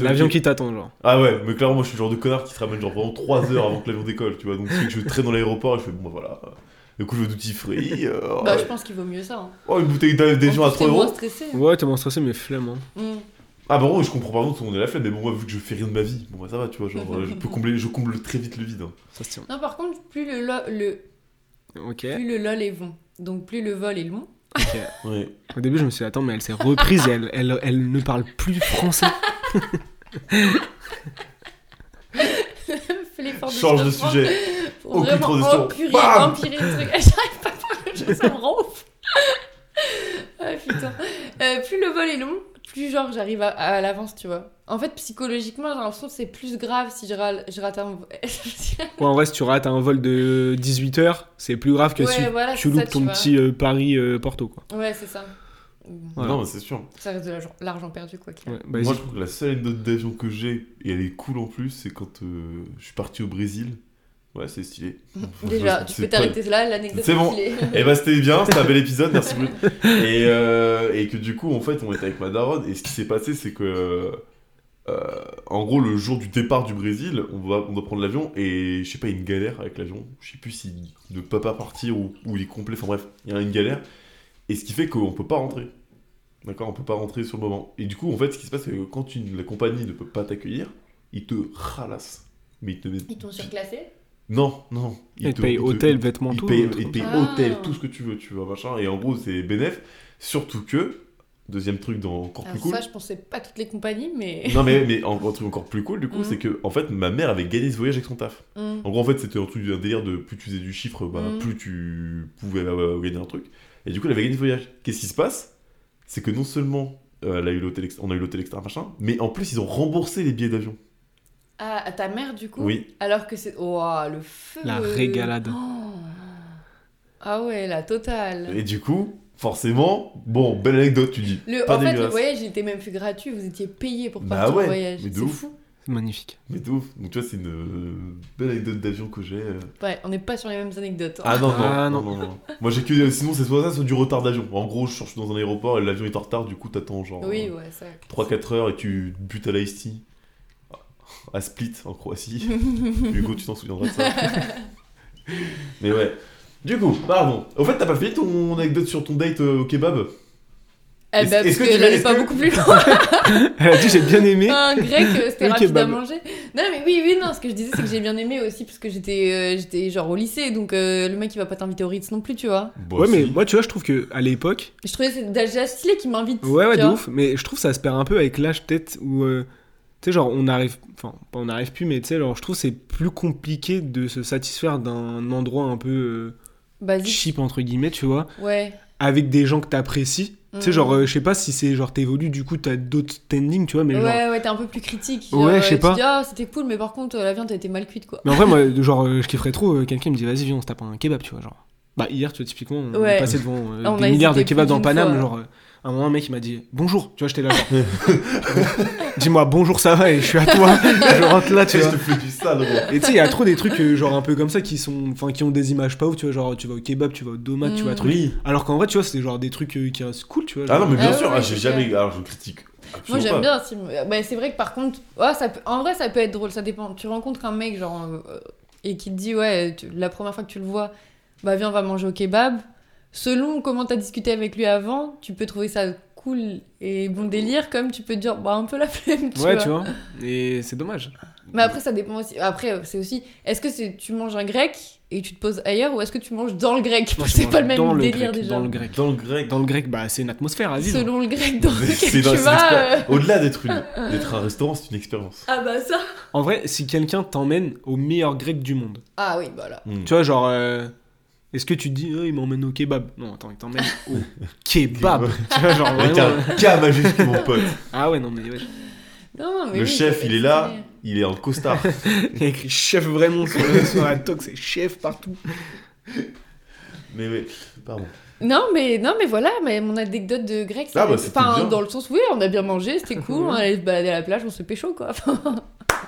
C'est l'avion ok. qui t'attend, genre. Ah ouais, mais clairement, moi, je suis le genre de connard qui se ramène genre vraiment 3 heures avant que l'avion décolle, tu vois. Donc, c'est que je traîne dans l'aéroport et je fais, bon, bah, voilà. Du coup, je veux du petit free. euh, Bah, je pense qu'il vaut mieux ça. hein. Oh, une bouteille d'al- des En gens à plus, t'es 3 euros. moins stressé. Ouais, t'es moins stressé, mais flemme. hein. Mm. Ah, bah, bon, je comprends pas vraiment tout le monde est la flemme, mais bon, moi, vu que je fais rien de ma vie, bon, bah, ça va, tu vois. Genre, euh, je peux combler, je comble très vite le vide. hein. Ça se tient. Non, par contre, plus le, lo- le, Ok. plus le lol est bon, donc plus le vol est long. *laughs* ok. Ouais. Au début, je me suis dit, attends, mais elle s'est reprise et elle, elle, elle ne parle plus français. Fais l'effort de Change de comprendre. sujet. Pour Aucune vraiment transition. empirer, Bam empirer le truc. *laughs* J'arrive pas à parler, je- ça me rend ouf. *laughs* ah putain. Euh, plus le vol est long, plus genre j'arrive à, à l'avance, tu vois. En fait, psychologiquement, j'ai l'impression que c'est plus grave si je, râle- je rate *laughs* un... Ouais, en vrai, si tu rates un vol de 18h, c'est plus grave que Ouais, si voilà, tu c'est loupes ça, tu ton vois. petit euh, Paris-Porto, quoi. ouais, c'est ça. Voilà. Non, mais c'est sûr. Ça reste de l'argent- l'argent perdu, quoi. qu'il Ouais, arrive. bah, Moi, vas-y. je trouve que la seule anecdote d'avion que j'ai, et elle est cool en plus, c'est quand euh, je suis parti au Brésil. Ouais, c'est stylé. Déjà, tu C'est peux pas- t'arrêter là, l'anecdote C'est bon. il est- Et bah, c'était bien, c'était un bel épisode, merci beaucoup. Et, euh, et que du coup, en fait, on était avec ma daronne, et ce qui s'est passé, c'est que. euh, en gros, le jour du départ du Brésil, on, va, on doit prendre l'avion et je sais pas, il y a une galère avec l'avion. Je sais plus s'il ne peut pas partir ou, ou il est complet. Enfin bref, il y a une galère. Et ce qui fait qu'on peut pas rentrer. D'accord On peut pas rentrer sur le moment. Et du coup, en fait, ce qui se passe, c'est que quand une- la compagnie ne peut pas t'accueillir, ils te ralassent. Mais ils te mettent. Ils t'ont surclassé Non, non, non. Ils te payent hôtel, vêtements, Il tout. paye, hein, il tout. paye Ah. hôtel, tout ce que tu veux, tu vois, machin. Et en gros, c'est bénéf. Surtout que, deuxième truc dans, encore Alors plus cool. Ah, ça, je pensais pas toutes les compagnies, *laughs* mais... Non, mais, mais en, un truc encore plus cool, du coup, Mhm. c'est que, en fait, ma mère avait gagné ce voyage avec son taf. Mm. En gros, en fait, c'était un truc, un délire de plus tu faisais du chiffre, bah, Mhm. plus tu pouvais euh, gagner un truc. Et du coup, elle avait gagné ce voyage. Qu'est-ce qui se passe C'est que non seulement euh, elle a eu l'hôtel ex- on a eu l'hôtel extra, machin, mais en plus, ils ont remboursé les billets d'avion. Ah, à ta mère, du coup Oui. Alors que c'est. Oh, le feu La régalade. Oh. Ah ouais, la totale Et du coup, forcément, bon, belle anecdote, tu dis. le, pas En fait, le dégueulasse. voyage, il était même fait gratuit, vous étiez payé pour Bah partir ouais, au voyage. mais de C'est ouf. fou C'est Magnifique. *laughs* Mais de ouf. Donc, tu vois, c'est une euh, belle anecdote d'avion que j'ai. euh. Ouais, on n'est pas sur les mêmes anecdotes. hein. Ah non, non, Ah, non, non, non. Moi, j'ai que. euh, Sinon, c'est soit ça, soit du retard d'avion. En gros, je cherche dans un aéroport et l'avion est en retard, du coup, t'attends genre oui, ouais, ça. 3-4 heures et tu butes à la ST. À Split, en Croatie. *laughs* Hugo, tu t'en souviendras de ça. Mais ouais. Du coup, pardon. Au fait, t'as pas fini ton anecdote sur ton date euh, au kebab Eh Est-ce- ben, parce est-ce que que, tu j'allais l'as- pas est-ce que- beaucoup plus loin. Elle a dit, j'ai bien aimé. Un grec, euh, *laughs* c'était Le rapide à kebab. manger. Non, mais oui, oui, non, ce que je disais, c'est que j'ai bien aimé aussi, parce que j'étais euh, j'étais genre au lycée, donc euh, le mec, il va pas t'inviter au Ritz non plus, tu vois. Bon, Ouais, mais Bah, si. moi, tu vois, je trouve que à l'époque, Je trouvais que c'est déjà stylé qu'il m'invite. Ouais, ouais, tu de vois. ouf. Mais je trouve que ça se perd un peu avec l'âge, peut-être, où. euh, tu sais, genre, on arrive. Enfin, pas on arrive plus, mais tu sais, genre, je trouve que c'est plus compliqué de se satisfaire d'un endroit un peu euh, Basique, cheap, entre guillemets, tu vois, Bah, ouais. avec des gens que t'apprécies. Tu sais, Mhm. genre, euh, je sais pas si c'est genre t'évolues, du coup, t'as d'autres standings, tu vois, mais genre. Ouais, ouais, t'es un peu plus critique. Ouais, genre, je sais tu pas. dis, ah, c'était cool, mais par contre, euh, la viande a été mal cuite, quoi. Mais en vrai, moi, de genre, euh, je kifferais trop, euh, quelqu'un me dit, vas-y, viens, on se tape un kebab, tu vois, genre. Bah, hier, tu vois, typiquement, on Ouais. est passé devant euh, On a des milliards de hésité kebabs plus dans d'une Paname, fois. genre, euh, À un moment, un mec, il m'a dit bonjour, tu vois, j'étais là. genre, *laughs* Dis-moi bonjour, ça va, et je suis à toi. *laughs* je rentre là, tu Tu vois. te fais du sale, gros. Et tu sais, il y a trop des trucs, euh, genre un peu comme ça, qui sont, enfin, qui ont des images pas ouf, tu vois. Genre, tu vas au kebab, tu vas au domat, tu vas à Mm. truc. Oui. Alors qu'en vrai, tu vois, c'était genre des trucs euh, qui restent cool, tu vois. Ah non, genre. mais bien Ah sûr, ouais, ah, ouais, j'ai c'est jamais. clair. Alors je critique. Moi absolument j'aime pas. bien. Si... Bah, c'est vrai que par contre, ouais, ça peut- en vrai ça peut être drôle, ça dépend. Tu rencontres un mec genre euh, et qui te dit ouais, tu- la première fois que tu le vois, bah viens on va manger au kebab. Selon comment t'as discuté avec lui avant, tu peux trouver ça cool et bon délire comme tu peux te dire bah un peu la *laughs* flemme. Tu ouais, vois. tu vois. Et c'est dommage. Mais après ça dépend aussi. Après euh, c'est aussi est-ce que c'est tu manges un grec et tu te poses ailleurs ou est-ce que tu manges dans le grec *laughs* Moi, je C'est mange pas le même dans délire grec, déjà. Dans le grec. Dans le grec. Dans le grec, bah, c'est une atmosphère à vivre. Selon le *laughs* grec dans lequel C'est tu dans- c'est vas. l'expérience. euh, Au-delà d'être *laughs* une... d'être un restaurant, c'est une expérience. Ah bah ça. En vrai, si quelqu'un t'emmène au meilleur grec du monde, Ah oui voilà. Hmm. tu vois, genre, euh, est-ce que tu te dis, Oh, il m'emmène au kebab Non, attends, il t'emmène au *laughs* kebab. tu vois, genre, Avec vraiment, euh, un K majuscule, mon *laughs* pote. Ah ouais, non, mais *laughs* ouais. Non, mais Le oui, chef, ça il fait est là, plaisir. il est en *laughs* costard. Il y a écrit chef vraiment sur, le- sur la toque, c'est chef partout. Mais oui, pardon. Non mais, non, mais voilà, mais mon anecdote de grec, c'est Ah, bah, c'était enfin, bien. hein, dans le sens, oui, on a bien mangé, *laughs* c'était cool, on allait se balader à la plage, on se pécho, quoi. *laughs* Enfin,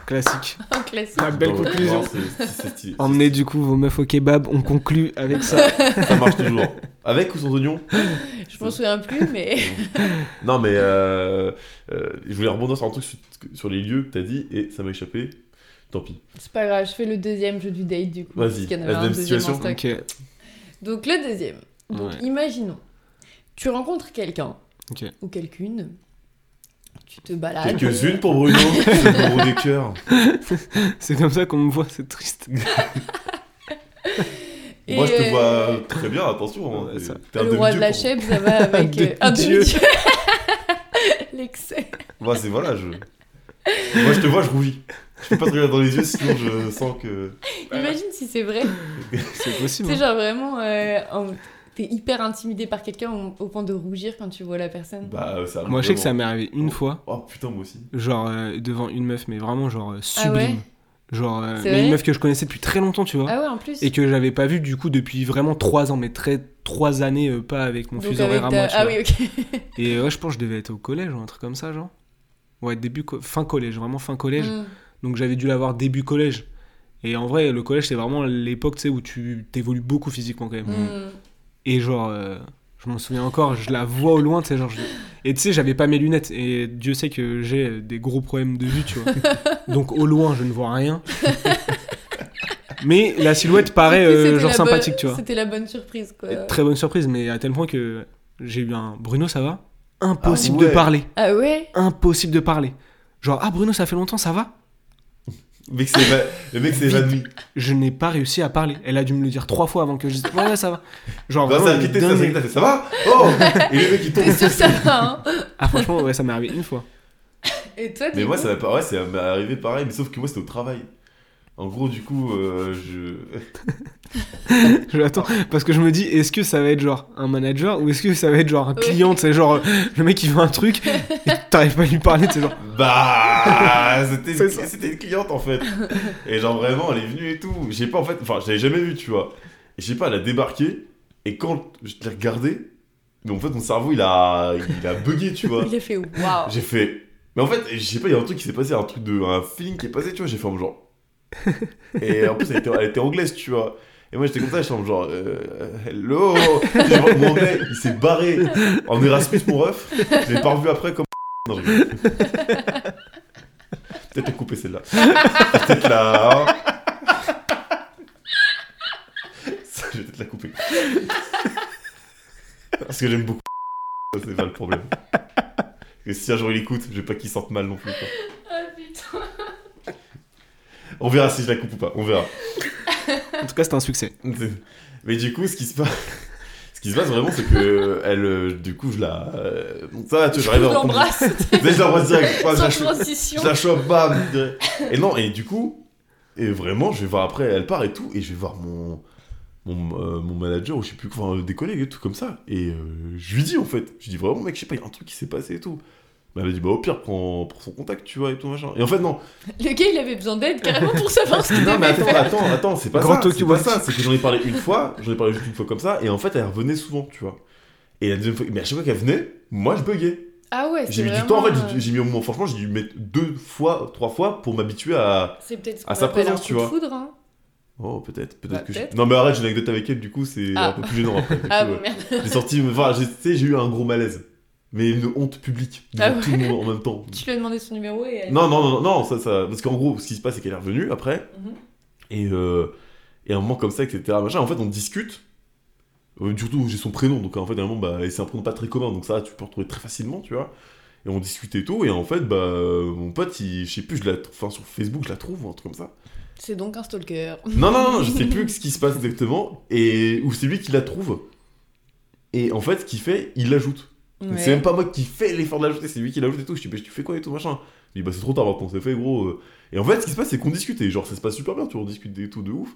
Classique. un classique. La Ah, belle Dans- conclusion. non, c'est- c'est stylé. Emmenez du coup vos meufs au kebab, on conclut avec *laughs* ça. Ça marche toujours. Avec ou sans oignon Je m'en souviens plus, mais. *laughs* Non, mais euh, euh, je voulais rebondir sur un truc sur, sur les lieux que t'as dit et ça m'a échappé. Tant pis. C'est pas grave, je fais le deuxième jeu du date, du coup. Vas-y, parce qu'il y la en avait un même deuxième en situation. stock. Ok. Donc, le deuxième. Donc, Ouais. imaginons, tu rencontres quelqu'un, Ok. ou quelqu'une, tu te balades. Quelques-unes pour Bruno, le *laughs* gros des cœurs. C'est comme ça qu'on me voit, c'est triste. Et, Moi, je te euh, vois très bien, attention. hein, Ouais, ça- t'es un Le roi de demi-dieu la pour- chèvre, ça va *laughs* avec. euh, un demi-dieu. demi-dieu. *laughs* L'excès. Moi, c'est voilà, je. Moi, je te vois, je rougis. Je peux pas te regarder dans les yeux, sinon je sens que. Imagine si c'est vrai. C'est possible. hein. C'est genre vraiment. euh, en- T'es hyper intimidé par quelqu'un au, au point de rougir quand tu vois la personne. Bah, euh, ça. hein. Moi, je sais que ça m'est arrivé une Oh. fois, Oh putain, moi aussi. genre euh, devant une meuf, mais vraiment genre euh, Ah sublime. ouais Genre, euh, C'est mais vrai une meuf que je connaissais depuis très longtemps, tu vois. Ah ouais, en plus. Et que j'avais pas vue du coup depuis vraiment 3 ans, mais très 3 années, euh, pas avec mon Donc fuseau avec horaire à ta- moi. tu Ah vois. oui, ok. *laughs* Et euh, ouais, je pense que je devais être au collège ou un truc comme ça, genre. Ouais, début, co- fin collège, vraiment fin collège. Mm. Donc j'avais dû l'avoir début collège. Et en vrai, le collège, c'est vraiment l'époque, tu sais, où tu t'évolues beaucoup physiquement quand même. Mm. Et genre, euh, je m'en souviens encore, je la vois au loin, tu sais, genre. je- Et tu sais, j'avais pas mes lunettes, et Dieu sait que j'ai euh, des gros problèmes de vue, *laughs* tu vois. Donc au loin, je ne vois rien. *laughs* mais la silhouette paraît Du coup, euh, c'était genre la bonne- sympathique, tu vois. C'était la bonne surprise, quoi. Très bonne surprise, mais à tel point que j'ai eu un Bruno, ça va Impossible ouais. de parler. Ah *laughs* ouais Impossible de parler. Genre, ah Bruno, ça fait longtemps, ça va Le mec s'est éva- le mec s'est Vite. évanoui. Je n'ai pas réussi à parler. Elle a dû me le dire trois fois avant que je dise ouais, ouais, ça va. Genre, Bah, vraiment, ça une inquiétait, ça dingue. s'éclate, ça va Oh Et le mec il tombe. T'es sûr que ça va, hein Ah, franchement, ouais, ça m'est arrivé une fois. Et toi, Mais du moi, coup ça m'a pas- ouais, ça m'est arrivé pareil, mais sauf que moi, c'était au travail. En gros, du coup, euh, je. Je l'attends Ah. parce que je me dis est-ce que ça va être genre un manager ou est-ce que ça va être genre un client, tu sais, genre euh, le mec il veut *laughs* un truc et t'arrives pas à lui parler, tu sais, genre *laughs* Bah c'était C'est une, ça. c'était une cliente en fait. Et genre vraiment, elle est venue et tout. J'ai pas en fait. Enfin, je l'avais jamais vue, tu vois. Et je sais pas, elle a débarqué. Et quand je l'ai regardée, mais en fait, mon cerveau, il a, il a bugué, tu vois. Il a fait waouh. J'ai fait. Mais en fait, je sais pas, il y a un truc qui s'est passé, un truc de. un feeling qui est passé, tu vois, j'ai fait en genre. Et en plus, elle était, elle était anglaise, tu vois. Et moi, j'étais comme ça, j'étais en genre. euh, hello J'ai vraiment- Mon anglais, il s'est barré en Erasmus, mon ref. Je l'ai pas revu après comme. *laughs* Non, je rigole. Peut-être la couper celle-là. Peut-être la. hein. Ça, je vais peut-être la couper. Parce que j'aime beaucoup. C'est pas le problème. Parce que si un jour il écoute, je veux pas qu'il sente mal non plus. quoi. Ah putain. On verra si je la coupe ou pas, on verra. En tout cas, c'était un succès. Mais du coup, ce qui se passe. *laughs* Ce qui se passe vraiment, c'est que euh, elle, euh, du coup, je la. euh, ça va, tu vois, Je j'arrive à rencontrer. *laughs* l'embrasse Mais je l'embrasse direct. Enfin, je, la sans chope- transition. je la chope, bam. direct. Et non, et du coup, et vraiment, je vais voir après, elle part et tout, et je vais voir mon mon, euh, mon manager ou je sais plus quoi, enfin, des collègues et tout comme ça. Et euh, je lui dis en fait, je dis vraiment, mec, je sais pas, il y a un truc qui s'est passé et tout. Mais elle m'a dit, bah au pire, prends, prends son contact, tu vois, et tout machin. Et en fait, non, Le gars, il avait besoin d'aide carrément pour savoir ce qu'il Non mais devait attends, faire. attends, attends, c'est pas Grand ça, c'est Tokyo pas Boutique. ça, c'est que j'en ai parlé une fois, j'en ai parlé juste une fois comme ça, et en fait elle revenait souvent, tu vois. Et la deuxième fois, mais à chaque fois qu'elle venait, moi je buguais. Ah ouais, c'est J'ai mis du vraiment, temps en fait, euh, j'ai- j'ai mis au moins, franchement, j'ai dû mettre deux fois, trois fois pour m'habituer à. C'est peut-être ce à qu'on sa appelle un présence, coup tu de vois. foudre, hein. Oh, peut-être, peut-être Bah, que je- peut-être. Non, mais arrête, j'ai une anecdote avec elle, du coup, c'est Ah. un peu plus gênant après. du *laughs* Ah coup, ouais. merde. J'ai sorti, enfin, j'ai- tu sais, j'ai eu un gros malaise. Mais une honte publique. Devant Ah ouais tout le monde en même *laughs* temps. Tu lui as demandé son numéro et elle... Non, non, non, non, ça, ça... parce qu'en gros, ce qui se passe, c'est qu'elle est revenue après, Mhm. et, euh, et à un moment comme ça, etc. Machin, en fait, on discute. Euh, surtout, j'ai son prénom, donc en fait, à un moment, bah, et c'est un prénom pas très commun, donc ça, tu peux le retrouver très facilement, tu vois. Et on discutait et tout, et en fait, bah, euh, mon pote, il- je sais plus, je la, enfin, sur Facebook, je la trouve, ou un truc comme ça. C'est donc un stalker. Non, non, non, je sais plus ce qui se passe exactement, et où c'est lui qui la trouve. Et en fait, ce qu'il fait, il l'ajoute. Donc Ouais. C'est même pas moi qui fais l'effort de l'ajouter, c'est lui qui l'ajoute et tout. Je dis, bah, tu fais quoi et tout machin Il dit, bah, c'est trop tard maintenant, c'est fait gros. euh. Et en fait, ce qui se passe, c'est qu'on discute et genre, ça se passe super bien, tu vois, on discute des tout de ouf.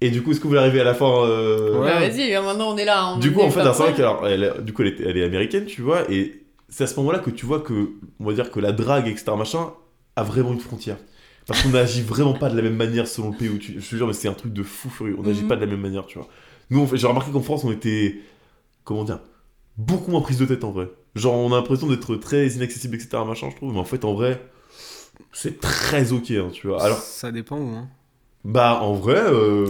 Et du coup, est-ce que vous arrivez à la fin euh, Ouais. Bah vas-y, viens, maintenant on est là. hein, Du on coup, en est fait, pas alors, c'est vrai prêts. qu'elle alors, elle est- du coup, elle est, elle est américaine, tu vois, et c'est à ce moment-là que tu vois que, on va dire que la drague, etc., machin, a vraiment une frontière. Parce qu'on n'agit vraiment pas de la même manière selon le pays où tu. Je te jure, mais c'est un truc de fou furieux. On n'agit Mhm. pas de la même manière, tu vois. Nous, on fait- j'ai remarqué qu'en France, on était. Comment dire Beaucoup moins prise de tête en vrai. Genre, on a l'impression d'être très inaccessible, etc., machin, je trouve, mais en fait, en vrai, c'est très ok, hein, tu vois. Alors, ça dépend où. Hein. bah, en vrai. euh,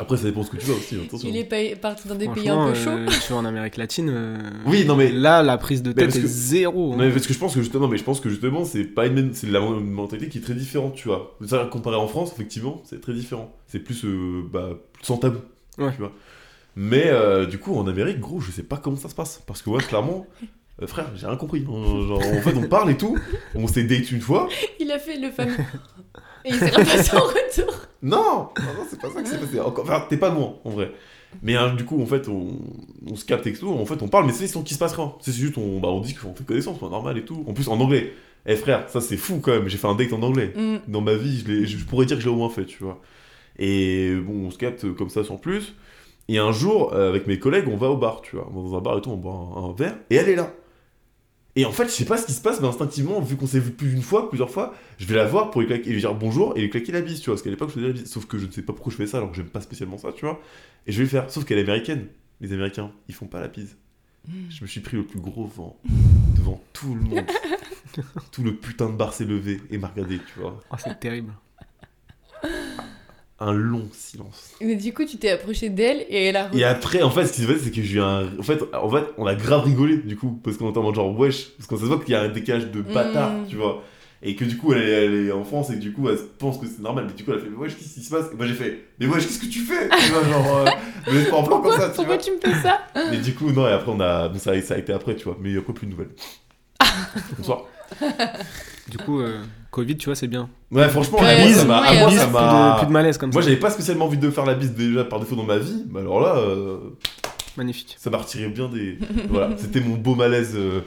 Après, ça dépend ce que tu vois aussi, attention. Il est pa- parti dans des pays un peu chauds. Franchement, euh, tu vois, en Amérique latine. euh, Oui, non, mais Là, la prise de tête parce est que- zéro. hein. Non, mais parce que je pense que justement, mais je pense que justement, c'est pas une, même- c'est la une mentalité qui est très différente, tu vois. Ça, comparé en France, effectivement, c'est très différent. C'est plus, euh, bah, sans tabou, Ouais. tu vois. Mais euh, du coup, en Amérique, gros, je sais pas comment ça se passe, parce que ouais, clairement, euh, frère, j'ai rien compris. Euh, genre, en fait, on parle et tout, on s'est date une fois. *laughs* Il a fait le *laughs* fameux. Et il s'est repassé en retour. Non, non, non, c'est pas ça que c'est passé. Encore, enfin, t'es pas loin, en vrai. Mais hein, du coup, en fait, on, on se capte et tout, en fait, on parle, mais c'est sans qu'il se passe rien. C'est juste, on, bah, on dit qu'on fait connaissance, quoi, normal et tout. En plus, en anglais. Eh frère, ça c'est fou quand même, j'ai fait un date en anglais. Mm. dans ma vie, je, l'ai- je pourrais dire que je l'ai au moins fait, tu vois. Et bon, on se capte comme ça sans plus. Et un jour, euh, avec mes collègues, on va au bar, tu vois. On va dans un bar et tout, on boit un, un verre, et elle est là. Et en fait, je sais pas ce qui se passe, mais instinctivement, vu qu'on s'est vu plus d'une fois, plusieurs fois, je vais la voir pour lui, claquer, lui dire bonjour et lui claquer la bise, tu vois. Parce qu'à l'époque, je faisais la bise. Sauf que je ne sais pas pourquoi je fais ça, alors que j'aime pas spécialement ça, tu vois. Et je vais le faire. Sauf qu'elle est américaine. Les Américains, ils font pas la bise. Je me suis pris le plus gros vent devant tout le monde. tout le putain de bar s'est levé et m'a regardé, tu vois Oh, c'est terrible. un long silence. Mais du coup, tu t'es approché d'elle et elle a. Et après, en fait, ce qui se passe, c'est que j'ai eu un. En fait, en fait, on a grave rigolé, du coup, parce qu'on était en mode genre wesh, parce qu'on se voit qu'il y a un décalage de bâtard, Mm. tu vois. Et que du coup, elle, est- elle est en France et que, du coup, elle pense que c'est normal, mais du coup, elle a fait, mais wesh, qu'est-ce qui se passe Et moi, j'ai fait, mais wesh, qu'est-ce que tu fais Tu vois, genre, *laughs* euh, mais pas en plan comme Pourquoi, ça, tu pourquoi vois. tu me fais *laughs* ça Et du coup, non, et après, on a. Bon, ça, a- ça a été après, tu vois, mais après, plus de *laughs* nouvelles. Bonsoir. Du coup, euh, Covid, tu vois, c'est bien. Ouais, franchement, Ouais, la bise, c'est ça m'a- vrai, moi, hein. ça plus, m'a. de, plus de malaise comme Moi, ça. j'avais pas spécialement envie de faire la bise déjà par défaut dans ma vie, mais alors là. euh, Magnifique. Ça m'a retiré bien des. voilà, c'était mon beau malaise. euh,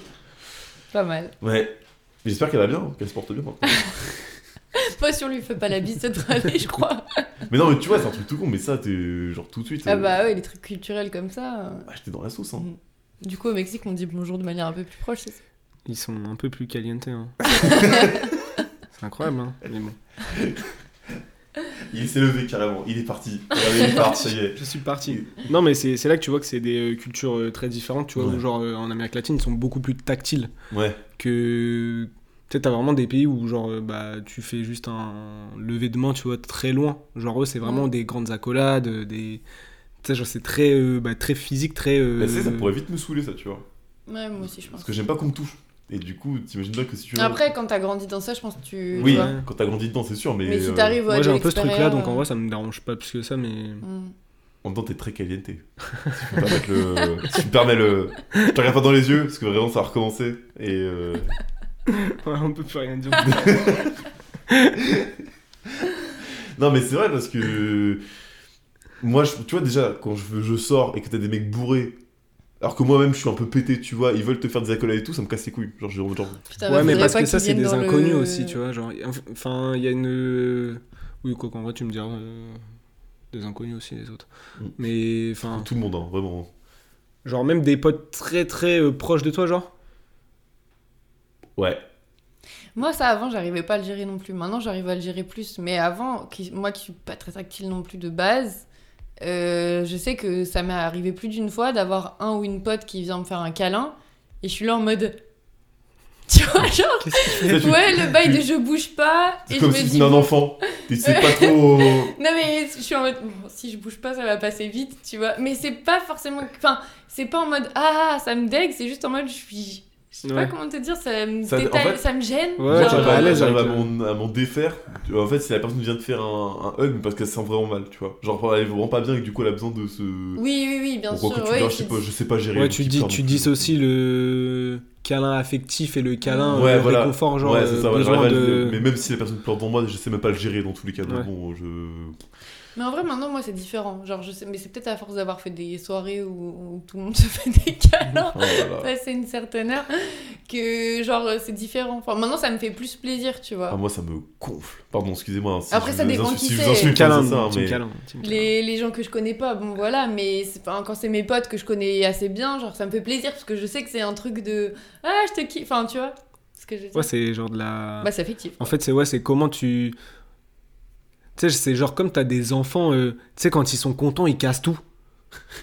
*laughs* Pas mal. Ouais. Mais J'espère qu'elle va bien, hein, qu'elle se porte bien. maintenant. Moi, si on lui fait pas la bise, ça *laughs* devrait aller, je crois. mais non, mais tu vois, c'est un truc tout con, mais ça, t'es genre tout de suite. Ah euh, bah ouais, les trucs culturels comme ça. euh. bah, J'étais dans la sauce, hein. Du coup, au Mexique, on dit bonjour de manière un peu plus proche, c'est ça Ils sont un peu plus *laughs* calientés. hein. c'est incroyable. Hein. Mais bon. Il s'est levé carrément, il est parti. Regardez, *laughs* il est parti, ça y est. Je suis parti. Non, mais c'est c'est là que tu vois que c'est des euh, cultures euh, très différentes. Tu vois, Ouais. où genre euh, en Amérique latine, ils sont beaucoup plus tactiles Ouais. que. Peut-être t'as vraiment des pays où genre euh, bah tu fais juste un lever de main, tu vois, très loin. Genre eux, c'est vraiment des grandes accolades, euh, des. Tu sais, genre c'est très, euh, bah, très physique, très. euh, Mais tu sais, ça pourrait vite me saouler, ça, tu vois. Ouais, moi aussi, je pense. Parce que j'aime pas qu'on me touche. Et du coup, t'imagines bien que si tu veux. Après, quand t'as grandi dans ça, je pense que tu. oui, tu vois. ouais. quand t'as grandi dedans, c'est sûr, mais. Mais si euh, t'arrives ouais, Moi de j'ai un peu ce l'extérieur, truc-là, donc euh, en vrai ça me dérange pas plus que ça, mais. *laughs* mm. En même temps, t'es très caliente. si tu me permets le. si tu me permets le. Je te regarde pas dans les yeux, parce que vraiment, ça va recommencer. Et. euh, Ouais, on peut plus rien dire. Non, mais c'est vrai parce que. Moi, je- tu vois, déjà, quand je, je sors et que t'as des mecs bourrés, alors que moi-même je suis un peu pété, tu vois, ils veulent te faire des accolades et tout, ça me casse les couilles. Genre, je genre. Putain, ouais, mais faudrait parce pas que ça, qu'ils c'est viennent des dans le- inconnus aussi, tu vois. Genre, enf- enfin, il y a une. Oui, quoi qu'en vrai, tu me diras. euh, Des inconnus aussi, les autres. Mm. Mais, enfin. Tout le monde, hein, vraiment. Genre, même des potes très très euh, proches de toi, genre. Ouais. Moi, ça avant, j'arrivais pas à le gérer non plus. Maintenant, j'arrive à le gérer plus. Mais avant, qui- moi qui suis pas très tactile non plus de base, Euh, je sais que ça m'est arrivé plus d'une fois d'avoir un ou une pote qui vient me faire un câlin et je suis là en mode. Tu vois, genre, *laughs* Qu'est-ce que tu fais Ça, tu- *laughs* ouais, le bail tu- de je bouge pas. Et C'est je comme me si dis. c'était un bon, enfant. Tu sais pas *laughs* trop. Non mais je suis en mode bon, si je bouge pas ça va passer vite tu vois mais c'est pas forcément enfin c'est pas en mode ah ça me dégue c'est juste en mode je suis je sais pas Ouais. comment te dire ça me Ça- en détaille, fait- ça me gêne Ouais, Genre, t'es j'arrive pas à, à l'aise j'arrive à avec le- m'en à m'en défaire. Tu vois, En fait, si la personne vient de faire un, un hug mais parce qu'elle se sent vraiment mal, tu vois. Genre, elle va vraiment pas bien et que du coup, elle a besoin de se. oui oui oui bien Pour sûr que tu ouais, leur- tu je, sais dis- pas, je sais pas gérer. Ouais, mon tu, petit dis, cœur, tu donc, dis euh, aussi le câlin affectif et le câlin Ouais, euh, voilà. réconfort, genre ouais, c'est euh, ça, ouais, besoin j'arrive à le- de... Mais même si la personne pleure devant moi, je sais même pas le gérer dans tous les cas. Donc Ouais. bon, je. mais en vrai maintenant moi c'est différent genre je sais mais c'est peut-être à force d'avoir fait des soirées où, où tout le monde *laughs* se fait *laughs* des câlins Ah, voilà. passer une certaine heure que genre c'est différent enfin maintenant ça me fait plus plaisir tu vois Ah, moi, ça me gonfle. Pardon, excusez-moi. hein, si Après, je ça vous dépend insulte- qui si je c'est. vous insulte, Câlin, c'est ça, hein, team mais- câlin, team câlin. Les, les gens que je connais pas, bon voilà, mais c'est- enfin, quand c'est mes potes que je connais assez bien, genre ça me fait plaisir parce que je sais que c'est un truc de ah je te kiffe, enfin tu vois ce que je veux dire. Ouais, c'est genre de la... bah c'est fictif. En fait, c'est ouais, c'est comment tu. Tu sais, c'est genre comme t'as des enfants, euh, tu sais, quand ils sont contents, ils cassent tout.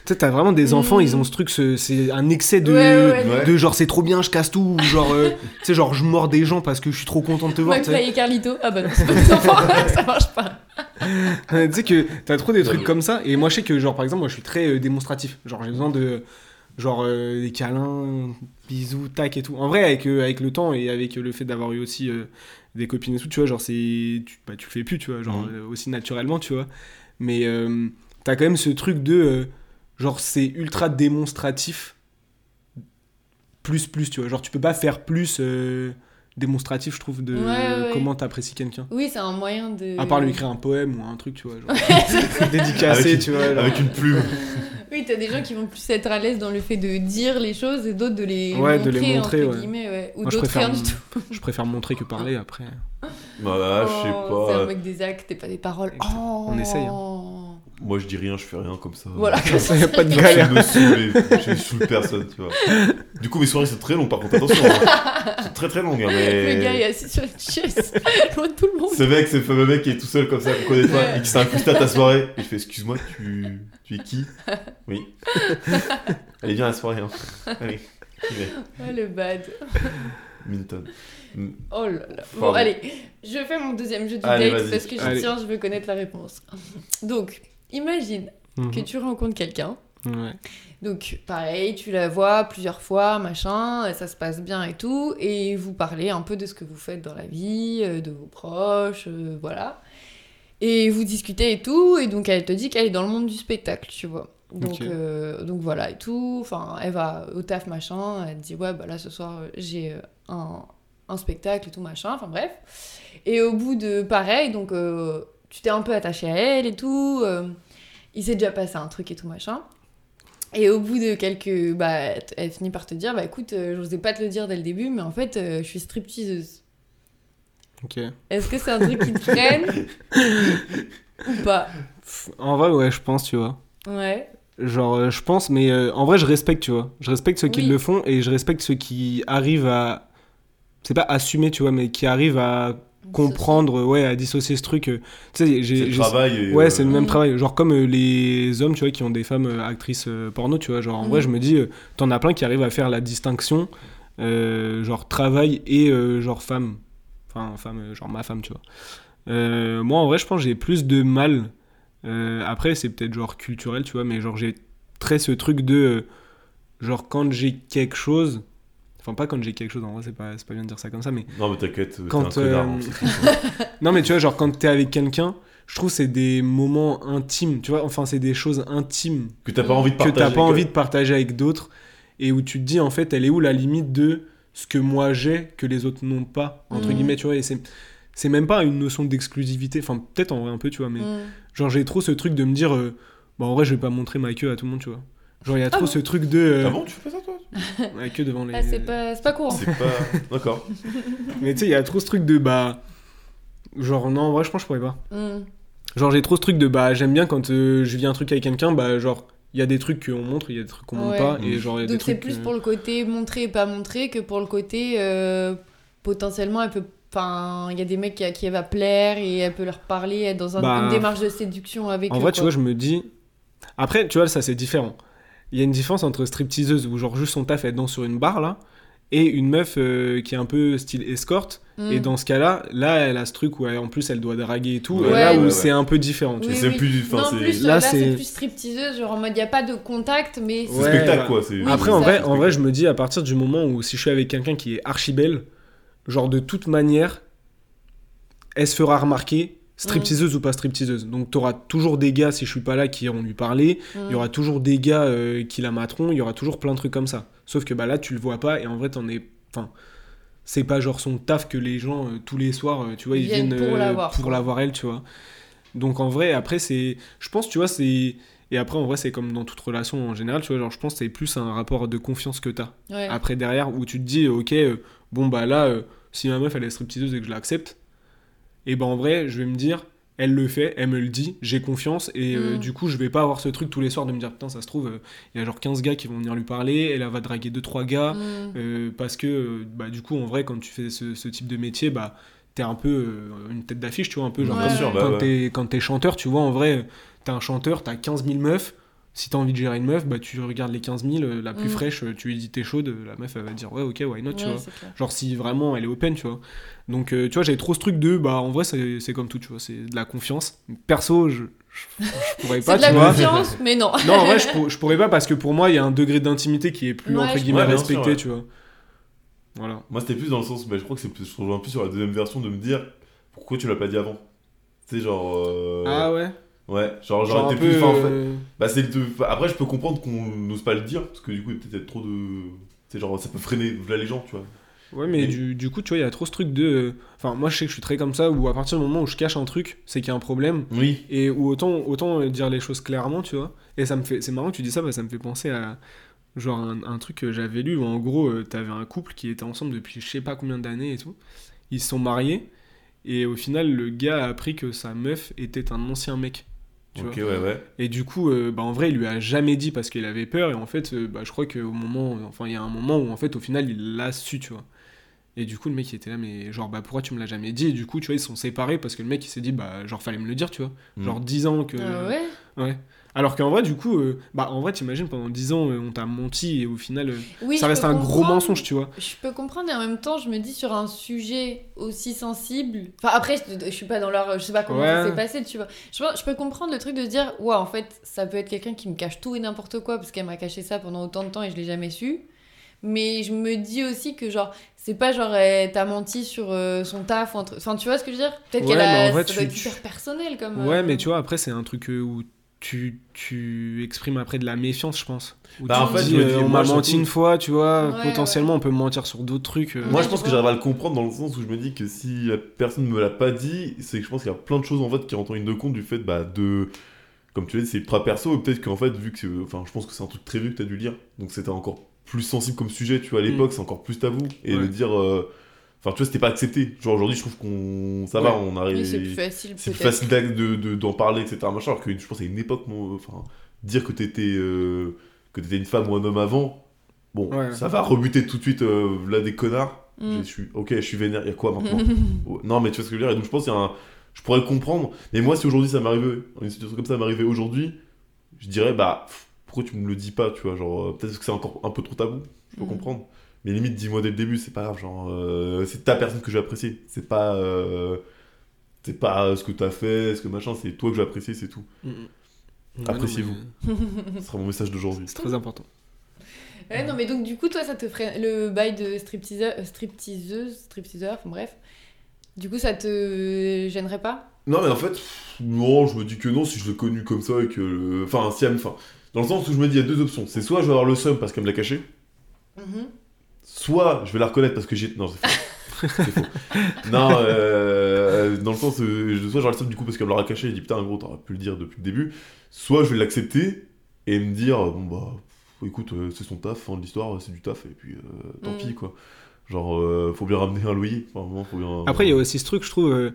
Tu sais, t'as vraiment des Mm. enfants, ils ont ce truc, ce- c'est un excès de. Ouais, ouais, ouais. Ouais. De genre, c'est trop bien, je casse tout, ou genre, euh, *laughs* tu sais, genre, je mords des gens parce que je suis trop content de te voir. Tu sais. McFly et Carlito, ah bah non, c'est pas *laughs* des enfants, *laughs* ça marche pas. Tu sais que t'as trop des trucs comme ça, et moi, je sais que, genre, par exemple, moi, je suis très euh, démonstratif. Genre, j'ai besoin de. Genre, euh, des câlins, bisous, tac et tout. En vrai, avec, euh, avec le temps et avec euh, le fait d'avoir eu aussi euh, des copines et tout, tu vois, genre, c'est. Tu, bah, tu le fais plus, tu vois, genre, Mhm. euh, aussi naturellement, tu vois. Mais euh, t'as quand même ce truc de. euh, genre, c'est ultra démonstratif. Plus, plus, tu vois. Genre, tu peux pas faire plus euh, démonstratif, je trouve, de Ouais, ouais. comment t'apprécies quelqu'un. Oui, c'est un moyen de. À part lui écrire un poème ou un truc, tu vois. *laughs* Genre, dédicacé, Avec- tu vois. genre. Avec une plume. Oui, t'as des gens qui vont plus être à l'aise dans le fait de dire les choses et d'autres de les Ouais, montrer, de les montrer, entre ouais. guillemets, ouais. ou Moi, je d'autres préfère, rien du tout. je préfère montrer que parler après. Voilà, Ah, je sais Oh, C'est pas. un mec des actes et pas des paroles. Exact. Oh. On essaye, hein. Moi, je dis rien, je fais rien comme ça. *laughs* Voilà. *laughs* Ça, y *laughs* a pas de Je galère. me saoule, je me saoule personne, tu vois. Du coup, mes soirées, c'est très long, par contre, attention. *laughs* hein. C'est très très long, hein, mais. Le gars est assis sur une chaise, *laughs* loin de tout le monde. Ce mec, ce fameux mec qui est tout seul comme ça, qu'on connaît pas, Ouais. et qui s'incruste à ta soirée. Et je fais, excuse-moi, tu... tu es qui Oui. *laughs* Allez, viens à la soirée. Hein. Allez. j'y vais. Ouais, Ah, le bad. Minton. Oh là là. Bon, Pardon. allez, je fais mon deuxième jeu du Allez, date vas-y. parce que je Allez. tiens, je veux connaître la réponse. Donc, imagine Mhm. que tu rencontres quelqu'un. Mhm. Ouais. Donc, pareil, tu la vois plusieurs fois, machin, et ça se passe bien et tout, et vous parlez un peu de ce que vous faites dans la vie, euh, de vos proches, euh, voilà. Et vous discutez et tout, et donc elle te dit qu'elle est dans le monde du spectacle, tu vois. Donc, Ok. euh, donc voilà, et tout. Enfin, elle va au taf, machin, elle te dit, ouais, bah là, ce soir, euh, j'ai euh, un, un spectacle et tout, machin, enfin bref. Et au bout de pareil, donc euh, tu t'es un peu attaché à elle et tout, euh, il s'est déjà passé un truc et tout, machin. Et au bout de quelques. Bah, elle- elle finit par te dire Bah écoute, euh, j'osais pas te le dire dès le début, mais en fait, euh, je suis stripteaseuse. Ok. Est-ce que c'est un truc qui te *laughs* freine Ou pas Pff, En vrai, ouais, je pense, tu vois. Ouais. Genre, euh, je pense, mais euh, en vrai, je respecte, tu vois. Je respecte ceux qui Oui. le font et je respecte ceux qui arrivent à. C'est pas assumer, tu vois, mais qui arrivent à comprendre, euh, ouais, à dissocier ce truc. euh. Tu sais, C'est j'ai. le j'ai- travail. et, Ouais, euh, c'est le même Mhm. travail. Genre comme euh, les hommes, tu vois, qui ont des femmes euh, actrices euh, porno, tu vois. Genre en vrai, Mhm. je me dis, euh, t'en as plein qui arrivent à faire la distinction, euh, genre travail et euh, genre femme. Enfin, femme, euh, genre ma femme, tu vois. Euh, moi, en vrai, je pense que j'ai plus de mal. Euh, après, c'est peut-être genre culturel, tu vois, mais genre j'ai très ce truc de. euh, genre quand j'ai quelque chose. Enfin, pas quand j'ai quelque chose, en vrai, c'est pas, c'est pas bien de dire ça comme ça, mais Non, mais t'inquiète, t'es un Quand, euh, connard. hein, c'est tout. non, mais tu vois, genre quand t'es avec quelqu'un, je trouve que c'est des moments intimes, tu vois, enfin c'est des choses intimes Que t'as pas envie de partager. que t'as pas quoi. envie de partager avec d'autres et où tu te dis en fait, elle est où la limite de ce que moi j'ai que les autres n'ont pas, entre Mhm. guillemets, tu vois, et c'est. C'est même pas une notion d'exclusivité, enfin peut-être en vrai un peu, tu vois, mais Mm. genre j'ai trop ce truc de me dire, euh, bah en vrai je vais pas montrer ma queue à tout le monde, tu vois. Genre il y a Ah trop bon ce truc de euh, Ah bon, tu fais ça, toi la queue devant les. Ah, c'est pas, c'est pas courant. C'est pas. *laughs* D'accord. Mais tu sais, il y a trop ce truc de bah. Genre non, en vrai je pense que je pourrais pas. Mm. Genre j'ai trop ce truc de bah j'aime bien quand euh, je vis un truc avec quelqu'un bah genre il y a des trucs qu'on montre, il y a des trucs qu'on Ouais. montre pas et genre il y a des Donc c'est trucs plus euh, pour le côté montrer et pas montrer que pour le côté euh, potentiellement elle peut. Enfin, il y a des mecs qui- à qui elle va plaire et elle peut leur parler, être dans un- Bah, une démarche de séduction avec En eux. vrai, tu quoi. vois, je me dis Après, tu vois, ça c'est différent. Il y a une différence entre stripteaseuse où genre juste son taf elle danse sur une barre là et une meuf euh, qui est un peu style escorte. Mm. Et dans ce cas-là, là elle a ce truc où elle- en plus elle doit draguer et tout. Ouais, et là ouais, où ouais. c'est un peu différent. Tu Oui, vois. c'est oui. plus. enfin, non, en c'est- plus, là, là, c'est c'est- plus stripteaseuse, genre en mode, il n'y a pas de contact, mais C'est Ouais, spectacle voilà. quoi. c'est- euh, Oui, Après, en ça. vrai, en vrai, je me dis à partir du moment où si je suis avec quelqu'un qui est archi belle, genre de toute manière, elle se fera remarquer, stripteaseuse ou pas stripteaseuse. Donc, t'auras toujours des gars, si je suis pas là, qui iront lui parler. c'est- Il y aura toujours des gars euh, qui la materont. Il y aura toujours plein de trucs comme ça. Sauf que bah là, tu le vois pas et en vrai, t'en es. Enfin, c'est pas genre son taf que les gens euh, tous les soirs, euh, tu vois, ils viennent, pour euh, la voir, pour quoi. la voir elle, tu vois. Donc en vrai, après c'est, je pense, tu vois, c'est et après en vrai c'est comme dans toute relation en général, tu vois, genre je pense que c'est plus un rapport de confiance que t'as. Mm. Ouais. Après derrière où tu te dis, ok, euh, bon bah là, euh, si ma meuf elle est stripteaseuse et que je l'accepte, et ben en vrai je vais me dire, elle le fait, elle me le dit, j'ai confiance et euh, Mm. du coup je vais pas avoir ce truc tous les soirs de me dire putain ça se trouve euh, il y a genre 15 gars qui vont venir lui parler, elle elle va draguer 2-3 gars. Mm. Euh, parce que euh, bah, du coup en vrai quand tu fais ce, ce type de métier bah t'es un peu euh, une tête d'affiche tu vois un peu genre Ouais. comme Bien sûr, bah quand ouais. t'es quand t'es chanteur tu vois en vrai euh, t'es un chanteur t'as 15 000 meufs si t'as envie de gérer une meuf bah tu regardes les 15 000 euh, la plus Mm. fraîche euh, tu lui dis t'es chaude euh, la meuf elle va dire ouais ok why not tu Ouais, vois c'est clair. genre si vraiment elle est open tu vois donc euh, tu vois j'avais trop ce truc de bah en vrai c'est c'est comme tout tu vois c'est de la confiance perso je, je, je *laughs* pourrais C'est pas de tu la vois confiance, mais non. non, en vrai, je, pour- je pourrais pas parce que pour moi, il y a un degré d'intimité qui est plus Ouais, entre je guillemets comprends. Ouais, bien sûr, respecté, ouais. tu vois. Voilà. Moi, c'était plus dans le sens, bah, je crois que c'est plus, je rejoins plus sur la deuxième version de me dire pourquoi tu l'as pas dit avant. Tu sais, genre. euh, Ah ouais. ouais, genre, Genre genre, un t'es peu. plus. enfin, en fait- euh, bah, c'est de- enfin, Après, je peux comprendre qu'on n'ose pas le dire, parce que du coup, il y a peut-être trop de. Tu sais, genre, ça peut freiner là, les gens, tu vois. Ouais, mais Mais- du, du coup, tu vois, il y a trop ce truc de. euh, Enfin, moi, je sais que je suis très comme ça où à partir du moment où je cache un truc, c'est qu'il y a un problème. Oui. Et où autant, autant euh, dire les choses clairement, tu vois. Et ça me fait. C'est marrant que tu dis ça, parce que ça me fait penser à. Genre un, un truc que j'avais lu où en gros, euh, t'avais un couple qui était ensemble depuis je sais pas combien d'années et tout. Ils se sont mariés. Et au final, le gars a appris que sa meuf était un ancien mec. Tu vois ok, ouais, ouais. Et du coup, euh, bah, en vrai, il lui a jamais dit parce qu'il avait peur. Et en fait, euh, bah, je crois qu'au moment, enfin, il y a un moment où en fait, au final, il l'a su, tu vois. Et du coup, le mec il était là, mais genre, bah pourquoi tu me l'as jamais dit Et du coup, tu vois, ils se sont séparés parce que le mec il s'est dit, bah genre, fallait me le dire, tu vois. Mm. Genre 10 *laughs* ans que. Ah ouais. Ouais. Alors qu'en vrai, du coup, euh, bah en vrai, t'imagines pendant 10 ans, euh, on t'a menti et au final, euh, Oui, ça je reste peux un gros comprendre. mensonge, tu vois. Je peux comprendre et en même temps, je me dis sur un sujet aussi sensible. Enfin, après, je, je suis pas dans leur. Je sais pas comment ça Ouais. s'est passé, tu vois. Je, pense- je peux comprendre le truc de se dire Ouais, en fait, ça peut être quelqu'un qui me cache tout et n'importe quoi parce qu'elle m'a caché ça pendant autant de temps et je l'ai jamais su. Mais je me dis aussi que, genre, c'est pas genre eh, t'as menti sur euh, son taf. ou un truc- Enfin, tu vois ce que je veux dire Peut-être Ouais, qu'elle mais a. en vrai, ça doit tu- être hyper personnel comme. euh, Ouais, mais tu vois, après, c'est un truc euh, où tu, tu exprimes après de la méfiance, je pense. Où Bah, tu en fait, dis, je me dis, euh, on moi, m'a menti surtout- une fois, tu vois, Ouais, potentiellement, on peut me mentir sur d'autres trucs. euh. Moi, Ouais, je pense tu que vois. j'arrive à le comprendre dans le sens où je me dis que si la personne me l'a pas dit, c'est que je pense qu'il y a plein de choses en fait qui rentrent en ligne de compte du fait bah, de. Comme tu l'as dit, c'est ultra perso, et peut-être qu'en fait, vu que c'est. Enfin, je pense que c'est un truc très vieux que t'as dû lire, donc c'était encore plus sensible comme sujet, tu vois, à l'époque, c'est encore plus tabou, et Mm. Ouais. de dire. euh, Enfin, tu vois, c'était pas accepté. Genre aujourd'hui, je trouve qu'on. Ça va, Ouais. on Oui, arrive. c'est plus facile c'est plus peut-être. facile d'ac- de- de- d'en parler, etc. Machin, alors que je pense à une époque, mon- enfin, dire que t'étais euh, que t'étais une femme ou un homme avant, bon, Ouais. ça va rebuter tout de suite euh, là des connards. Mm. Je suis, ok, je suis vénère, il y a quoi maintenant Ouais, Non, mais tu vois ce que je veux dire, et donc je pense qu'il y a un. Je pourrais le comprendre, mais moi, si aujourd'hui ça m'arrivait, une situation comme ça m'arrivait aujourd'hui, je dirais, bah, pff, pourquoi tu me le dis pas, tu vois, genre, euh, peut-être que c'est encore un peu trop tabou, je peux Mm. comprendre. Mais limite, dis-moi dès le début, c'est pas grave, genre, euh, c'est ta personne que je vais apprécier, c'est pas. euh, c'est pas euh, ce que t'as fait, ce que machin, c'est toi que je vais apprécier, c'est tout. Mm. Ouais, Appréciez-vous. non, mais Ce sera mon message d'aujourd'hui. C'est très important. *laughs* Ouais, non, mais donc du coup, toi, ça te ferait le bail de stripteaseur, euh, stripteaseuse, stripteaseur, enfin, bref. Du coup, ça te gênerait pas Non, mais en fait, pff, non, je me dis que non, si je l'ai connu comme ça et que. le- Enfin, si elle me. Enfin, dans le sens où je me dis, il y a deux options. C'est soit je vais avoir le seum parce qu'elle me l'a caché, Mm-hmm. soit je vais la reconnaître parce que j'ai. Non, c'est faux. c'est faux. Non, euh, euh, dans le sens, euh, je- soit j'aurai le seum du coup parce qu'elle me l'aura caché et je dis putain, gros, t'aurais pu le dire depuis le début, soit je vais l'accepter et me dire, bon bah, pff, écoute, euh, c'est son taf, fin de l'histoire, c'est du taf, et puis euh, tant Mm. pis quoi. Genre, euh, faut bien ramener un loyer. Enfin, vraiment, faut bien... Après, il y a aussi ce truc, je trouve, euh,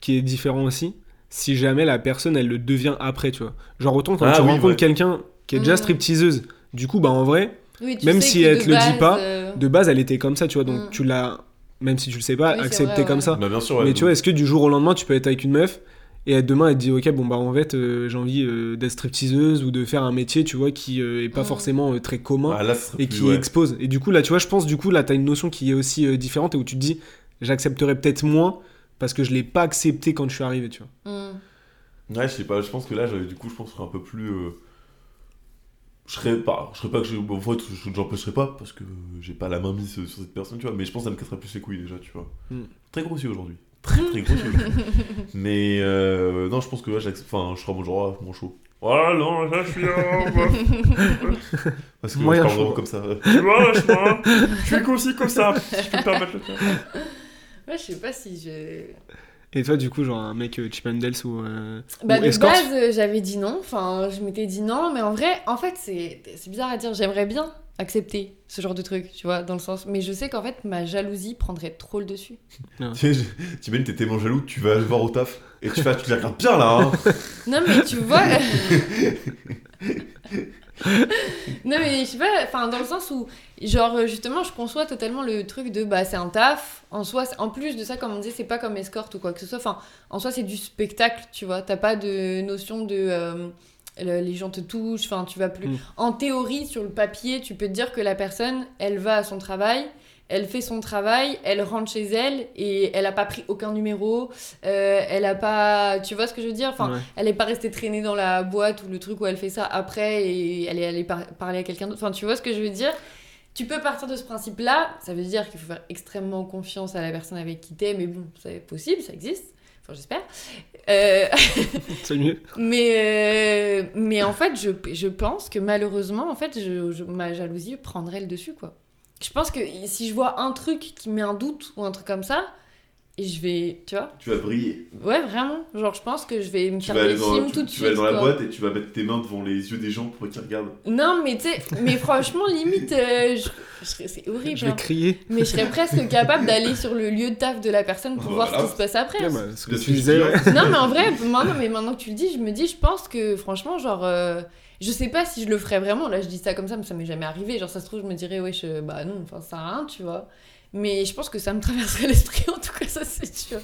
qui est différent aussi. Si jamais la personne, elle le devient après, tu vois. Genre, autant quand Ah tu oui, rencontres ouais. quelqu'un qui est déjà Mm. stripteaseuse, du coup, bah en vrai, Oui, Même si elle que te de le dit pas, euh, de base, elle était comme ça, tu vois. Donc, Mm. tu l'as, même si tu le sais pas, Oui, c'est accepté vrai, comme ouais. ça. Bah, bien sûr, ouais, mais donc- tu vois, est-ce que du jour au lendemain, tu peux être avec une meuf Et demain, elle te dit, ok, bon, bah en fait, euh, j'ai envie euh, d'être stripteaseuse ou de faire un métier, tu vois, qui euh, est pas Mm. forcément euh, très commun Ah, là, ce serait et plus- qui ouais. expose. Et du coup, là, tu vois, je pense, du coup, là, t'as une notion qui est aussi euh, différente et où tu te dis, j'accepterai peut-être moins parce que je l'ai pas accepté quand je suis arrivé, tu vois. Mm. Ouais, je sais pas, je pense que là, je- du coup, je pense que je serais un peu plus. euh, Je serais pas, je serais pas que je. bon, En fait, je- j'empêcherais pas parce que j'ai pas la main mise sur cette personne, tu vois, mais je pense que ça me casserait plus les couilles déjà, tu vois. Mm. Très grossier aujourd'hui. Hmm. Très très grossier aujourd'hui. mais euh, non, je pense que là, j'accepte. Enfin, je serais mon genre, mon chaud. Oh non, lâche-moi bah. Parce que moi, je Moyen parle chaud. vraiment comme ça. *laughs* Tu vois, lâche-moi Je suis aussi comme ça, si je peux me permettre le faire. Ouais, je sais pas si je. Et toi, du coup, genre un mec euh, Chip and Dale ou, euh, Bah, ou de escort base, euh, j'avais dit non. Enfin, je m'étais dit non, mais en vrai, en fait, c'est c'est bizarre à dire. J'aimerais bien accepter ce genre de truc, tu vois, dans le sens. Mais je sais qu'en fait, ma jalousie prendrait trop le dessus. Tu sais, je- T'imagines, t'es tellement jaloux, tu vas le voir au taf et tu fais, ah, tu la regardes bien là, hein. Non, mais tu vois. non, mais je sais pas, enfin, dans le sens où, genre, euh, justement, je conçois totalement le truc de bah, c'est un taf. En soi, c'est- en plus de ça, comme on disait, c'est pas comme escorte ou quoi que ce soit. Enfin, en soi, c'est du spectacle, tu vois. T'as pas de notion de. euh, le- les gens te touchent, enfin, tu vas plus. Mm. En théorie, sur le papier, tu peux te dire que la personne, elle va à son travail. Elle fait son travail, elle rentre chez elle et elle a pas pris aucun numéro, euh, elle a pas, tu vois ce que je veux Oh. dire, enfin, Ouais. elle est pas restée traînée dans la boîte ou le truc où elle fait ça après et elle est allée par- parler à quelqu'un d'autre. Enfin, tu vois ce que je veux dire Tu peux partir de ce principe-là. Ça veut dire qu'il faut faire extrêmement confiance à la personne avec qui t'es, mais bon, c'est possible, ça existe. Enfin, j'espère. Euh, *laughs* C'est *laughs* mieux. mais, euh, mais en fait, je, je pense que malheureusement, en fait, je, je- ma jalousie prendrait le dessus, quoi. Je pense que si je vois un truc qui met un doute ou un truc comme ça, et je vais, tu vois, Tu vas briller. ouais, vraiment. Genre, je pense que je vais me Tu faire vas, aller des dans, films tu- tout de tu suite. vas aller dans la quoi. boîte et tu vas mettre tes mains devant les yeux des gens pour qu'ils regardent. Non, mais tu sais, mais franchement, limite, euh, je- je serais- c'est horrible. Je vais hein. crier. Mais je serais presque capable d'aller sur le lieu de taf de la personne pour Bah voir ce voilà. qui se passe après. Ouais, bah, ce que Le tu switch disais, direct. non, mais en vrai, maintenant, mais maintenant que tu le dis, je me dis, je pense que franchement, genre, euh, je sais pas si je le ferais vraiment. Là, je dis ça comme ça, mais ça m'est jamais arrivé. Genre, ça se trouve, je me dirais, ouais, je- bah non, enfin, ça a rien, tu vois. Mais je pense que ça me traverserait *laughs* l'esprit, en tout cas, ça c'est sûr.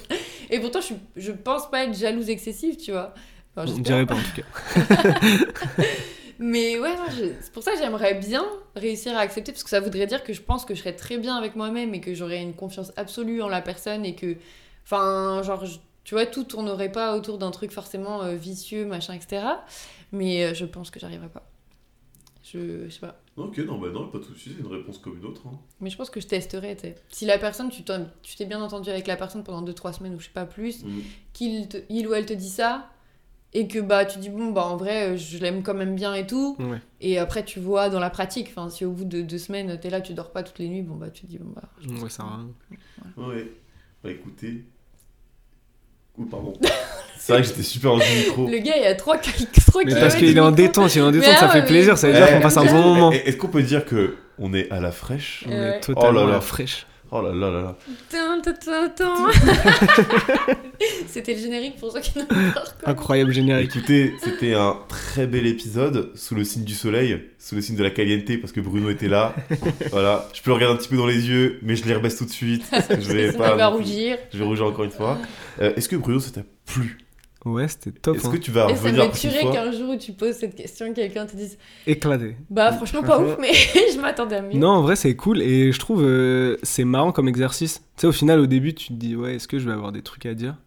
Et pourtant, je, suis- je pense pas être jalouse excessive, tu vois. Enfin, on j'espère. dirait pas en tout *laughs* cas. Mais ouais, ouais, je- c'est pour ça que j'aimerais bien réussir à accepter, parce que ça voudrait dire que je pense que je serais très bien avec moi-même et que j'aurais une confiance absolue en la personne et que, enfin, genre, je- tu vois, tout tournerait pas autour d'un truc forcément euh, vicieux, machin, etc. Mais euh, je pense que j'arriverai pas. Je, je sais pas. Non, ok, non, bah non, pas de soucis, c'est une réponse comme une autre. hein. Mais je pense que je testerais, tu sais. Si la personne, tu t'en- tu t'es bien entendu avec la personne pendant 2-3 semaines ou je sais pas plus, Mm. qu'il te- il ou elle te dit ça et que bah tu dis bon bah en vrai euh, je l'aime quand même bien et tout Ouais. et après tu vois dans la pratique enfin si au bout de deux semaines t'es là tu dors pas toutes les nuits bon bah tu te dis bon bah je pense Ouais, que- ça sert à rien. Ouais. Bah écoutez. Oh, Ou pardon. *laughs* c'est vrai que j'étais super dans le micro. le gars il a trois qui- trois Mais kilomètres parce qu'il est en de micro. détente, il est en détente, Mais ça ah, fait mais- plaisir, ça veut dire Eh, qu'on passe un comme bon ça. moment. Eh, Est-ce qu'on peut dire que on est à la fraîche On Ouais. est totalement Oh là à là. la fraîche. Oh là là là là. Tin, tin, tin, tin. c'était le générique pour ceux qui n'ont pas reconnu Incroyable générique. Écoutez, c'était un très bel épisode sous le signe du soleil, sous le signe de la caliente parce que Bruno était là. *laughs* voilà, je peux le regarder un petit peu dans les yeux, mais je les rebaisse tout de *laughs* suite. parce que je vais Sinon, il va pas. rougir Je vais rougir encore une fois. Euh, Est-ce que Bruno, ça t'a plu Ouais, c'était top. Est-ce hein. que tu vas et ça revenir la me prochaine tuerait fois qu'un jour où tu poses cette question quelqu'un te dise Éclaté. bah franchement pas ouf mais *laughs* je m'attendais à mieux Non, en vrai, c'est cool et je trouve euh, c'est marrant comme exercice. Tu sais, au final, au début, tu te dis, ouais, est-ce que je vais avoir des trucs à dire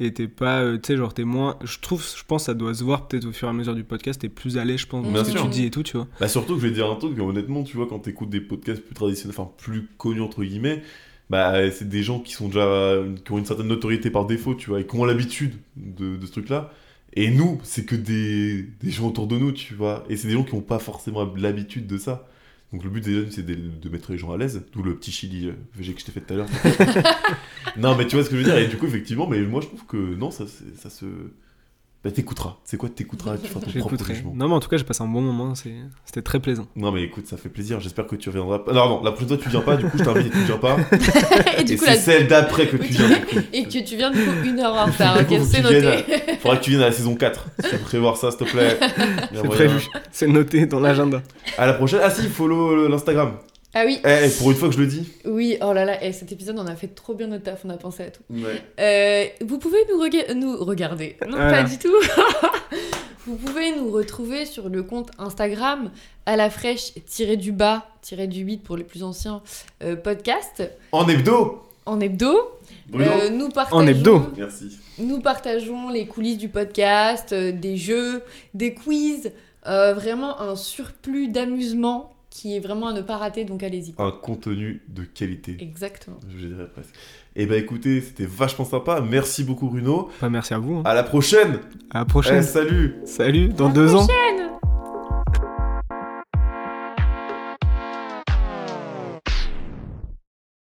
Et t'es pas, euh, tu sais, genre, t'es moins. Je trouve, je pense, ça doit se voir peut-être au fur et à mesure du podcast, t'es plus à l'aise, je pense, dans Bien ce que sûr. tu dis et tout, tu vois. Bah surtout que je vais dire un truc, honnêtement, tu vois, quand t'écoutes des podcasts plus traditionnels, enfin plus connus entre guillemets, bah c'est des gens qui sont déjà, qui ont une certaine notoriété par défaut, tu vois, et qui ont l'habitude de, de ce truc-là. Et nous, c'est que des, des gens autour de nous, tu vois, et c'est des gens qui n'ont pas forcément l'habitude de ça. Donc le but déjà, c'est de, de mettre les gens à l'aise, d'où le petit chili euh, VG que je t'ai fait tout à l'heure. non, mais tu vois ce que je veux dire, et du coup, effectivement, mais moi je trouve que non, ça, c'est- ça se... Bah t'écouteras, c'est quoi t'écouteras, tu feras ton propre J'écouterai. jugement. Ah Non, mais en tout cas, j'ai passé un bon moment, c'est- c'était très plaisant. Non mais écoute, ça fait plaisir, j'espère que tu reviendras pas. Non, non, la prochaine fois tu viens pas, du coup je t'invite et tu viens pas. *laughs* et du et coup c'est la celle d'après que tu viens. du coup. et que tu viens du coup une heure en retard Du coup, ok faut que c'est tu viennes noté Faudra que tu viennes à la saison 4. Je peux prévoir ça s'il te plaît. Bien, *laughs* C'est voilà. prévu, c'est noté dans l'agenda. À la prochaine. Ah si, follow le- l'Instagram. *laughs* Ah oui, Eh, pour une fois que je le dis. oui, oh là là, eh, cet épisode, on a fait trop bien notre taf, on a pensé à tout. Ouais. Euh, vous pouvez nous, rega- nous regarder. Non, pas Voilà. du tout. *laughs* vous pouvez nous retrouver sur le compte Instagram à la fraîche tiré du bas, tiré du 8 pour les plus anciens euh, podcast En hebdo en hebdo. Bruno Euh, nous partageons, hebdo. Merci. Nous partageons les coulisses du podcast, euh, des jeux, des quiz, euh, vraiment un surplus d'amusement qui est vraiment à ne pas rater, donc allez-y. Un contenu de qualité. Exactement. Je dirais presque. Et bah écoutez, c'était vachement sympa. Merci beaucoup Bruno. Enfin, merci à vous. hein. À la prochaine. À la prochaine. Eh, salut. Salut, dans À la deux ans. prochaine